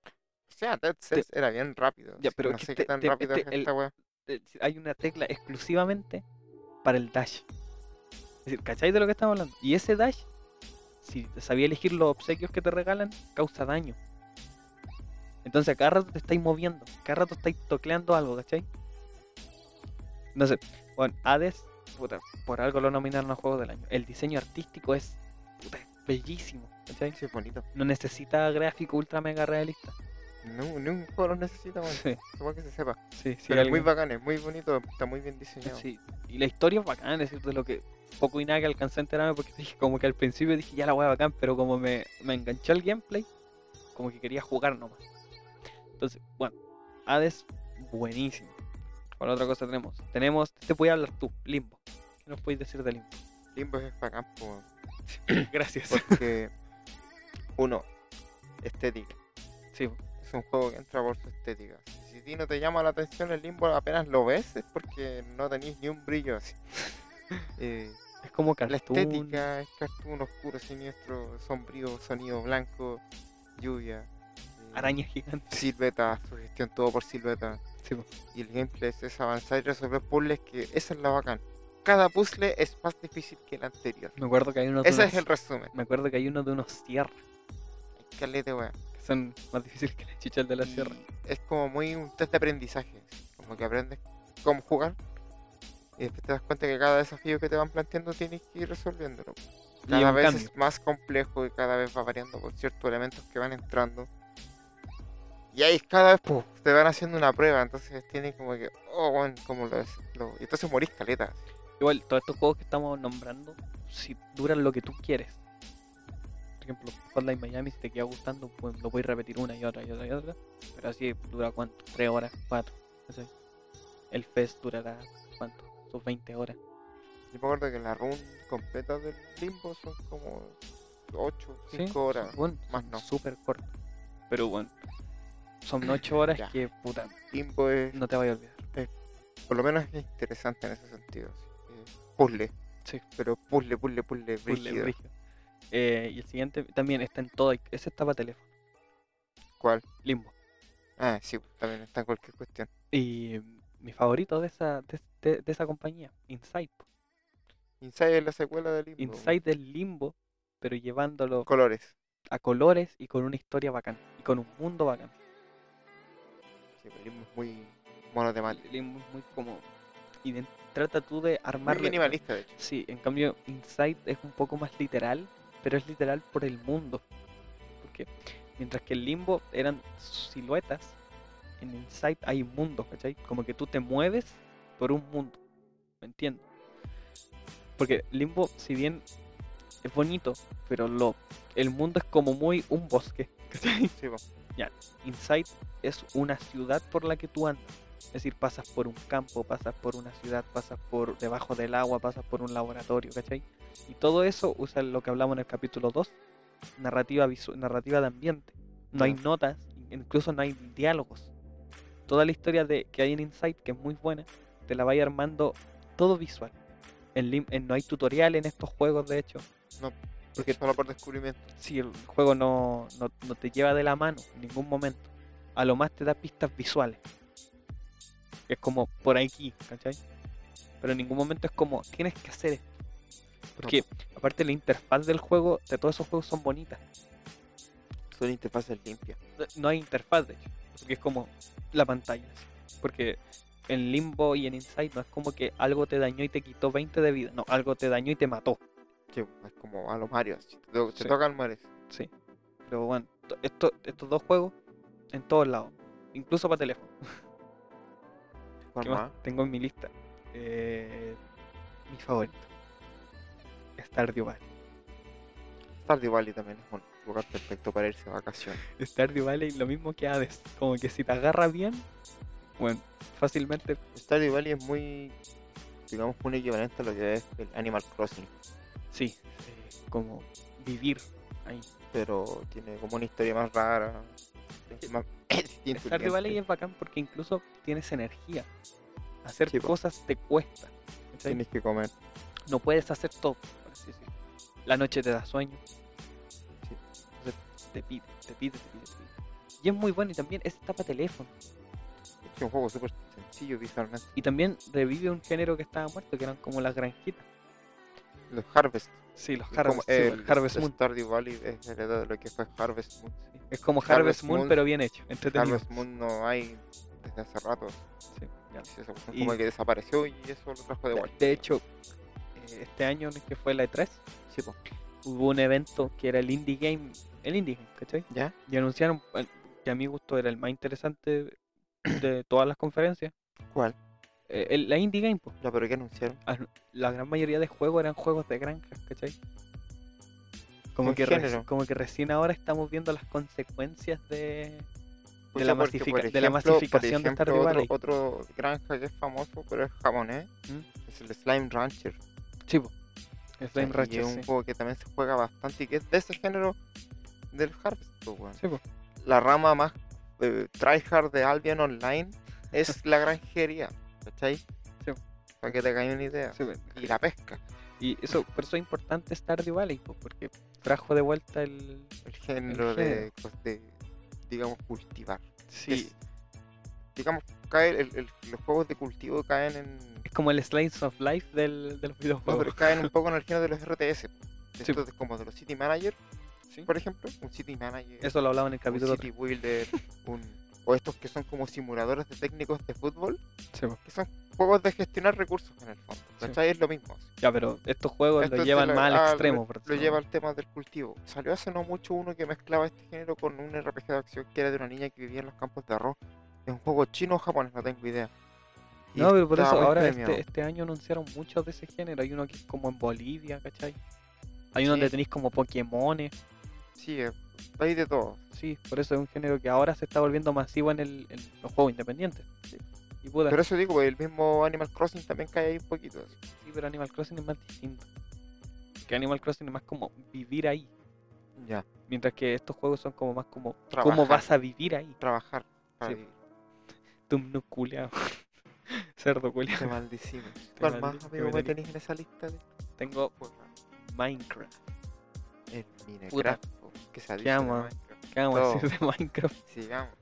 o sea, Dead Cells era bien rápido.
Ya,
así,
pero
no
que
sé
te-
qué tan
te-
rápido
te-
es
el-
esta weá.
Es decir, Hay una tecla exclusivamente para el dash. Es decir, ¿cachai de lo que estamos hablando? Y ese dash, si sabía elegir los obsequios que te regalan, causa daño. Entonces a cada rato te estáis moviendo, a cada rato estáis tocleando algo, ¿cachai? No sé, bueno, Hades, puta, por algo lo nominaron a Juego del Año. El diseño artístico es, puta, es bellísimo, ¿cachai?
Sí, es bonito.
No necesita gráfico ultra mega realista.
No, ni un juego lo necesita, weón.
Sí,
Supongo que se sepa.
sí, sí.
Pero es muy
alguien-
bacán, es muy bonito, está muy bien diseñado.
Sí, y la historia es bacán, es decir, de lo que poco y nada que alcancé a enterarme porque dije, como que al principio dije, ya la voy bacán, pero como me, me enganchó el gameplay, como que quería jugar nomás. Entonces, bueno, Hades, buenísimo. ¿Cuál otra cosa tenemos? Tenemos, te voy a hablar tú, Limbo. ¿Qué nos puedes decir de Limbo?
Limbo es bacán, po, weón,
Gracias.
porque uno, estética.
Sí, po.
Es un juego que entra por su estética. Si a ti no te llama la atención el limbo apenas lo ves, es porque no tenéis ni un brillo así. Eh,
es como
La
cartoon.
estética es cartoon oscuro, siniestro, sombrío, sonido blanco, lluvia, eh,
Araña gigante.
silveta, sugestión todo por silveta.
Sí, po.
Y el gameplay es, es avanzar y resolver puzzles que esa es la bacán. Cada puzzle es más difícil que el anterior.
Me acuerdo que hay uno de
Ese
unos,
es el resumen.
Me acuerdo que hay uno de unos cierres
Caleta, weá.
que son más difíciles que la chicha de la
Y
sierra.
Es como muy un test de aprendizaje. así, Como que aprendes cómo jugar. Y después te das cuenta que cada desafío que te van planteando tienes que ir resolviéndolo.
Y
cada
un
vez
cambio.
es más complejo y cada vez va variando con ciertos elementos que van entrando. Y ahí cada vez pu, te van haciendo una prueba, entonces tienes como que, oh, bueno, como lo, es- lo- y entonces morís caleta.
Igual, todos estos juegos que estamos nombrando, si duran lo que tú quieres. Por ejemplo, Hotline Miami, si te queda gustando, pues lo puedes repetir una y otra y otra y otra. Pero así dura cuánto? ¿Tres horas? ¿Cuatro? No sé. El Fest durará cuánto? Sus 20 horas.
Yo me acuerdo que la run completa del limbo son como 8, 5
Sí,
horas.
Bueno,
más
son
no.
súper corto. Pero bueno, son 8 horas
Ya.
que puta,
Limbo es,
no te vaya a olvidar.
por lo menos es interesante en ese sentido. así, eh, puzzle.
Sí.
Pero puzzle, puzzle, puzzle,
Full
brígido.
brígido. Eh, y el siguiente también está en todo. Ese está para teléfono.
¿Cuál?
Limbo.
Ah, sí, también está en cualquier cuestión.
Y mm, mi favorito de esa, de, de- de esa compañía, Insight. po.
Inside es la secuela del limbo.
Insight del limbo, pero llevándolo
Colores.
a colores y con una historia bacán. Y con un mundo bacán.
Sí, el limbo es muy monotemático.
El limbo es muy como. y de- trata tú de
Muy
armar.
minimalista, de hecho.
Sí, en cambio, Insight es un poco más literal, pero es literal por el mundo. Porque mientras que el limbo eran siluetas, en Insight hay un mundo, ¿cachai? Como que tú te mueves por un mundo. ¿Me entiendo? Porque limbo, si bien es bonito, pero lo el mundo es como muy un bosque. ¿cachai?
Sí, pues, po.
Insight es una ciudad por la que tú andas. Es decir, pasas por un campo, pasas por una ciudad, pasas por debajo del agua, pasas por un laboratorio, ¿cachai? Y todo eso usa lo que hablamos en el capítulo 2, narrativa, visu- narrativa de ambiente. No hay
Ya.
notas, incluso no hay diálogos. Toda la historia de, que hay en Insight, que es muy buena, te la vaya armando todo visual. En Lim- en- no hay tutorial en estos juegos, de hecho. Porque-
Porque solo por descubrimiento.
Si el juego no, no, no te lleva de la mano en ningún momento. A lo más te da pistas visuales. Es como por aquí, ¿cachai? Pero en ningún momento es como, tienes que hacer esto. Porque aparte la interfaz del juego, de todos esos juegos son bonitas.
Son interfaces limpias.
No- No hay interfaz, de hecho. Porque es como la pantalla. así. Porque en Limbo y en Inside no es como que algo te dañó y te quitó 20 de vida. No, algo te dañó y te mató.
Sí, po, es como a los Mario. Si te, to- te
Sí.
tocan, mueres.
Sí. Pero bueno, to- esto- estos dos juegos en todos lados. Incluso para teléfono.
¿Cuál
¿Qué
más?
más tengo en mi lista? Eh, mi favorito. Stardew Valley.
Stardew Valley también es un lugar perfecto para irse de vacaciones.
Stardew Valley lo mismo que Hades. Como que si te agarra bien, bueno, fácilmente.
Stardew Valley es muy, digamos, un equivalente a lo que es el Animal Crossing.
Sí. eh, como vivir ahí.
Pero tiene como una historia más rara. Es más, es distinto el
Stardew Valley
gameplay.
es bacán porque incluso tienes energía. Hacer
Sí, po.
cosas te cuesta. ¿cachai?
Tienes que comer.
No puedes hacer todo, por así decirlo. La noche te da sueño.
Sí.
Entonces, te pide, te pide, te pide, te pide. Y es muy bueno y también es tapa teléfono.
Es un juego súper sencillo visualmente.
Y también revive un género que estaba muerto, que eran como las granjitas.
Los Harvest.
Sí, los
es como eh,
Harvest, sí,
el,
el Harvest Moon.
Stardew Valley es heredado de lo que fue Harvest Moon.
sí. Es como Harvest,
Harvest
Moon,
Moon.
pero bien hecho, entretenido.
Harvest Moon no hay desde hace rato.
Sí, ya.
Sí, esa cuestión
Y-
como que desapareció y eso lo trajo de
De-
vuelta.
De hecho, eh, este año en el que fue la E3,
Sí, po.
hubo un evento que era el Indie Game, el Indie Game, ¿cachai?
¿Ya?
Y anunciaron eh, que a mi gusto era el más interesante de todas las conferencias.
¿Cuál?
Eh, el- la Indie Game, po.
Ya, pero ¿qué anunciaron?
Anu- la gran mayoría de juegos eran juegos de granjas, ¿cachai? Como
Un
que, reci-
género.
como que recién ahora estamos viendo las consecuencias de, de la,
porque, por
masifica- de la
ejemplo- por
masificación de
ejemplo,
Stardew Valley.
Otro, otro granja que es famoso, pero es japonés,
¿Mm?
es el Slime Rancher.
Sí, po. Slime
Y
Rancher,
es un
sí.
juego que también se juega bastante y que es de ese género del Harvest, pues, weón.
Sí, po.
La rama más eh, tryhard de Albion Online es la granjería, ¿cachai?
po.
Para que te hagáis una idea.
Sí, po.
Y la pesca,
Y eso, por eso es importante Stardew Valley, po, porque trajo de vuelta el...
el género, de,
género.
cos- de, digamos, cultivar. que
Sí,
es- digamos, cae el- el- los juegos de cultivo caen en,
es como el Slice of Life del, de los
No,
videojuegos.
pero caen un poco en el género de los RTS. De
Sí.
estos de- como de los City Manager,
Sí.
por ejemplo. Un City Manager,
Eso lo hablaba en el
un
capítulo
City Builder, un- o estos que son como simuladores de técnicos de fútbol,
tres. Sí, pues. po.
que son juegos de gestionar recursos en el fondo. ¿Cachai? Es lo mismo. así.
Ya, pero estos juegos
Esto
lo
es de
llevan
la-
más al
ah,
extremo. por
Lo
decirlo.
lleva al tema del cultivo. Salió hace no mucho uno que mezclaba este género con un RPG de acción que era de una niña que vivía en los campos de arroz. Es un juego chino o japonés, no tengo idea. Y
No, pero por
está
eso
muy
ahora
premiado.
este, este año anunciaron muchos de ese género. Hay uno que es como en Bolivia, ¿cachai? Hay uno
Sí.
donde tenéis como Pokémones.
Sí, eh, hay de todo.
Sí, por eso es un género que ahora se está volviendo masivo en, el, en los juegos independientes. Y puta,
Pero eso digo, el mismo Animal Crossing también cae ahí un poquito. así.
sí, pero Animal Crossing es más distinto. Que Animal Crossing es más como vivir ahí.
Ya.
Mientras que estos juegos son como más como cómo
Trabajar.
vas a vivir ahí.
trabajar para
Sí.
vivir.
Tumno culiao. Cerdo
Te
culiao.
maldicimos. ¿Cuál más,
maldigo,
amigo,
me
me
tenés-
tenéis en esa lista de
Tengo
juegos?
Minecraft.
El Minecraft, po, que se adicta a
amo.
Minecraft.
¿Qué vamos a
Todo.
decir de Minecraft?
Sigamos.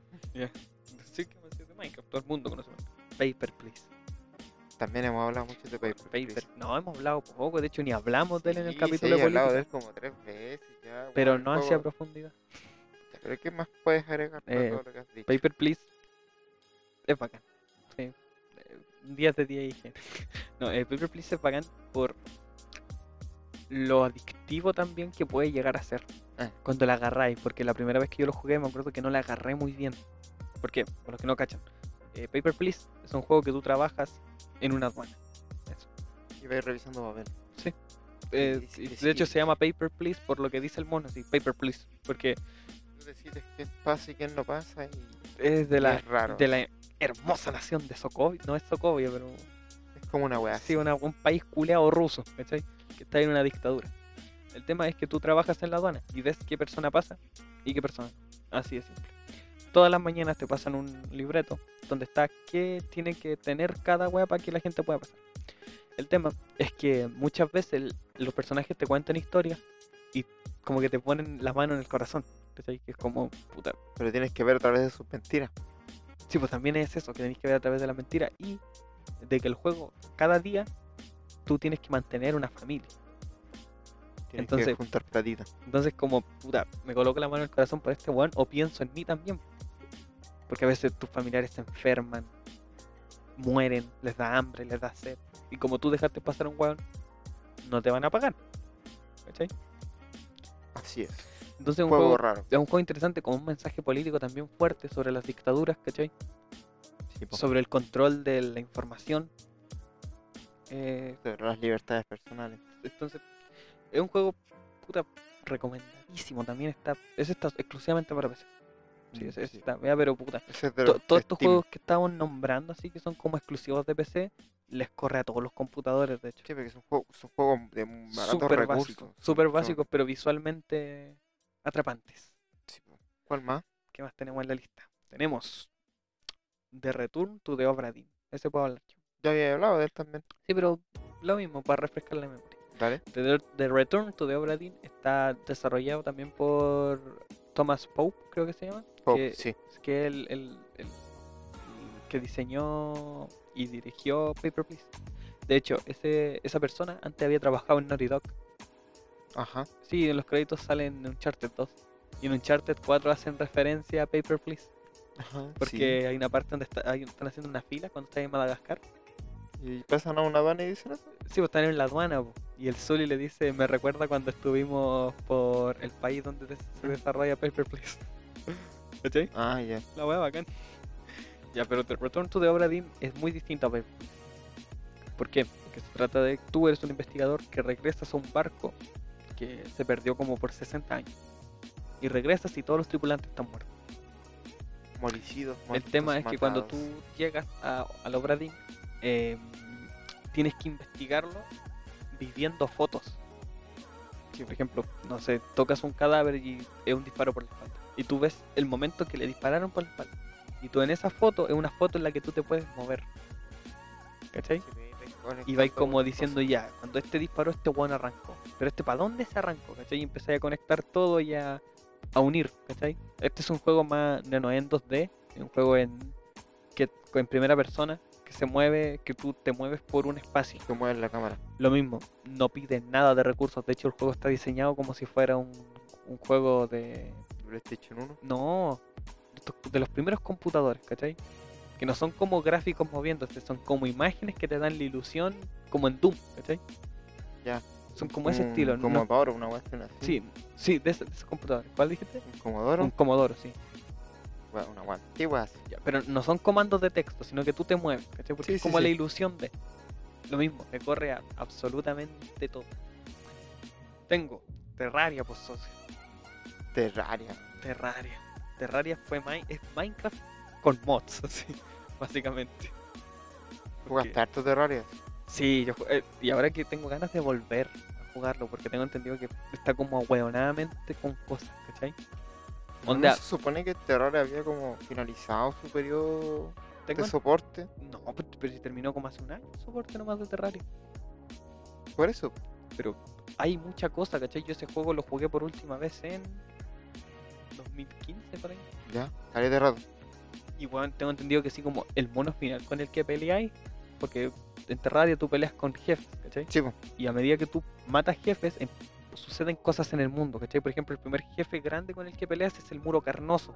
Sí, ¿qué vamos a decir de Minecraft? Todo el mundo conoce Minecraft. Paper, please.
También hemos hablado mucho de Paper. Please.
Paper. No, hemos hablado poco, de hecho ni hablamos de él en el
Sí,
capítulo
sí, he
de
hablado
política,
de él como tres veces ya.
pero
bueno,
no
el
hacia
juego-
profundidad.
Pero ¿qué más puedes agregar para
Eh,
todo lo que has dicho?
Paper Please es bacán. Sí. Eh, 10 de 10 dije. No, eh, Paper Please es bacán por lo adictivo también que puede llegar a ser eh,
Ah.
cuando la agarráis. Porque la primera vez que yo lo jugué me acuerdo que no la agarré muy bien. ¿Por qué? Por los que no cachan. Eh, Paper Please es un juego que tú trabajas en una aduana.
Y vais revisando papel.
Eh,
Sí, sí,
y
sí.
de hecho se llama Paper Please por lo que dice el mono, así, Paper Please. Porque
Tú decides quién pasa y quién no pasa y
es
y
de la,
es raro.
de la hermosa nación de Sokovia. No es Sokovia, pero
Es como una weá.
Sí, una- un país culeado ruso, ¿cachai? Que está en una dictadura. El tema es que tú trabajas en la aduana y ves qué persona pasa y qué persona. no. Así de simple. Todas las mañanas te pasan un libreto donde está qué tiene que tener cada wea para que la gente pueda pasar. El tema es que muchas veces el- los personajes te cuentan historias y como que te ponen la mano en el corazón. ¿Cachai? Que es como, puta,
Pero tienes que ver a través de sus mentiras.
Sí, pues también es eso, que tenéis que ver a través de la mentira y de que el juego, cada día, tú tienes que mantener una familia.
Tienes que
Entonces-
juntar platita.
Entonces, como, puta, me coloco la mano en el corazón por este weón o pienso en mí también. Porque a veces tus familiares se enferman, mueren, les da hambre, les da sed. Y como tú dejaste pasar a un weón, no te van a pagar. ¿Cachai?
Así es.
Entonces, es un
juego
juego,
raro.
es un juego interesante con un mensaje político también fuerte sobre las dictaduras, ¿cachai?
Sí, po.
Sobre el control de la información. Eh,
Sobre las libertades personales.
Entonces, es un juego puta recomendadísimo. También está. Ese está exclusivamente para PC. Sí,
Mm,
ese
sí.
está. Vea, pero puta.
Ese es de
to-
los
todos estos
Steam.
juegos que estamos nombrando, así que son como exclusivos de PC, les corre a todos los computadores, de hecho.
Sí, porque son juegos, son juegos de baratos
Súper
recursos.
básicos.
son-
Súper
son-
básicos, pero visualmente atrapantes.
sí, po. ¿Cuál más?
¿Qué más tenemos en la lista? Tenemos The Return to the Obra Dinn. Ese puedo hablar yo.
Ya había hablado de él también.
Sí, pero lo mismo, para refrescar la memoria.
Dale.
The, The Return to the Obra Dinn está desarrollado también por Thomas Pope, creo que se llama,
Oh,
que-
sí.
que el, el- el- el que diseñó y dirigió Paper Please. De hecho, ese, esa persona antes había trabajado en Naughty Dog.
Ajá.
Sí, en los créditos salen en Uncharted 2. Y en Uncharted 4 hacen referencia a Paper Please.
Ajá.
Porque hay una parte donde está- hay- están haciendo una fila cuando están en Madagascar.
sí. Y pasan a una aduana y dicen eso.
Sí, pues están en la aduana, po. y el Zully le dice, me recuerda cuando estuvimos por el país donde des- se desarrolla Paper Please. ¿Cachai?
Ah, ya.
La wea bacán. Ya, pero The Return to the Obra Dinn es muy distinto a Paper Please. ¿Por qué? Porque se trata de, tú eres un investigador que regresas a un barco que se perdió como por 60 años. Y regresas y todos los tripulantes están muertos.
Moricidos,
El
muertos,
tema es que cuando tú
matados.
llegas a, a los Bradin, eh, tienes que investigarlo viviendo fotos. Si, por ejemplo, no sé, tocas un cadáver y es un disparo por la espalda. Y tú ves el momento que le dispararon por la espalda. Y tú en esa foto, es una foto en la que tú te puedes mover. ¿Cachai?
Se ve ahí
Y vais
conectando
como
cosas.
diciendo ya, cuando este disparó, este weón arrancó. Pero este, ¿para dónde se arrancó? ¿Cachai? Y empezáis a conectar todo y a, a unir, ¿cachai? Este es un juego más, no, no, en 2D, es un juego en, que, en primera persona, que se mueve, que tú te mueves por un espacio.
Que mueven la cámara.
Lo mismo, no pide nada de recursos, de hecho el juego está diseñado como si fuera un, un juego de...
PlayStation 1.
No, de estos- de los primeros computadores, ¿cachai? Que
Ah.
no son como gráficos moviéndose, son como imágenes que te dan la ilusión, como en Doom, ¿cachai?
Ya.
Son como ese
un
estilo, ¿no?
Commodore, una cuestión así.
Sí, sí, de ese, de ese computador. ¿Cuál dijiste?
Un Commodore,
Un Commodore, sí.
Bueno, una guan. ¿Qué weas?
Ya, Pero no son comandos de texto, sino que tú te mueves, ¿cachai? Porque
Sí,
es
sí,
como la
sí.
ilusión de. Lo mismo, te corre a absolutamente todo. Tengo Terraria, pues socio.
Terraria.
Terraria. Terraria fue mi- es Minecraft con mods, así, básicamente. Porque-
¿Jugaste harto Terraria?
Sí, yo, ju- eh, y ahora que tengo ganas de volver a jugarlo, porque tengo entendido que está como ahueonadamente con cosas, ¿cachai? Onda,
¿No se supone que Terraria había como finalizado su periodo
tengo
de soporte?
No, pero, pero si terminó como hace un año el soporte nomás de Terraria.
Por eso.
Pero hay mucha cosa, ¿cachai? Yo ese juego lo jugué por última vez en 2015 por ahí.
Ya, salí de rato.
Y bueno, tengo entendido que sí, como el mono final con el que peleáis, porque en Terraria tú peleas con jefes, ¿cachai?
Chico,
Y a medida que tú matas jefes, em- suceden cosas en el mundo, ¿cachai? Por ejemplo, el primer jefe grande con el que peleas es el muro carnoso.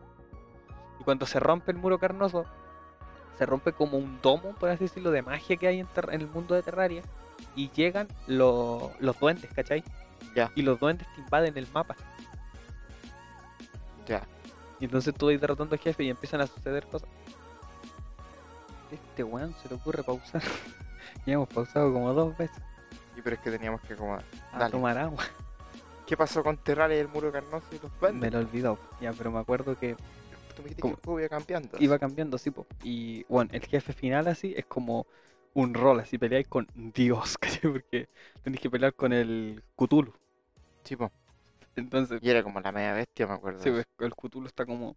Y cuando se rompe el muro carnoso, se rompe como un domo, por así decirlo, de magia que hay en, Ter- en el mundo de Terraria. Y llegan lo- los duendes, ¿cachai?
ya,
Y los duendes te invaden el mapa.
ya.
Y entonces tú vas derrotando al jefe y empiezan a suceder cosas. Este weón se le ocurre pausar. ya hemos pausado como dos veces. Ah,
Y pero es que teníamos que acomodar.
A
Dale.
tomar agua.
¿Qué pasó con Terraria y el muro carnoso y los
Me
duendes?
lo olvidó. Ya, pero me acuerdo que
Tú me dijiste
¿Cómo?
que el juego iba cambiando.
iba cambiando, sí, po. Y bueno, el jefe final así es como un rol, así peleáis con Dios, ¿cachai? Porque tenéis que pelear con el Cthulhu.
Chico,
Entonces,
y era como la media bestia, me acuerdo.
sí, pues, el Cthulhu está como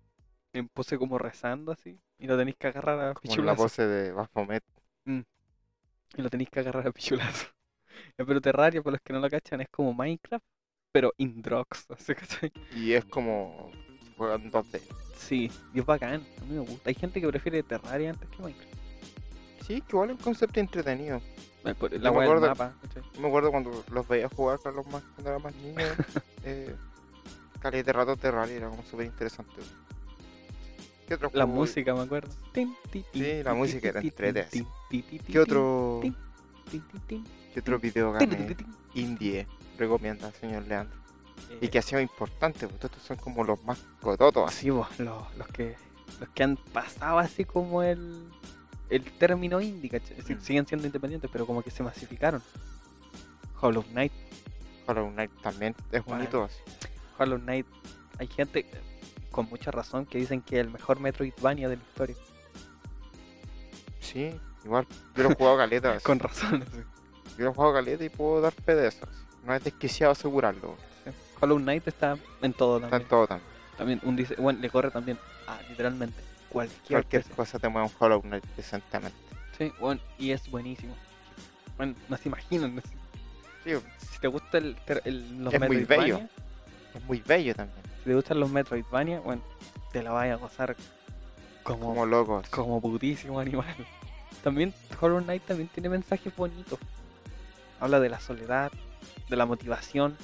en pose como rezando así. Y lo tenéis que agarrar a
como la
pichulazo.
pose de Baphomet.
Y lo tenéis que agarrar a pichulazo. Ya, Pero Terraria, para los que no lo cachan, es como Minecraft, pero in drugs, así, ¿cachai?
Y es como... se juega en 2D.
Sí, y es bacán, a mí me gusta. Hay gente que prefiere Terraria antes que Minecraft.
Sí, que igual es un concepto entretenido.
Eh, por-
Yo
La
me
wea del
acuerdo-
mapa, ¿cachai?
Yo me acuerdo cuando los veía jugar Carlos más cuando era más niño. eh, caleta de rato Terraria era como súper interesante. ¿Qué otro
La
juego-
música, me acuerdo. Tin, ti, tin,
Sí, la
ti,
música
ti,
era
ti,
entrete,
tin, ti, ti, ti,
¿Qué otro,
tin, tin, tin, tin,
¿qué otro video
tin, tin, tin,
game
tin.
indie recomienda, señor Leandro? Y
Eh,
que ha sido importante, porque estos son como los más cototos. así.
sí, vos, los, los que, los que han pasado así como el, el término indie, ¿cachai? Es decir,
Mm.
siguen siendo independientes, pero como que se masificaron. Hollow Knight,
Hollow Knight también es
Bueno.
bonito. así.
Hollow Knight. Hay gente eh, con mucha razón que dicen que es el mejor Metroidvania de la historia.
Sí, igual. Yo lo he jugado caleta. así.
Con razón. sí.
Yo lo he jugado caleta y puedo dar fe de eso. así. No es desquiciado asegurarlo.
Hollow Knight está en todo
Está
también.
en todo también.
También un dise- bueno, le corre también a literalmente cualquier,
Cualquier
cosa.
cosa te mueve un Hollow Knight decentemente.
Sí, bueno, y es buenísimo. Bueno, no se imaginan. no sé,
Sí,
Si te gusta el, ter- el- los
Es muy
Metroidvania,
bello. es muy bello también.
si te gustan los Metroidvania, bueno, te la vas a gozar como,
Como
como,
locos.
putísimo animal. También Horror Knight también tiene mensajes bonitos. Habla de la soledad, de la motivación.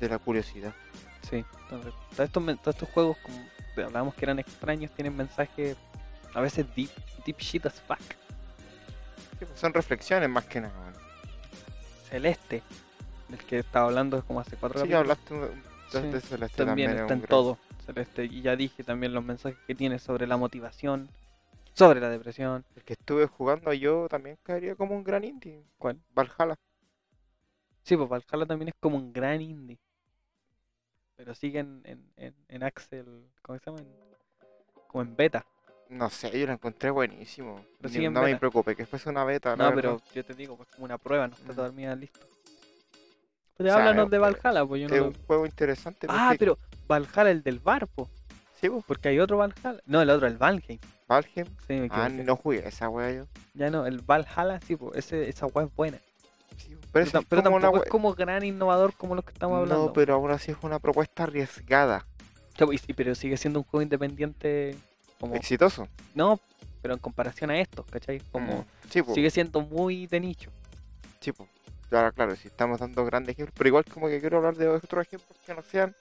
de la curiosidad.
Sí, entonces, todos estos, men- todos estos juegos, como te hablábamos que eran extraños, tienen mensajes a veces deep, deep shit as fuck. pues,
Son reflexiones más que nada. ¿no?
Celeste, del que estaba hablando como hace cuatro
Sí,
capítulos.
hablaste un- dos
Sí,
de Celeste
también
Este es
está
un
en
gran-
todo. Celeste, y ya dije también los mensajes que tiene sobre la motivación, sobre la depresión.
El que estuve jugando yo también caería como un gran indie.
¿Cuál?
Valhalla.
Sí, pues Valhalla también es como un gran indie. Pero sigue en, en, en, en Axel, ¿cómo se llama? En, como en beta.
No sé, yo lo encontré buenísimo.
Pero
Ni-
sigue en
no me
beta.
preocupe, que fuese una beta. la
No, pero
Ah, verdad.
yo te digo, pues como una prueba, no está
Mm.
todavía listo. Pero
O sea,
háblanos de
pero-
Valhalla, pues yo no
es
lo-
un juego interesante.
Ah,
porque-
pero Valhalla el del bar, po,
Sí, pues,
porque hay otro Valhalla. No, el otro, el Valheim.
Valheim.
Sí, me
Ah,
equivoqué.
no jugué a esa wea yo.
Ya no, el Valhalla, sí, po, ese, esa weá es buena.
Sí, po.
Pero,
pero, eso
tam-
es
pero
como una
tampoco es
wea-
como gran innovador como los que estamos hablando.
No, pero aún así es una propuesta arriesgada.
Ya, pues, y sí, pero sigue siendo un juego independiente como...
Exitoso.
No, pero en comparación a estos, ¿cachai? Como...
Mm, Sí, pues.
Sigue siendo muy de nicho.
Sí, pues. Claro, claro, si estamos dando grandes ejemplos, pero igual como que quiero hablar de otros ejemplos que no sean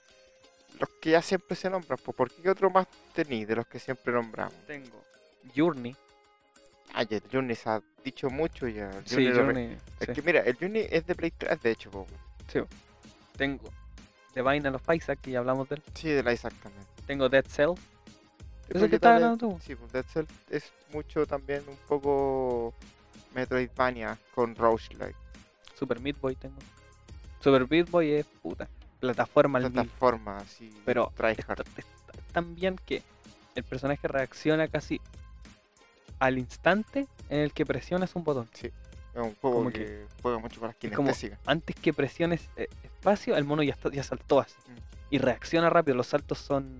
los que ya siempre se nombran, pues ¿por qué otro más tenéis de los que siempre nombramos?
Tengo Journey.
Ay, el Journey se ha dicho mucho ya. el
Sí,
Journey lo re-
Journey.
Es
sí.
que mira, el Journey es de Play 3, de hecho, po.
Tengo The Vinyl of Isaac, que ya hablamos de él.
Sí, de la Isaac también.
Tengo Dead Cell.
Pero
¿Eso
yo
que estaba
también-
hablando tú?
Sí, pues Dead Cell es mucho también un poco Metroidvania con Roguelike.
Super Meat Boy tengo. Super Meat Boy es puta. Plataforma al mil.
plataforma así
Pero
tryhard.
está- está tan bien que el personaje reacciona casi al instante en el que presionas un botón.
Es un juego
como
que,
que-
juega mucho con las
es como-
kinestésicas.
Antes que presiones eh, espacio, el mono ya, está- ya saltó así.
Mm.
Y reacciona rápido. Los saltos son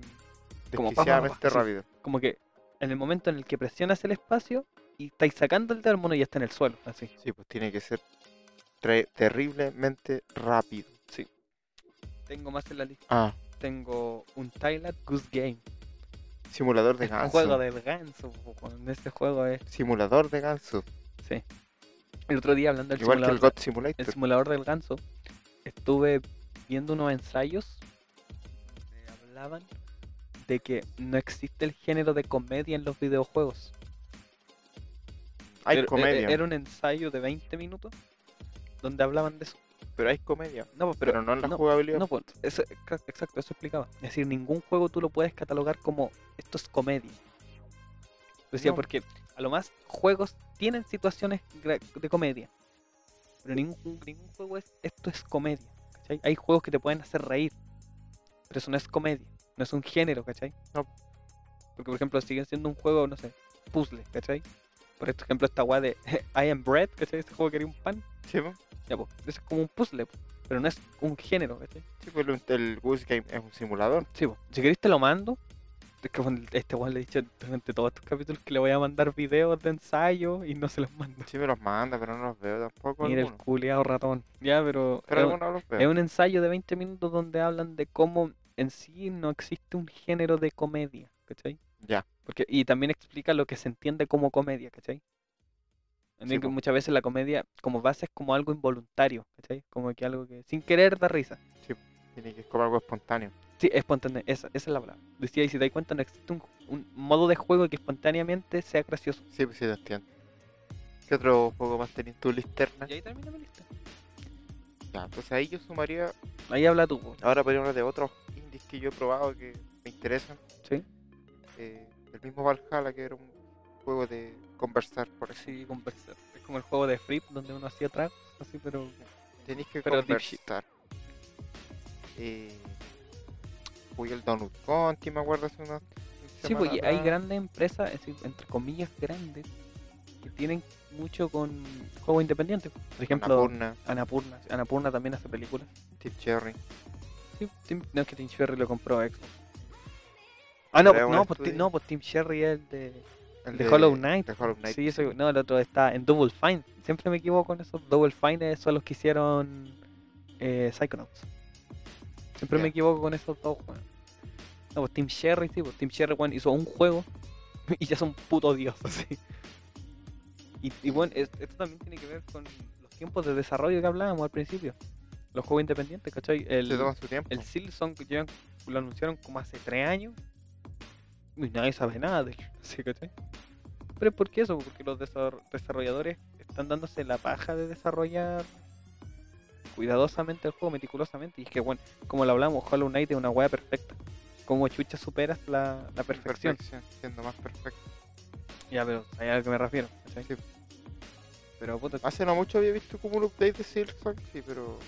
como pa, pa, pa, pa,
Desquiciadamente
así.
rápido.
como que en el momento en el que presionas el espacio y estáis sacando el dedo, el mono ya está en el suelo. Así.
Sí, pues tiene que ser tre- terriblemente rápido.
Tengo más en la lista.
Ah,
Tengo un Thailand Goose Game.
simulador de
Un
ganso.
juego del ganso. po, weón. Este juego es.
Simulador de ganso.
Sí. El otro día hablando del
Igual que el
simulador
God
el
Simulator.
simulador del ganso, estuve viendo unos ensayos donde hablaban de que no existe el género de comedia en los videojuegos.
Hay
Era-
comedia,
eh, Era, un ensayo de 20 minutos donde hablaban de eso.
pero hay comedia.
No, pues,
Pero,
pero,
no en la
no,
jugabilidad.
no, pues, eso- exa- exacto, eso explicaba. Es decir, ningún juego tú lo puedes catalogar como esto es comedia. Decía,
No.
porque a lo más juegos tienen situaciones gra- de comedia. Pero ningún, ningún juego es esto es comedia. ¿cachai? Hay juegos que te pueden hacer reír. Pero eso no es comedia. No es un género, ¿cachai?
No.
Porque, por ejemplo, siguen siendo un juego, no sé, puzzle, ¿cachai? Por este ejemplo, esta weá de I am bread, ¿cachai? Este juego quería un pan.
Sí, pues.
Ya, pues, eso es como un puzzle, po, pero no es un género, ¿cachai?
Sí, pues, el, el Goose Game es un simulador.
Sí, po. si queréis te lo mando. Es que bueno, este weón le he dicho durante todos estos capítulos que le voy a mandar videos de ensayo y no se los mando.
Sí me los manda, pero no los veo tampoco.
Mira el
algunos.
culeado ratón. Ya, pero.
Pero
es un-
algunos los
es
veo.
un ensayo de 20 minutos donde hablan de cómo en sí no existe un género de comedia, ¿cachai?
Ya.
Porque, y también explica lo que se entiende como comedia, ¿cachai? En
Sí,
el que
po.
muchas veces la comedia como base es como algo involuntario, ¿cachai? Como que algo que sin querer da risa.
Tiene que ser como algo espontáneo.
Sí, espontáneo, esa, esa es la palabra. Decía, y si te das cuenta, no existe un, un modo de juego que espontáneamente sea gracioso.
Sí, pues sí, te entiendo. ¿Qué otro juego más tenés tu listerna?
Y ahí termina mi lista.
Ya, pues ahí yo sumaría
Ahí habla tú, po.
Ahora podría hablar de otros indies que yo he probado que me interesan.
¿sí?
Eh, el mismo Valhalla, que era un juego de conversar, por eso.
Sí, conversar. Es como el juego de Flip donde uno hacía tragos, así, pero...
Tenéis que
Pero deep shit.
conversar. Eh, jugué el Donut Conti, me acuerdo hace unas
Sí, pues
semanas
y hay
atrás.
grandes empresas, es decir, entre comillas grandes, que tienen mucho con juegos independientes. Por ejemplo,
Annapurna,
Anapurna. Anapurna también hace películas.
Steve Cherry.
Sí, Tim- no es que Tim Sherry lo compró a Xbox. Ah, no,
Pero
pues-
es
no,
un
pues, Tim-
estudio.
no, pues Tim Sherry es el de, el de Hollow Knight.
de Hollow Knight.
Sí, eso- no, el otro está en Double Fine. Siempre me equivoco con esos Double Fine, esos son los que hicieron eh, Psychonauts. Siempre
Ya.
me equivoco con esos dos, weón. No, pues Team Sherry, sí, pues Team Sherry, weón, hizo un juego y ya son puto dios, así. Y, y bueno, es- esto también tiene que ver con los tiempos de desarrollo que hablábamos al principio. Los juegos independientes, ¿cachai? El,
Se toman su tiempo.
el Silson que llevan- lo anunciaron como hace tres años y nadie sabe nada de él, ¿sí, cachai? Pero es porque eso, porque los desar- desarrolladores están dándose la paja de desarrollar cuidadosamente el juego, meticulosamente. Y es que, bueno, como lo hablamos, Hollow Knight es una hueá perfecta. Como chucha superas la, la perfección.
siendo más perfecto.
Ya, pero sabes a lo que me refiero, ¿cachai?
Sí.
Pero puta,
Hace no mucho había visto como un update de Silksong, sí, pero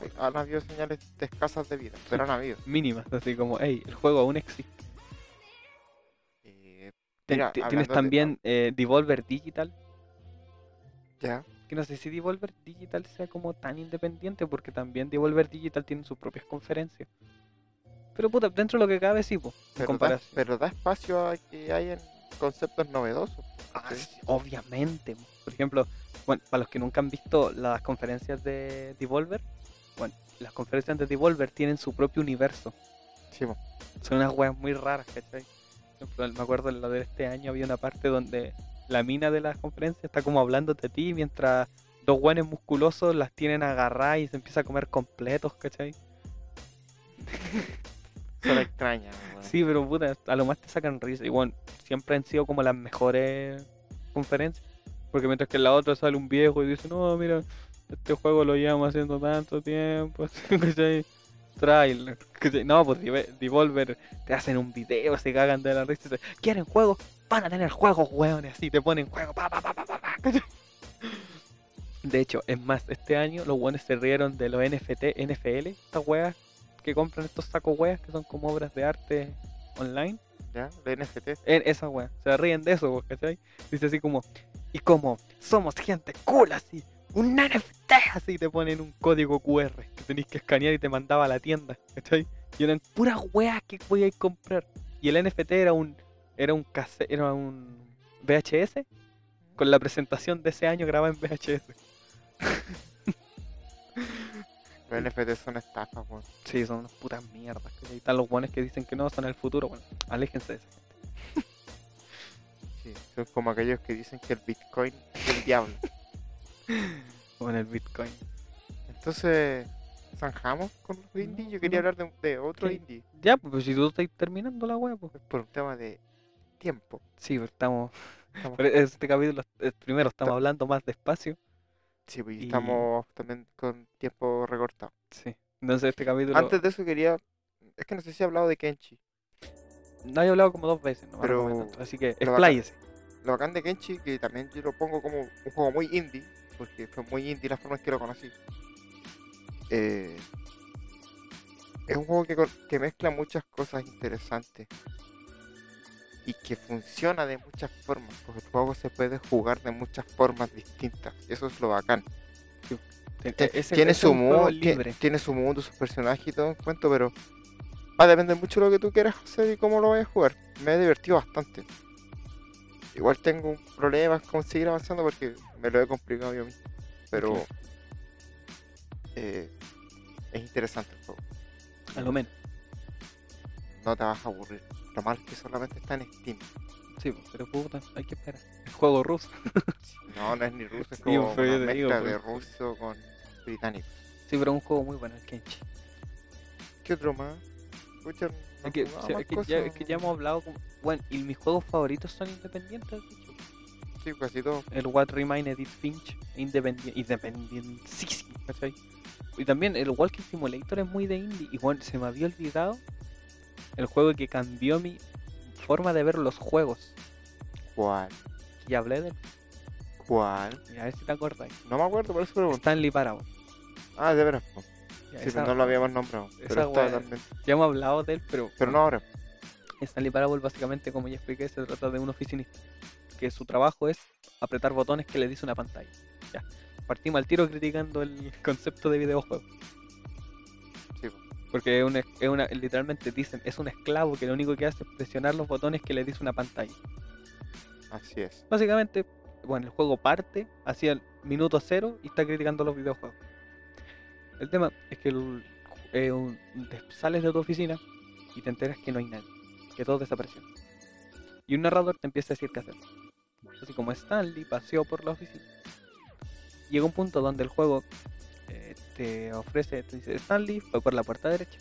hay- han habido señales de escasas de vida, pero han habido.
mínimas, así como, hey, el juego aún existe.
Eh,
Ten-
Mira,
ti-
hablando
tienes
de-
también eh, Devolver Digital.
Ya,
Que no sé si Devolver Digital sea como tan independiente, porque también Devolver Digital tiene sus propias conferencias. Pero puta, dentro de lo que cabe, sí, po, en
pero da,
comparación.
pero da espacio a que hayan conceptos novedosos.
Ah,
sí.
sí, obviamente. mo. Por ejemplo, bueno, para los que nunca han visto las conferencias de Devolver, bueno, las conferencias de Devolver tienen su propio universo.
Sí, po.
Son unas weas muy raras, ¿cachai? Por ejemplo, me acuerdo en la de este año había una parte donde la mina de las conferencias está como hablándote a ti mientras dos guanes musculosos las tienen agarradas y se empieza a comer completos, ¿cachai?
Eso era extraña. weón.
Sí, pero puta, a lo más te sacan risa. Y bueno, siempre han sido como las mejores conferencias. Porque mientras que en la otra sale un viejo y dice, no, mira, este juego lo llevamos haciendo tanto tiempo, ¿cachai? Trailer. ¿cachai? No, pues Deve- Devolver, te hacen un video, se cagan de la risa. y dicen, ¿Quieren juegos? Van a tener juegos, weones. Así te ponen juegos, pa, pa, pa, pa, pa, pa, ¿cachai? De hecho, es más, este año los weones se rieron de los NFT, NFL, estas weas que compran estos sacos weas que son como obras de arte online.
Ya, de NFT.
En esa wea, se ríen de eso, po, ¿cachai? Dice así como, y como, somos gente cool así, un NFT así, te ponen un código QR que tenéis que escanear y te mandaba a la tienda, ¿cachai? Y eran puras weas que podíais comprar. Y el NFT era un, era un case- era un VHS con la presentación de ese año grabada en VHS.
Los NFT son estafas, weón.
Sí, son unas putas mierdas. ¿cachai? Y están los guanes que dicen que no, son el futuro. Bueno, aléjense de esa gente.
Sí, son como aquellos que dicen que el Bitcoin es el diablo.
Con el Bitcoin.
Entonces, zanjamos con los indies. Yo quería
no.
hablar de, de otro
¿Qué?
indie.
Ya, pues si tú estás terminando la wea, pues.
Es por un tema de tiempo.
Sí, pero estamos.
Estamos-
pero este capítulo, eh, primero, estamos
Ta-
hablando más despacio.
Sí, pues, y
Y-
estamos también con tiempo recortado.
Sí. Entonces, este capítulo.
Antes de eso quería... Es que no sé si he hablado de Kenchi.
No había hablado como dos veces, no me
Pero-
acuerdo tanto, Así que,
bacán-
expláyese.
Lo bacán de Kenchi, que también yo lo pongo como un juego muy indie, porque fue muy indie la forma en que lo conocí. Eh, es un juego que, con- que mezcla muchas cosas interesantes y que funciona de muchas formas, porque el juego se puede jugar de muchas formas distintas. Eso es lo bacán.
Te-
Te-
E-, ese-
tiene,
ese
su
es un juego
mundo,
libre.
tiene su mundo, sus personajes y todo en cuento, pero va a depender mucho de lo que tú quieras hacer y cómo lo vayas a jugar. Me he divertido bastante. Igual tengo un problema con seguir avanzando porque me lo he complicado yo mismo. Pero
Claro.
eh, es interesante el juego.
A lo menos.
No te vas a aburrir. Lo malo es que solamente está en Steam.
Sí, pues, pero puta, hay que esperar. El juego ruso.
No, no es ni ruso, es
Sí,
como
fue,
una
yo te digo,
mezcla de
fue.
ruso con británico.
Sí, pero un juego muy bueno, el Kenchi.
¿Qué otro más? Escucha, no
Es que,
jugaba
sí,
más
es que ya, es
cosas.
que ya hemos hablado. Con... Bueno, y mis juegos favoritos son independientes, de hecho.
Sí, casi todo.
el What Remains Edith Finch independiente independientísimo ¿cachai? y también el Walking Simulator es muy de indie y bueno, se me había olvidado el juego que cambió mi forma de ver los juegos
¿Cuál?
y hablé de él
¿Cuál?
Mira, a ver si te acordáis
No me acuerdo, por eso pregunté.
Stanley Parable
Ah, de veras. po.
Ya,
Sí,
esa-
pero no lo habíamos nombrado. Pero,
esa
está
wea-
también.
ya hemos hablado de él pero,
pero no ahora.
Stanley Parable básicamente como ya expliqué se trata de un oficinista que su trabajo es apretar botones que le dice una pantalla ya partimos al tiro criticando el concepto de videojuego
Sí, po.
Porque es una, es una- literalmente dicen, es un esclavo que lo único que hace es presionar los botones que le dice una pantalla.
así es.
Básicamente, bueno, el juego parte hacia el minuto cero y está criticando los videojuegos. El tema es que el- eh, un- te sales de tu oficina y te enteras que no hay nadie, que todos desaparecieron. Y un narrador te empieza a decir qué hacer. Así como Stanley paseó por la oficina. Llega un punto donde el juego eh, te ofrece, te dice Stanley fue por la puerta derecha.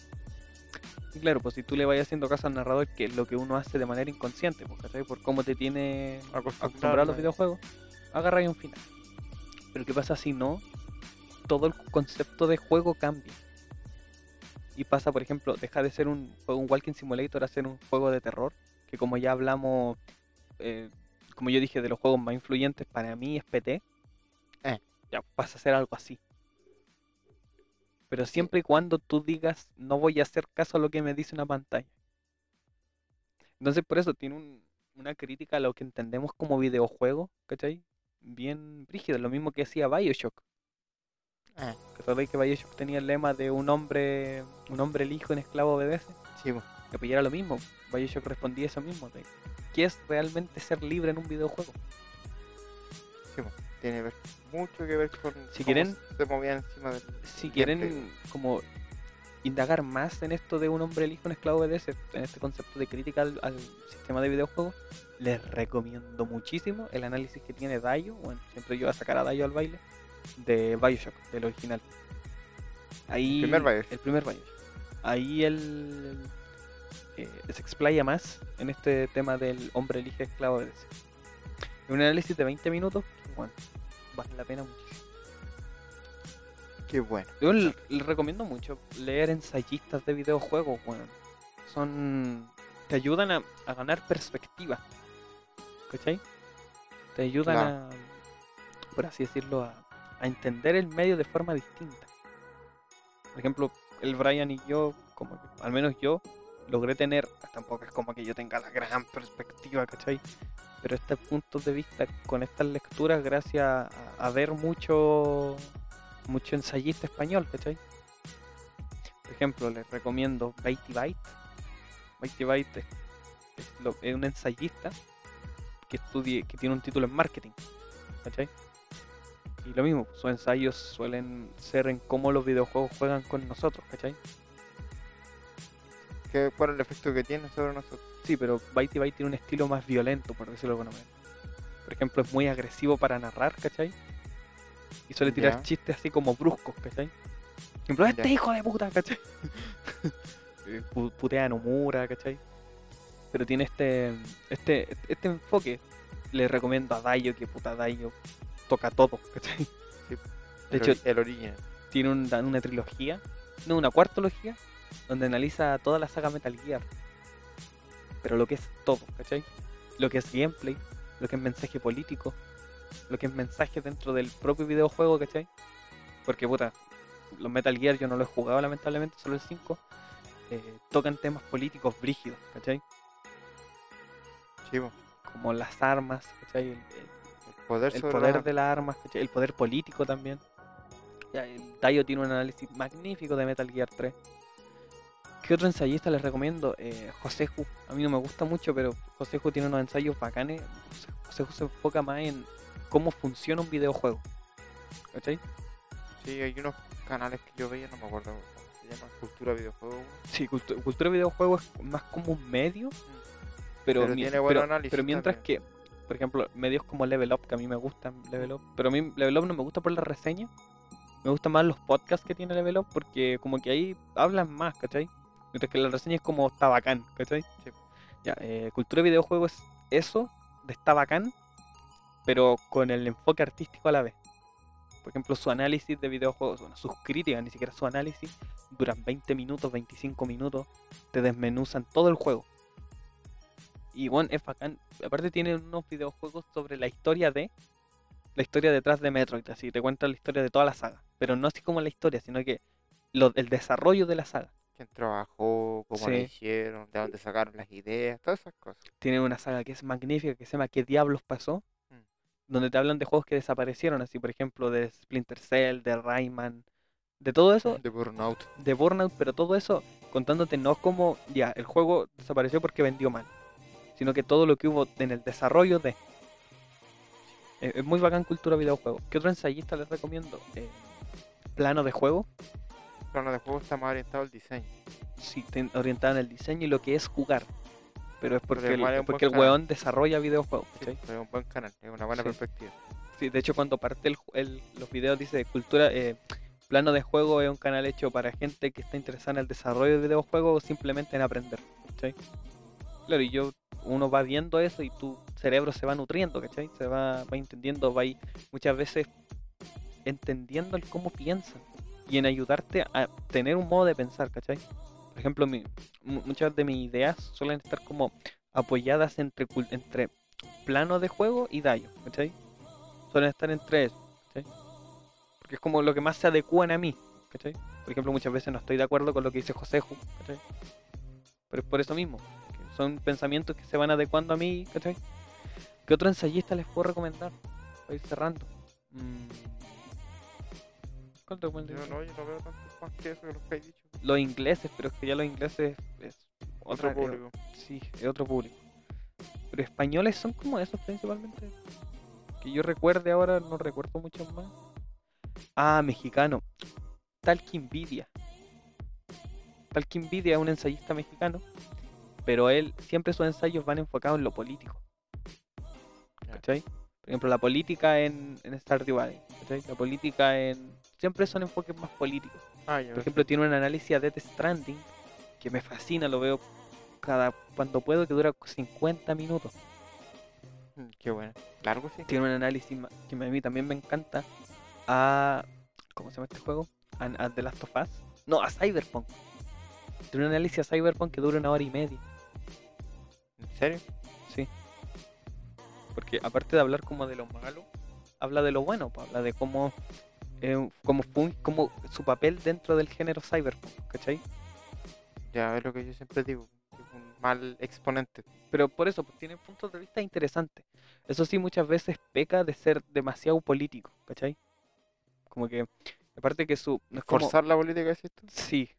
Y claro, pues si tú le vayas haciendo caso al narrador, que es lo que uno hace de manera inconsciente, pues, ¿cachai? Por cómo te tiene acostumbrado a los videojuegos, agarra ahí un final. Pero ¿qué pasa si no? Todo el concepto de juego cambia. Y pasa, por ejemplo, deja de ser un, juego- un Walking Simulator a ser un juego de terror, que como ya hablamos, eh, como yo dije, de los juegos más influyentes para mí es PT.
Eh.
Ya pasa a ser algo así. Pero siempre y cuando tú digas, no voy a hacer caso a lo que me dice una pantalla. Entonces, por eso tiene un, una crítica a lo que entendemos como videojuego, ¿cachai? Bien brígida, lo mismo que hacía Bioshock.
Ah.
¿Te acordás que Bioshock tenía el lema de un hombre, un hombre el hijo, un esclavo obedece?
Sí, po.
Que pues ya era lo mismo. Bioshock respondía eso mismo. De, ¿Qué es realmente ser libre en un videojuego?
Sí, po. tiene ver- mucho que ver con
Si
cómo
quieren-
se movían encima del
Si
Gameplay,
quieren como indagar más en esto de un hombre el hijo, un esclavo obedece, en este concepto de crítica al, al sistema de videojuegos, les recomiendo muchísimo el análisis que tiene Dayo, bueno, siempre yo voy a sacar a Dayo al baile, de Bioshock, del original. Ahí,
primer Bioshock.
El primer Bioshock. Ahí él eh, se explaya más en este tema del hombre elige esclavo obedece. Un análisis de 20 minutos, que, bueno, vale la pena muchísimo.
qué bueno
Yo le, le recomiendo mucho leer ensayistas de videojuegos, weón. Son. te ayudan a, a ganar perspectiva. ¿Cachai? Te ayudan a. por así decirlo, a, a entender el medio de forma distinta. Por ejemplo, el Brian y yo, como que- al menos yo, logré tener. tampoco es como que yo tenga la gran perspectiva, ¿cachai? Pero estos puntos de vista, con estas lecturas, gracias a, a ver mucho mucho ensayista español, ¿cachai? Por ejemplo, les recomiendo Baity Byte. Baity Byte es, es lo- es un ensayista que estudie, que tiene un título en marketing, ¿cachai? Y lo mismo, sus ensayos suelen ser en cómo los videojuegos juegan con nosotros, ¿cachai?
¿Qué, cuál es el efecto que tiene sobre nosotros
Sí, pero Baity Byte tiene un estilo más violento, por decirlo de alguna manera. Por ejemplo, es muy agresivo para narrar, ¿cachai? Y suele tirar
Ya.
chistes así como bruscos, ¿cachai? Por ejemplo, este
Ya.
hijo de puta, ¿cachai? Eh, pu- Putea a Nomura, ¿cachai? Pero tiene este, este, este enfoque. Le recomiendo a Dayo, que puta Dayo toca todo, ¿cachai?
Sí. el,
De hecho,
ori- el origen
tiene un- una trilogía, no, una cuartología, donde analiza toda la saga Metal Gear. Pero lo que es todo, ¿cachai? Lo que es gameplay, lo que es mensaje político, lo que es mensaje dentro del propio videojuego, ¿cachai? Porque, puta, los Metal Gear yo no lo he jugado, lamentablemente, solo el 5. eh, tocan temas políticos brígidos, ¿cachai?
sí, po.
Como las armas, ¿cachai? El- el-
el poder
el
sobre
poder
la-
de las armas, ¿cachai? el poder político también. Ya, el Dayo tiene un análisis magnífico de Metal Gear 3. ¿Qué otro ensayista les recomiendo? Eh, José Ju. A mí no me gusta mucho, pero José Ju tiene unos ensayos bacanes. José- José Ju se enfoca más en cómo funciona un videojuego. ¿Cachai?
sí hay unos canales que yo veía no me acuerdo cómo se llama cultura videojuego
Sí, cultu- cultura de videojuego es más como un medio, pero,
Mm. Pero
mi-
tiene buen análisis
pero mientras
también.
que, por ejemplo, medios como Level Up, que a mí me gustan Level Up, pero a mí Level Up no me gusta por la reseña, me gustan más los podcasts que tiene Level Up porque como que ahí hablan más, ¿cachai? Mientras que la reseña es como está bacán, ¿cachai?
Sí.
Ya, eh, cultura de videojuego es eso, de está bacán, pero con el enfoque artístico a la vez. Por ejemplo, su análisis de videojuegos, bueno, sus críticas, ni siquiera su análisis, duran 20 minutos, 25 minutos, te desmenuzan todo el juego. Y bueno, es bacán. Aparte tiene unos videojuegos sobre la historia de... La historia detrás de Metroid, así te cuenta la historia de toda la saga. Pero no así como la historia, sino que lo- el desarrollo de la saga.
quién trabajó cómo
Sí.
lo hicieron de dónde sacaron las ideas todas esas cosas
Tiene una saga que es magnífica, que se llama ¿Qué diablos pasó?
Mm.
Donde te hablan de juegos que desaparecieron, así por ejemplo de Splinter Cell, de Rayman, de todo eso,
de burnout
de Burnout, pero todo eso contándote no como ya el juego desapareció porque vendió mal, sino que todo lo que hubo en el desarrollo de. Es es muy bacán cultura videojuego. ¿Qué otro ensayista les recomiendo? Eh, plano de juego,
plano de juego está más orientado al diseño
sí, te- orientado en el diseño y lo que es jugar. Pero es porque,
igual es
el,
un
porque el
buen canal.
weón desarrolla videojuegos.
sí,
¿cachai?
pero es un buen canal es una buena
Sí.
perspectiva
Sí, de hecho cuando parte el, ju- el- los videos dice cultura, eh, plano de juego es un canal hecho para gente que está interesada en el desarrollo de videojuegos o simplemente en aprender, ¿cachai? Claro, y yo, uno va viendo eso y tu cerebro se va nutriendo, ¿cachai? Se va, va entendiendo, va ahí muchas veces entendiendo el cómo piensan y en ayudarte a tener un modo de pensar, ¿cachai? Por ejemplo, mi- mu- muchas de mis ideas suelen estar como apoyadas entre, cul- entre plano de juego y daño, ¿cachai? suelen estar entre ellos, ¿cachai? Porque es como lo que más se adecúan a mí, ¿cachai? Por ejemplo, muchas veces no estoy de acuerdo con lo que dice José Ju, ¿cachai? Pero es por eso mismo, que son pensamientos que se van adecuando a mí, ¿cachai? ¿Qué otro ensayista les puedo recomendar? Voy a ir cerrando. Mm. ¿Cuál te
Yo
recomendaría?
no, yo no veo tanto más que eso que los que he dicho.
Los ingleses, pero es que ya los ingleses es
Otro
otra-
público.
Sí, es otro público. Pero españoles son como esos principalmente. Que yo recuerde ahora, no recuerdo muchos más. Ah, mexicano. Tal que envidia. Tal que envidia es un ensayista mexicano. Pero él, siempre sus ensayos van enfocados en lo político.
Ya.
¿Cachai? Por ejemplo, la política en, en Stardew Valley. ¿Cachai? La política en. Siempre son enfoques más políticos.
Ah, ya.
Por ejemplo, tiene un análisis a Death Stranding que me fascina, lo veo cada cuando puedo, que dura 50 minutos.
Mm, Qué bueno. Largo, sí.
Tiene un análisis ma- que me- a mí también me encanta a. ¿Cómo se llama este juego? A, a The Last of Us. No, a Cyberpunk. Tiene un análisis a Cyberpunk que dura una hora y media.
¿En serio?
Sí. Porque aparte de hablar como de lo malo, habla de lo bueno, pues, habla de cómo, eh, cómo, fun- cómo su papel dentro del género Cyberpunk, ¿cachai?
Ya es lo que yo siempre digo. que Es un mal exponente.
pero por eso pues, tiene puntos de vista interesantes. Eso sí, muchas veces peca de ser demasiado político, ¿cachai? Como que, aparte que su... No es como-
¿Forzar la política es esto?
Sí.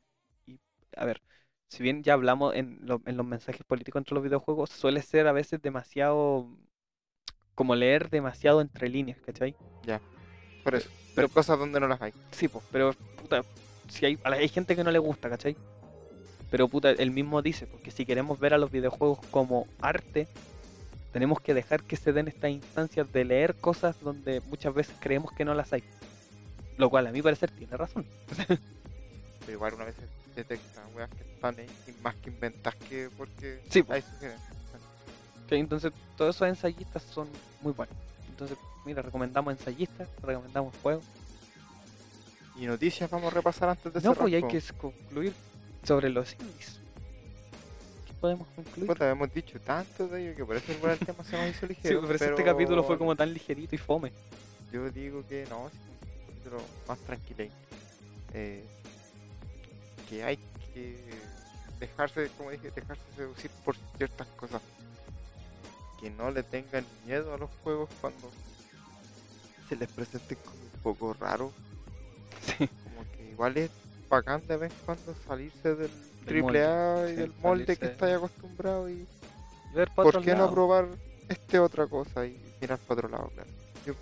Y, a ver, si bien ya hablamos en, lo- en los mensajes políticos entre los videojuegos, suele ser a veces demasiado... Como leer demasiado entre líneas, ¿cachai?
Por eso. Pero,
pero-
cosas donde no las hay.
Sí, pues, pero puta, si hay, a la- hay gente que no le gusta, ¿cachai? Pero puta, él mismo dice, porque si queremos ver a los videojuegos como arte, tenemos que dejar que se den estas instancias de leer cosas donde muchas veces creemos que no las hay. Lo cual a mi parecer tiene razón.
Pero igual una vez se detecta weas que están ahí y más que inventas que porque
Sí, pues.
ahí sugieren.
¿cachai? Entonces todos esos ensayistas son muy buenos. Entonces, mira, recomendamos ensayistas, recomendamos juegos.
Y noticias vamos a repasar antes de
No,
cerrar,
pues y hay
po.
que s- concluir sobre los indies. ¿Qué podemos concluir?
Puta, hemos dicho tanto de ello que por eso igual el tema se nos hizo
Sí,
ligero.
pero este capítulo fue
pero
como tan ligerito y fome.
Yo digo que no, es un capítulo más tranquilo. Eh, que hay que dejarse, como dije, dejarse seducir por ciertas cosas. Que no le tengan miedo a los juegos cuando se les presenten como un poco raro.
Sí.
Como que igual es bacán de vez en cuando salirse del
Del
triple A y
sí,
del molde que
salirse.
estáis acostumbrado y
Ver pa'
¿Por
otros
qué no
lados.
probar este otra cosa y mirar para otro lado? Claro. Yo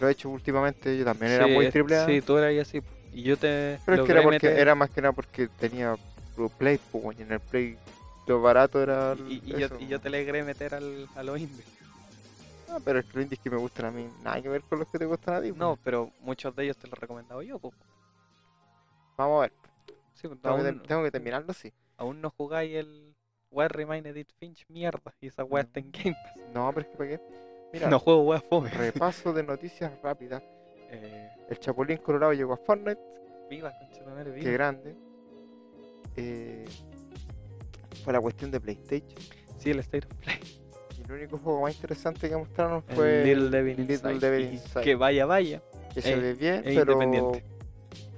lo he hecho últimamente, yo también era
Sí,
muy
es-
triple A.
Sí, tú eras ahí así. po. Y yo te.
pero es que
logré
era, porque,
meter-
era más que nada porque tenía puro Play, pues, weón, y en el Play lo barato era.
Y, y- y
eso.
yo, y yo te logré meter al, a los indies.
Ah, pero es que los indies que me gustan a mí, nada que ver con los que te gustan a ti. pues.
No, pero muchos de ellos te los he recomendado yo. po.
Vamos a ver,
Sí, po,
tengo, que,
aún,
ter- tengo que terminarlo, sí.
aún no jugáis el Where Remain Edit Finch, mierda. Y esa weá está en Game Pass.
No, pero es que para qué. Mm. Mira,
No juego weá fome.
repaso de noticias rápidas.
Eh,
El Chapulín Colorado llegó a Fortnite.
viva, conchetumare,
Qué
viva.
grande. Eh, fue la cuestión de PlayStation.
Sí, el State of Play.
Y el único juego más interesante que mostraron
El
fue
Little Devil
Little
Inside.
Devil
y-
Inside.
Que vaya, vaya.
que se
eh,
ve bien,
es
pero
independiente.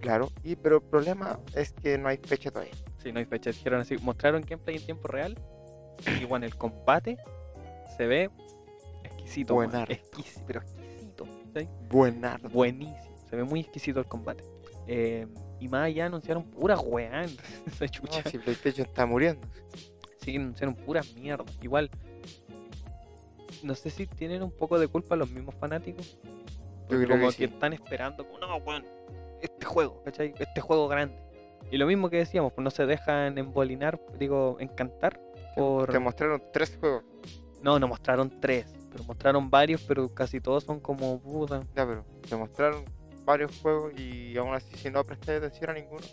claro. Y pero el problema es que no hay fecha todavía.
Sí, no hay fecha. Dijeron así. Mostraron gameplay en tiempo real. Y bueno, el combate se ve exquisito. weón,
Buenardo.
exquisi- pero exquisito. ¿cachai?
Buenardo.
Buenísimo. Se ve muy exquisito el combate. Eh, y más allá anunciaron puras weá. Esa
No,
chucha.
si PlayStation está muriendo.
Sí, anunciaron puras mierdas. Igual. No sé si tienen un poco de culpa los mismos fanáticos.
Yo
Porque
creo
como
que
que,
sí.
están esperando, como, no, weón, este juego, ¿cachai? Este juego grande. Y lo mismo que decíamos, pues no se dejan embolinar, digo, encantar por...
Te mostraron tres juegos.
No, no mostraron tres, pero mostraron varios, pero casi todos son como puta.
Ya, pero te mostraron varios juegos y aún así si no presté atención a ninguno.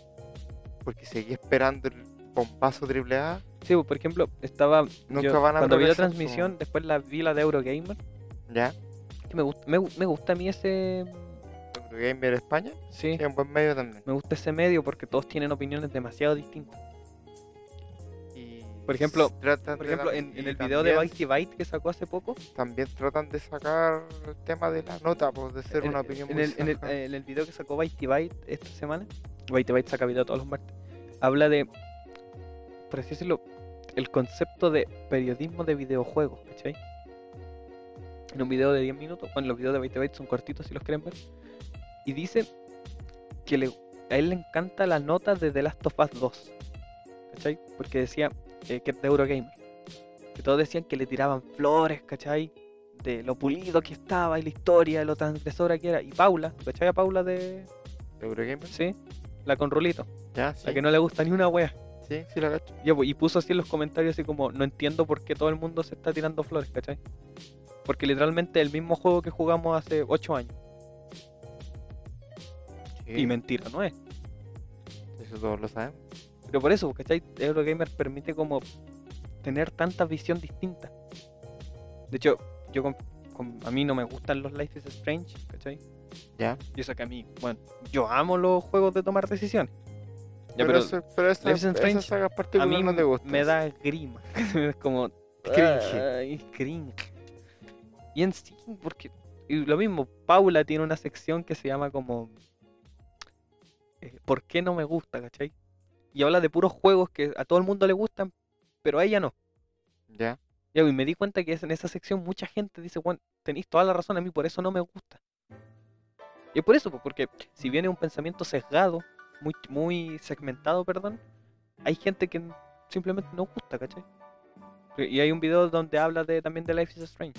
Porque seguí esperando el bombazo AAA.
Sí, pues, por ejemplo, estaba.
Nunca
yo-
van a
Cuando vi la
progresar,
transmisión, después la vi la de Eurogamer.
Ya.
Que me, gusta, me, gu- me gusta a mí ese.
Eurogamer España.
Sí,
Sí, un buen medio también.
me gusta ese medio porque todos tienen opiniones demasiado distintas.
y
Por ejemplo-
tratan
Por
de
ejemplo,
tam-
en, en
y
el video de
también-
Bitey Byte que sacó hace poco,
también tratan de sacar el tema de la nota, pues de ser
en-
una opinión
en
muy
el, en, el, eh,
zanja.
en el video que sacó Byte Byte esta semana, Byte Byte saca video todos los martes, habla de, por así decirlo, el concepto de periodismo de videojuegos, ¿cachai? En un video de 10 minutos, bueno, los videos de 20 bytes son cortitos si los quieren ver. Y dice que le- a él le encanta las notas de The Last of Us 2, ¿cachai? Porque decía eh, que es de Eurogamer. Que todos decían que le tiraban flores, ¿cachai? De lo pulido que estaba y la historia, lo transgresora que era. Y Paula, ¿cachai? A Paula de.
¿De Eurogamer?
Sí, la con Rulito,
Ya, sí.
la eh, que no le gusta ni una wea.
Sí, sí la cacho.
Ya, pues, y puso así en los comentarios así como, no entiendo por qué todo el mundo se está tirando flores, ¿cachai? Porque literalmente el mismo juego que jugamos hace 8 años. Y mentira, ¿no es?
Eso todos lo sabemos.
Pero por eso, pues, ¿cachai? Eurogamer permite como tener tanta visión distinta. De hecho, yo con- con- a mí no me gustan los Life is Strange, ¿cachai?
Ya.
Y eso que a mí, bueno, yo amo los juegos de tomar decisiones. Ya,
pero,
pero
eso, pero esa,
Life is Strange,
esa saga
a
particular
mí
no te gusta.
me da grima. es como
Cringe.
Ay, cringe. Y en sí, porque. Y lo mismo, Paula tiene una sección que se llama como. eh, ¿Por qué no me gusta, cachai? Y habla de puros juegos que a todo el mundo le gustan, pero a ella no.
Ya.
Ya, Y me di cuenta que es- en esa sección mucha gente dice, bueno, tenéis toda la razón, a mí por eso no me gusta. Y es por eso, pues, porque si viene un pensamiento sesgado, muy, muy segmentado, perdón, hay gente que n- simplemente no gusta, ¿cachai? Y- Y hay un video donde habla de, también de Life is Strange.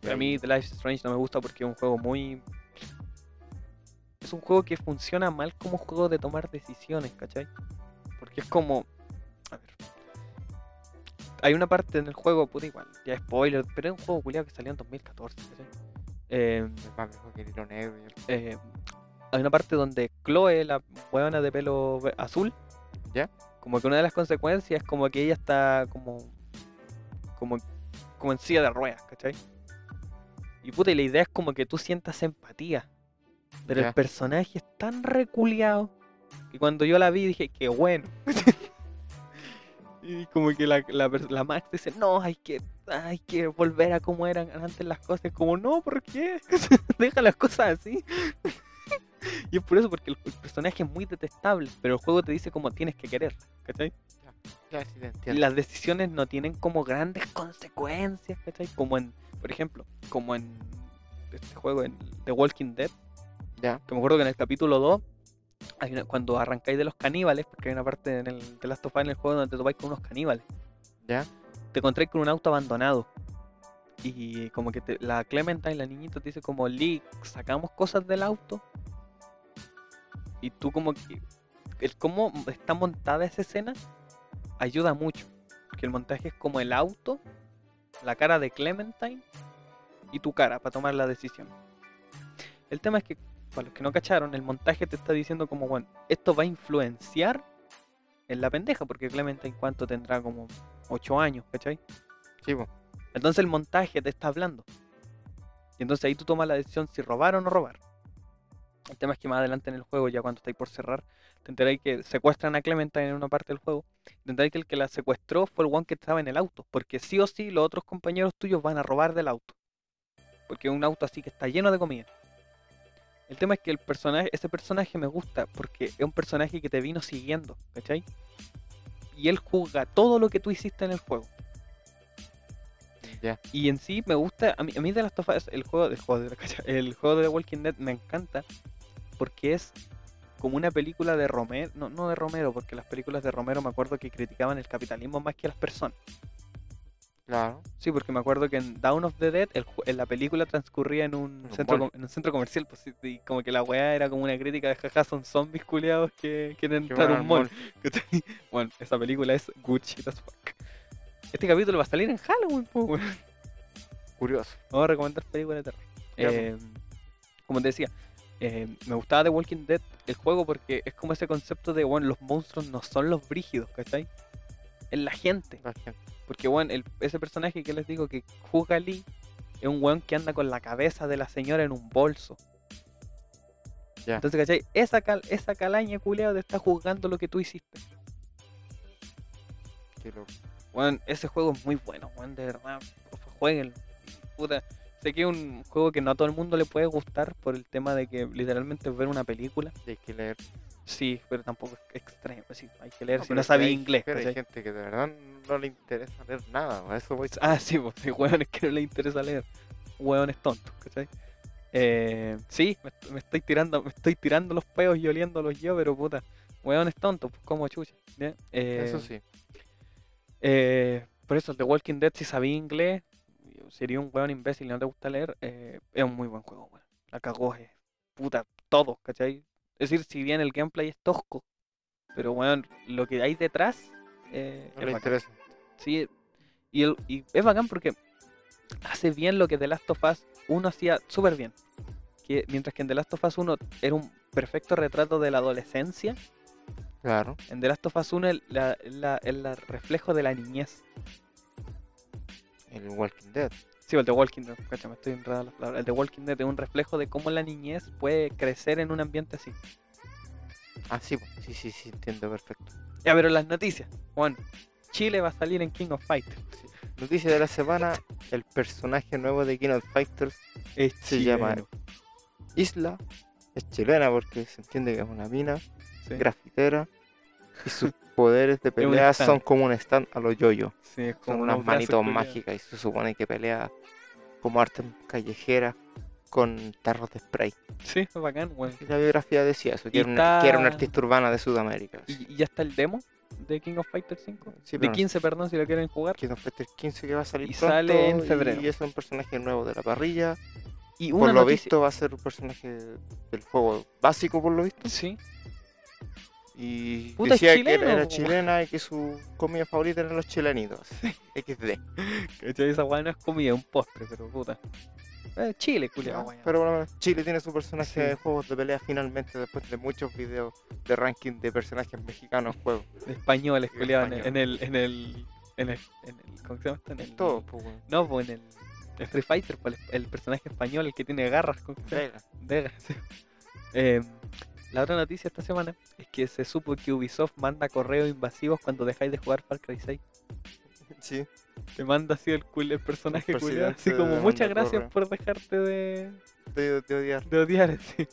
Pero a mí The Life is Strange no me gusta porque es un juego muy... Es un juego que funciona mal como juego de tomar decisiones, ¿cachai? Porque es como... A ver. Hay una parte en el juego, puta igual, ya spoiler, pero es un juego culiado que salió en 2014, ¿cachai? Eh,
Es más viejo que el hilo negro. yo-
eh, hay una parte donde Chloe, la huevona de pelo ve- azul,
¿Ya?
como que una de las consecuencias es como que ella está como como como en silla de ruedas, ¿cachai? Y puta, y la idea es como que tú sientas empatía. Pero
Ya.
el personaje es tan reculeado que cuando yo la vi dije, qué bueno. y como que la, la, pers- la Max dice, no, hay que, hay que volver a como eran antes las cosas. Como, no, ¿por qué? Deja las cosas así. y es por eso, porque el, el personaje es muy detestable, pero el juego te dice como tienes que querer, ¿cachai?
Ya, sí te
y
entiendo.
las decisiones no tienen como grandes consecuencias, ¿cachai? Como en, por ejemplo, como en este juego, en The Walking Dead,
Ya.
que me acuerdo que en el capítulo 2, hay una- cuando arrancáis de los caníbales, porque hay una parte en el The Last of Us en el juego donde te topáis con unos caníbales,
Ya.
te encontráis con un auto abandonado. Y como que te- la Clementine, la niñita, te dice como, Lee, sacamos cosas del auto. Y tú como que... El cómo está montada esa escena ayuda mucho. Porque el montaje es como el auto, la cara de Clementine y tu cara para tomar la decisión. El tema es que, para los que no cacharon, el montaje te está diciendo como, bueno, esto va a influenciar en la pendeja, porque Clementine cuánto tendrá como 8 años, ¿cachai?
Sí, po.
Entonces el montaje te está hablando. Y entonces ahí tú tomas la decisión si robar o no robar. El tema es que más adelante en el juego, ya cuando estáis por cerrar, te enteráis que secuestran a Clementine en una parte del juego. Te enteráis que el que la secuestró fue el one que estaba en el auto. Porque sí o sí los otros compañeros tuyos van a robar del auto. Porque es un auto así que está lleno de comida. El tema es que el personaje, ese personaje me gusta porque es un personaje que te vino siguiendo, ¿cachai? Y él juzga todo lo que tú hiciste en el juego.
Ya.
Y en sí me gusta, a mí, a mí de las tofas, el juego, el juego, de la cacha- el juego de The Walking Dead me encanta porque es como una película de Romero, no, no de Romero, porque las películas de Romero me acuerdo que criticaban el capitalismo más que a las personas.
Claro.
Sí, porque me acuerdo que en Down of the Dead el ju- en la película transcurría en un,
En un
centro,
mall.
com- en un centro comercial pues, y- y como que la weá era como una crítica de jaja, son zombies culiados que quieren
Qué
entrar
bueno,
a un mall.
amor.
¿Cachai? bueno, esa película es Gucci as fuck. Este capítulo va a salir en Halloween, pues, weón.
Curioso.
Vamos a recomendar películas de terror.
Ya, pues. po.
Eh, como te decía, eh, me gustaba The Walking Dead el juego porque es como ese concepto de, bueno, los monstruos no son los brígidos, ¿cachai? Es la gente.
La gente.
Porque, bueno, el- ese personaje que les digo que juzga a Lee es un weón que anda con la cabeza de la señora en un bolso.
Ya.
Entonces, ¿cachai? Esa, cal- esa calaña culeo te está juzgando lo que tú hiciste.
Qué loco.
Weón, ese juego es muy bueno, weón, de verdad. Porfa, jueguenlo. Puta, sé que es un juego que no a todo el mundo le puede gustar por el tema de que literalmente es ver una película.
Y hay que leer.
Sí, pero tampoco es extremo. sí, hay que leer si
pero
no
es que
sabía
hay-
inglés.
pero hay
¿cachai?
gente que de verdad no le interesa leer nada, a eso voy.
Ah, sí, pues sí, hueones que no les interesa leer. Hueones tontos, ¿cachai? Eh, sí, me, est- me estoy tirando, me estoy tirando los peos y oliéndolos yo, pero puta, hueones tontos, pues como chucha. ¿ya? Eh,
Eso sí.
eh, por eso, The Walking Dead, si sabía inglés, sería un hueón imbécil y no te gusta leer, eh, es un muy buen juego, weón. La cagó, eh, puta, todo, ¿cachai? Es decir, si bien el gameplay es tosco, pero weón, lo que hay detrás eh,
No
es
le
bacán.
interesa.
Sí, y, el- y es bacán porque hace bien lo que The Last of Us 1 hacía súper bien. Que, mientras que en The Last of Us 1 era un perfecto retrato de la adolescencia,
Claro.
en The Last of Us 1 el- la- la- el reflejo de la niñez.
El Walking Dead.
Sí, el de Walking Dead, cacha, me estoy enredando las palabras. El de Walking Dead es un reflejo de cómo la niñez puede crecer en un ambiente así.
Ah, sí, po. sí, sí, sí, entiendo perfecto.
Ya, pero las noticias. Bueno, Chile va a salir en King of Fighters.
Noticia de la semana: el personaje nuevo de King of Fighters
Es
se llama Isla. Es chilena porque se entiende que es una mina
Sí,
grafitera y sus poderes de
un
pelea
stand.
son como un stand a los yoyos.
sí, es como
Son unas
unos brazos
manitos
culiados.
mágicas y se supone que pelea como artes callejeras con tarros de spray.
Sí, es bacán, weón.
Y la biografía decía eso, que
Y
era, una, que era una
está-
artista urbana de Sudamérica.
¿Y, y ya está el demo de King of Fighters 5?
Sí,
de
pero no-
15, perdón, si lo quieren jugar.
King of Fighters 15 que va a salir
Y
pronto
sale en febrero.
y es un personaje nuevo de la parrilla.
Y
Por
una
lo
noticia-
visto va a ser un personaje del juego básico por lo visto.
Sí,
Y
Puta, es
decía que
chileno,
era, era
po.
chilena y que su comida favorita eran los chilenitos. XD.
¿cachai? Esa weá no es comida, es un postre, pero puta. Eh, Chile,
Ya,
culiado,
Pero bueno, Chile tiene su personaje
Sí.
de juegos de pelea finalmente después de muchos videos de ranking de personajes mexicanos en juegos.
Españoles,
Y
culiado, en el.
español.
En el, en el, en el, en el- ¿Cómo se llama esto? En el.
En todo, pues, weón.
No, pues en el. Street Fighter, pues, el, el personaje español, el que tiene garras, ¿cómo se llama?
Verga.
Vega, sí. Em, la otra noticia esta semana es que se supo que Ubisoft manda correos invasivos cuando dejáis de jugar Far Cry 6.
Sí,
Te manda así el, cul- el personaje culiado,
presidente
así como
le
muchas
manda
gracias por dejarte de,
te, te odiar.
de odiar. así.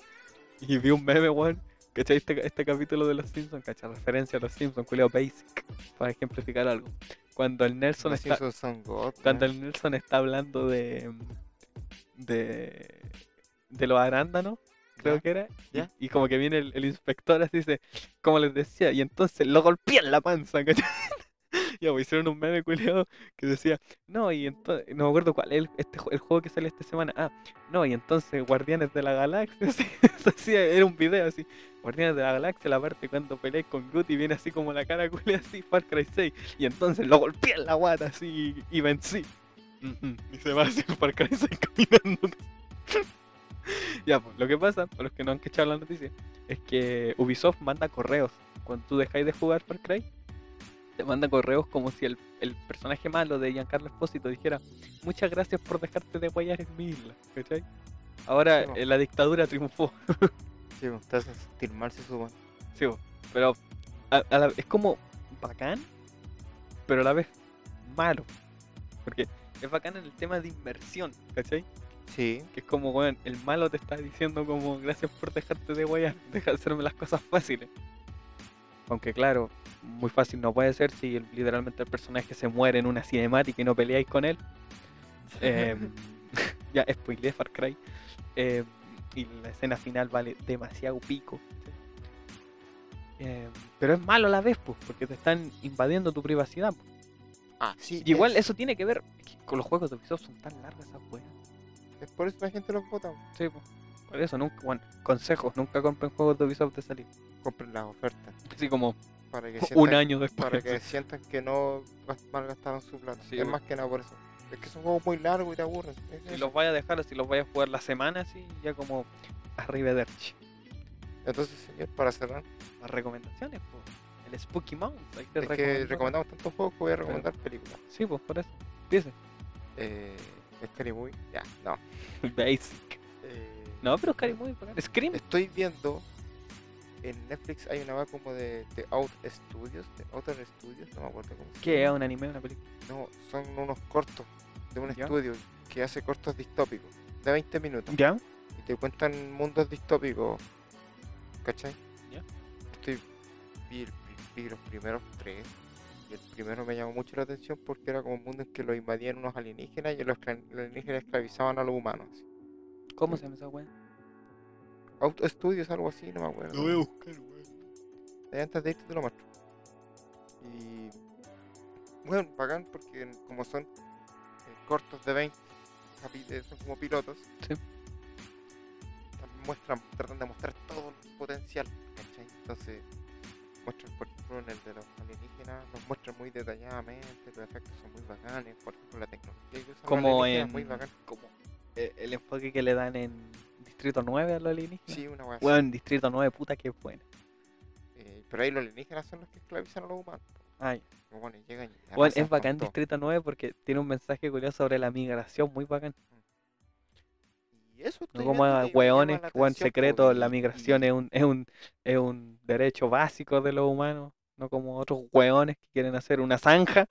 Y vi un meme, weón. ¿Cachai? Este, este capítulo de Los Simpsons, ¿cachai? Referencia a Los Simpsons, culiao basic. Para ejemplificar algo. Cuando el Nelson
Los
está,
Simpsons son God,
cuando
man.
el Nelson está hablando de de de los arándanos creo
Ya.
que era y-
ya.
y, como que viene el, el inspector así dice como les decía y entonces lo golpean la panza ¿cachai? ya pues, hicieron un meme culiado que decía no y entonces no me acuerdo cuál es el, este ju- el juego que sale esta semana ah no y entonces Guardianes de la Galaxia así, así, era un video así Guardianes de la Galaxia la parte cuando peleé con Groot y viene así como la cara culia así Far Cry 6 y entonces lo golpeé en la guata así y vencí. Ujú, Y se va así para caerse caminando. ya, pues, lo que pasa, para los que no han cachado la noticia, es que Ubisoft manda correos. Cuando tú dejáis de jugar Far Cry, te manda correos como si el, el personaje malo de Giancarlo Espósito dijera Muchas gracias por dejarte de guayar en mi isla, ¿cachai? Ahora
Sí, po.
eh, la dictadura triunfó.
Sí, pues, te hacen sentir mal si suban.
Sí, bo, pero a- a la- es como bacán, pero a la vez malo. Porque es bacán en el tema de inversión, ¿cachai?
Sí,
Que es como, weón, el malo te está diciendo como, gracias por dejarte de guayar, deja de hacerme las cosas fáciles. Aunque claro, muy fácil no puede ser si el- literalmente el personaje se muere en una cinemática y no peleáis con él. Em, ya, spoileé Far Cry. Em, y la escena final vale demasiado pico. Em, pero es malo a la vez, pues, porque te están invadiendo tu privacidad. pues.
Ah, sí.
Y igual
es,
eso tiene que ver es que con los juegos de Ubisoft, son tan largas esas weas.
es por eso la gente los vota.
Sí, po. por eso, nunca, bueno, consejos, nunca compren juegos de Ubisoft de salir.
Compren las ofertas.
Así como
Para que
un
sientan-
año después.
para que sientan que no gas- malgastaron su plata.
Sí,
es
bo.
más que nada por eso. Es que son juegos muy largos y te aburren. Es
Si
eso.
los vaya a dejar, si los vaya a jugar la semana, así, ya como arrivederci.
Entonces, señor, para cerrar,
Las recomendaciones, po. El Spooky Mount, ahí te
es que
recomendamos.
recomendamos tantos juegos que voy a recomendar películas.
Sí, pues por eso. Dice.
Eh, Scary Movie, ya, no.
Basic.
Eh,
No, pero Scary Movie, bacán. Scream.
Estoy viendo en Netflix hay una va como de, de Out Studios, de Outer Studios, no me acuerdo cómo. se
¿Qué es
llama.
un anime, una película?
No, son unos cortos de un
¿Ya?
estudio que hace cortos distópicos de 20 minutos
¿Ya?
y te cuentan mundos distópicos, ¿cachai?
¿Ya?
estoy vi, el pri- vi los primeros tres. Y el primero me llamó mucho la atención porque era como un mundo en que lo invadían unos alienígenas y los, clan- los alienígenas esclavizaban a los humanos. así.
¿Cómo se llama esa weá?
Autoestudios, algo así, no me acuerdo.
Lo voy a buscar, weón.
Ahí antes de irte te lo muestro. Y. Bueno, bacán porque en- como son eh, cortos de 20, capi- eh, son como pilotos.
Sí.
También muestran, tratan de mostrar todo el potencial, ¿cachai? Entonces, muestran, por ejemplo, en el de los alienígenas, los muestran muy detalladamente, los efectos son muy bacanes, por ejemplo, la tecnología que usan los
Como
alienígenas
en.
es muy bacán.
Como eh, el enfoque que le dan en Distrito 9 a los alienígenas.
Sí, una weá así.
Weón, Distrito 9, puta que bueno.
Eh, pero ahí los alienígenas son los que esclavizan a los humanos.
Ay,
Bueno, y llegan y
weón,
arrasan con
es bacán
todo.
Distrito 9 porque tiene un mensaje curioso sobre la migración, muy bacán.
Y eso
No
estoy
como
viendo
a
que me
weones,
llama la
weón
atención,
secreto,
po,
la
y-
migración
y-
es un, es un, es un derecho básico de los humanos, no como otros weones que quieren hacer una zanja.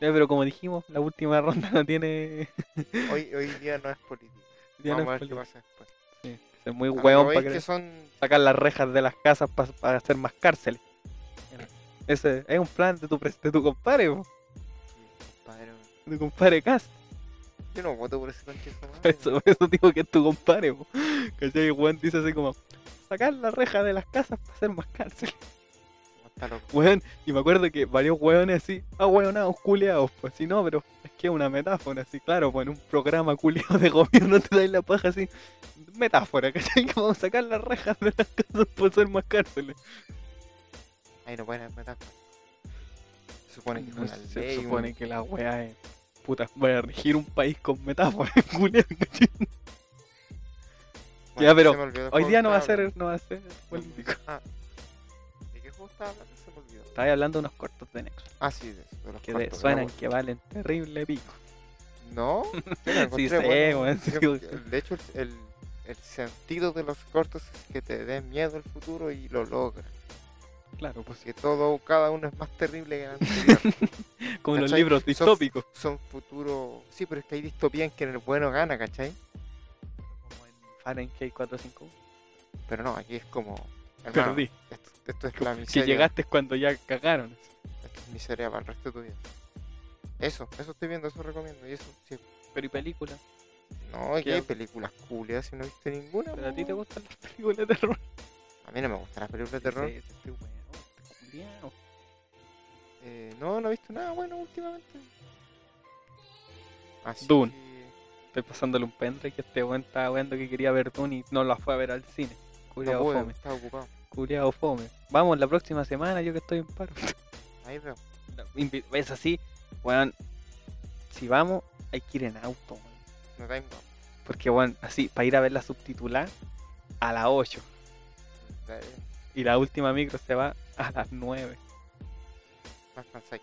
Ya, pero como dijimos, la última ronda no tiene.
Hoy, hoy día no es política.
ya no
Vamos a
es
ver qué
poli-
pasa Ah, después.
sí, es muy
A lo
weón
que voy
para
es que son.
sacar las rejas de las casas para hacer más cárceles. Ese es un plan de tu, pres- de tu compadre, po,
Compadre,
de tu compadre Cast.
yo no voto por ese conche de su madre.
Eso, eso digo que es tu compadre, po. ¿cachai? El weón dice así como: sacar las rejas de las casas para hacer más cárceles.
no Está loco.
Weón, y me acuerdo que varios weones así, ah, weonados, culeados, pues si no, pero es que es una metáfora, así, claro, pues en un programa culeado de gobierno te dais la paja así, metáfora, ¿cachai? Que vamos a sacar las rejas de las casas por ser más cárceles.
Ahí no pueden haber metáforas. Se supone que es una
se
ley.
supone
un-
que la weá es, puta, voy a regir un país con metáforas, culeados, ¿cachai?
bueno,
Ya, pero
se me olvidó el
Hoy
juego
día no va a
que estaba
ser, no va a ser político.
hablando. Ah, ¿De qué juego estaba hablando? Se me olvidó.
Estaba hablando de unos cortos de Nexus,
Ah, sí, de, eso, de los
que de-
cortos, de la
suenan,
web.
que valen terrible pico.
No, yo lo
Sí
encontré
sé,
bueno.
weón, sí,
Yo-
weón.
De hecho, el, el, el sentido de los cortos es que te den miedo el futuro y lo logran.
Claro, pues
Que todo, cada uno es más terrible que el anterior.
como los
¿Cachai?
libros
Son-
distópicos.
Son futuro. Sí, pero es que hay distopía en que el bueno gana, ¿cachai?
Como en Fahrenheit 451.
Pero no, aquí es como. hermano,
Perdí.
Esto, esto es la
Que
miseria.
llegaste cuando ya cagaron.
Esto es miseria para el resto de tu vida. Eso, eso estoy viendo, eso recomiendo. Y eso, sí.
Pero y películas.
No, y
¿Qué?
hay películas culias si no he visto ninguna.
Pero a ti
po.
te gustan las películas de terror.
A mí no me gustan las películas de terror.
Dice, este weón, este culiao.
Eh, no, no he visto nada bueno últimamente. Así
Dune.
que-
Estoy pasándole un pendrive que este weón estaba viendo que quería ver Dune y no la fue a ver al cine.
No
Culiado
puedo,
fome.
estaba ocupado.
Culiado fome. Vamos la próxima semana, yo que estoy en paro.
Ahí veo.
No, invi- Es así, weón. Si vamos, hay que ir en auto, weón.
No tengo.
Porque, weón, así, para ir a ver la subtitular a las 8.
Eh,
Y la última micro se va a las 9.
No alcancé.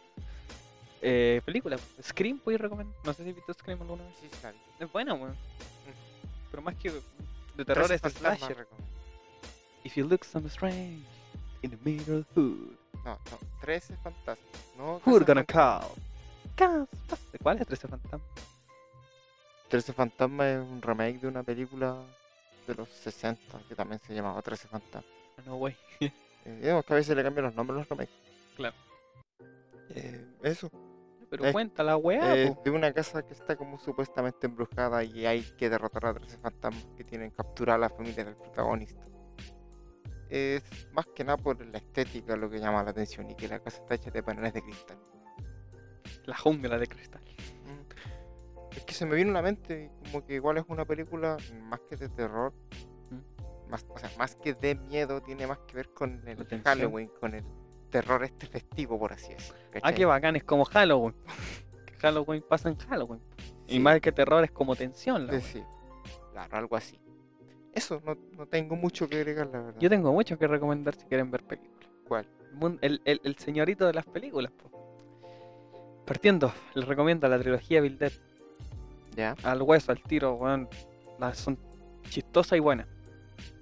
Eh, película. Scream, ¿puedes recomendar? No sé si viste Scream alguna vez.
Sí, sí, la vi.
Es buena, weón. Pero más que de terror
Trece
es de
fantasmas
slasher.
recomiendo.
If you look some strange in the middle of hood,
No, no. 13 fantasmas. No,
who are
Trece
gonna
Fantasmas.
call? Ghostbusters. ¿Cuál es 13 Fantasmas?
13 fantasmas es un remake de una película de los 60 que también se llamaba 13 fantasmas.
Ah, No, güey.
Eh, digamos que a veces le cambian los nombres a los remakes.
Claro.
Eh, eso.
Pero
Eh,
cuenta la weá,
Eh,
po.
de una casa que está como supuestamente embrujada y hay que derrotar a 13 fantasmas que tienen capturada a la familia del protagonista. Es más que nada por la estética lo que llama la atención y que la casa está hecha de paneles de cristal.
La jungla de cristal. Ah,
Mm. Es que se me vino a la mente como que igual es una película más que de terror, más, o sea, más que de miedo, tiene más que ver con el
Mm. La tensión.
Halloween, con el terror este festivo, por así decirlo.
Ah,
¿cachai?
qué bacán, es como Halloween. Que Halloween pasa en Halloween.
Sí.
Y más que terror es como tensión. la
Sí,
weá.
sí. Claro, algo así. Eso, no, no tengo mucho que agregar, la verdad.
Yo tengo mucho que recomendar si quieren ver películas.
¿Cuál?
El mun- El, el- el señorito de las películas, po. Partiendo, les recomiendo la trilogía Bill Dead,
¿Ya?
al hueso, al tiro, weón. Las son chistosas y buenas.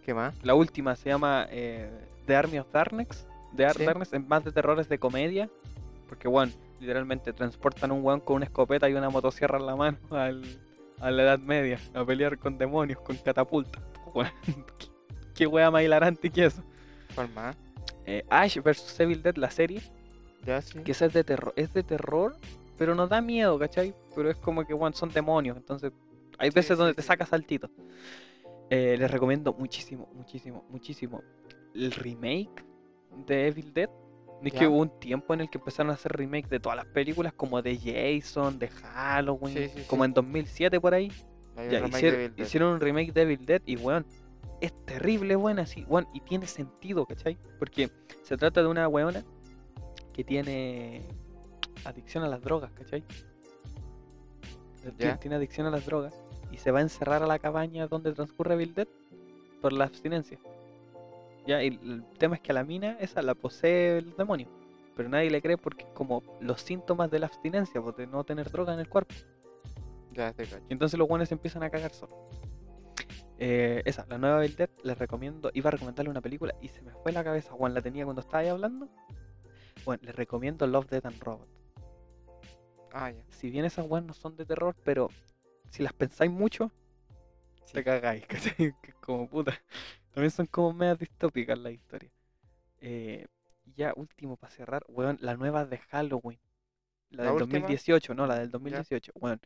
¿Qué más?
La última se llama eh, The Army of Darkness. The Ar
Sí.
Darkness en más de terrores de comedia. Porque, weón, literalmente transportan a un weón con una escopeta y una motosierra en la mano al- a la Edad Media a pelear con demonios, con catapultas. Weón, qué, qué wea más hilarante que eso.
¿Cuál más?
eh, Ash vs Evil Dead, la serie,
Ya, sí.
que esa es de terror, es de terror, pero nos da miedo, ¿cachai? Pero es como que weón, son demonios, entonces hay
Sí,
veces
sí,
donde te
sí.
sacas saltito. Eh, les recomiendo muchísimo, muchísimo, muchísimo el remake de Evil Dead. Es que
Ya.
hubo un tiempo en el que empezaron a hacer remake de todas las películas, como de Jason, de Halloween,
Sí, sí,
como
sí.
en 2007 por ahí.
Hay un
Ya,
remake de
hicier-
Evil Dead.
hicieron un remake de Evil Dead y weón, es terrible weón así, weón, y tiene sentido, ¿cachai? Porque se trata de una weona que tiene adicción a las drogas, ¿cachai? Tien-
Ya.
Tiene adicción a las drogas y se va a encerrar a la cabaña donde transcurre Evil Dead por la abstinencia. Ya, y el tema es que a la mina esa la posee el demonio, pero nadie le cree porque es como los síntomas de la abstinencia, pues, de no tener droga en el cuerpo.
Ya, te cacho.
Y entonces los buenos empiezan a cagar solos. Eh, esa, la nueva Evil Dead, les recomiendo. Iba a recomendarle una película y se me fue la cabeza. Juan la tenía cuando estaba ahí hablando. Bueno, les recomiendo Love, Death and Robot.
Ah, ya.
Si bien esas weas no son de terror, pero si las pensáis mucho,
Sí.
te cagáis, ¿cachai? Que es Como puta. También son como medias distópicas las historias. Eh, y ya último, para cerrar, weón, la nueva de Halloween.
¿La
La, del
última?
2018, no, la del 2018. Weón,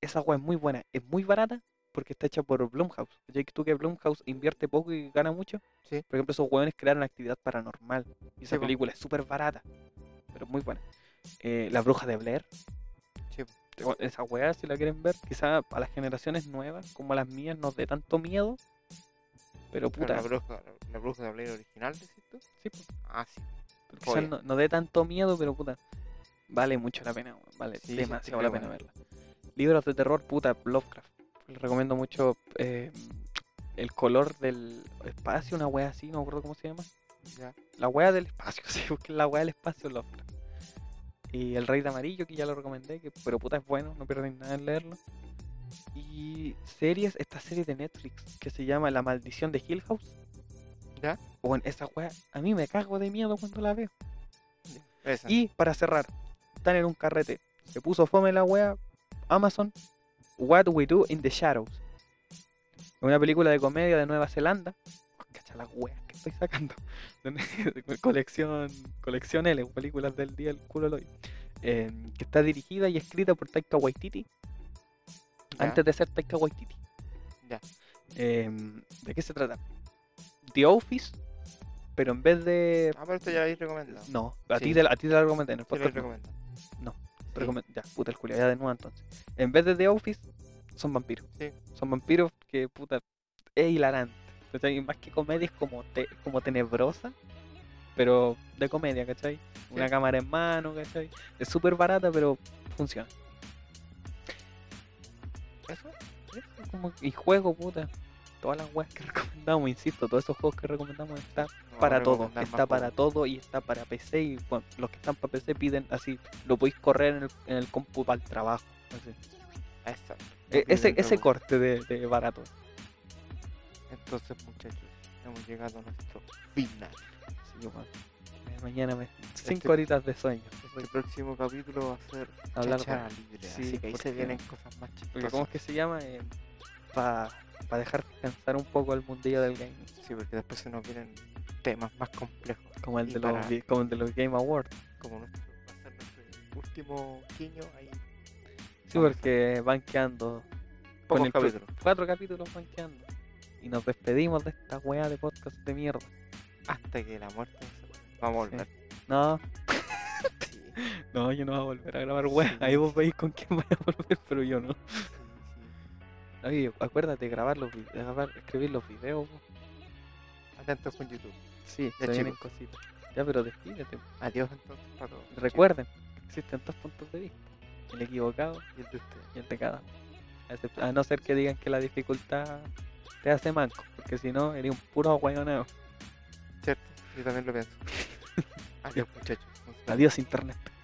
esa wea es muy buena. Es muy barata porque está hecha por Blumhouse. Ya que tú que Blumhouse invierte poco y gana mucho.
Sí.
Por ejemplo, esos weones crearon actividad paranormal. Y esa
Sí, po.
película es súper barata, pero muy buena. Eh, la bruja de Blair.
Sí, po.
Bueno, Esa weá, si la quieren ver, quizá a las generaciones nuevas, como a las mías, nos dé tanto miedo.
Pero
Pero puta,
la bruja, la, bruja de Blair original, decís tú?
sí, pues,
Ah, sí.
pero quizás
Joya.
no, no dé tanto miedo, pero puta, vale mucho la pena, weón, vale
Sí, sí,
demasiado
sí,
la
creo,
pena
weón.
verla. Libros de terror, puta, Lovecraft. Les recomiendo mucho eh, El color del espacio, una weá así, no me acuerdo cómo se llama.
Ya.
La wea del espacio, sí, porque la wea del espacio Lovecraft. Y El Rey de Amarillo, que ya lo recomendé, que pero puta es bueno, no pierden nada en leerlo. Y series, esta serie de Netflix que se llama La Maldición de Hill House.
¿Ya?
Bueno, esa wea, a mí me cago de miedo cuando la veo.
Esa.
Y para cerrar, están en un carrete. Se puso fome la wea. Amazon, What We Do in the Shadows. Una película de comedia de Nueva Zelanda. Oh, Cacha las weas que estoy sacando. De colección, colección L, películas del día, el culo lo Em, Que está dirigida y escrita por Taika Waititi.
Ya.
Antes de ser Taika Waititi.
Ya.
Em, ¿De qué se trata? The Office, pero en vez de.
Ah, pero esto ya lo habéis recomendado. Sí,
No, pues a ti
Sí.
te la- a ti te la recomendé en el
lo habéis
podcast. no.
recomendado.
No,
Sí,
Recomen- Ya, puta el culiao, ya de nuevo entonces. En vez de The Office, son vampiros.
Sí.
Son vampiros que puta es hilarante. ¿cachai? Y más que comedia es como, te- como tenebrosa, pero de comedia, ¿cachai? Una
Sí.
cámara en mano, ¿cachai? Es súper barata, pero funciona.
¿Eso?
Es como- y juego, puta. Todas las weas que recomendamos, insisto, todos esos juegos que recomendamos están
No,
para
no
todo.
recomendar más
Está para
juegos.
todo y está para PC. Y bueno, los que están para PC piden así, lo podéis correr en el, en el compu para el trabajo. así.
Esa.
E- ese,
Recomendado.
ese corte de, de barato.
Entonces, muchachos, hemos llegado a nuestro final.
Sí, weón. Eh, Mañana me. Cinco
Este-
horitas de sueño.
El próximo capítulo va a ser
Hablar
cháchara
de-
libre.
Sí,
así que ahí se
porque-
vienen cosas más
Porque
chistosas.
¿Cómo es que se llama? Para dejar descansar un poco al mundillo del gaming.
Sí, porque después se nos vienen temas más complejos.
Como el,
Y
de los,
para-
vi- como el de los Game Awards.
Como nuestro, va a ser nuestro último quiño ahí.
Sí, porque van quedando. con
Pocos
el pro-
capítulos.
Cuatro capítulos van quedando. Y nos despedimos de esta weá de podcast de mierda.
Hasta que la muerte nos- vamos a
Sí.
volver.
No,
Sí, sí, sí.
no, yo no voy a volver a grabar weá.
Sí.
Ahí vos veis con quién voy a volver, pero yo no. Oye, acuérdate de grabar los vi- de grabar, escribir los videos. po.
Atentos con YouTube.
Sí,
Ya,
se vienen
chicos.
cositas. Ya, pero despídete.
Adiós entonces para todos.
Recuerden que existen dos puntos de vista, el equivocado
Chao. Y el de ustedes.
y el de cada uno. A excep- A no ser que digan que la dificultad te hace manco, porque si no, eres un puro guayoneo.
¿Cierto? Yo también lo pienso. Adiós, muchachos. Nos vemos.
Adiós, internet.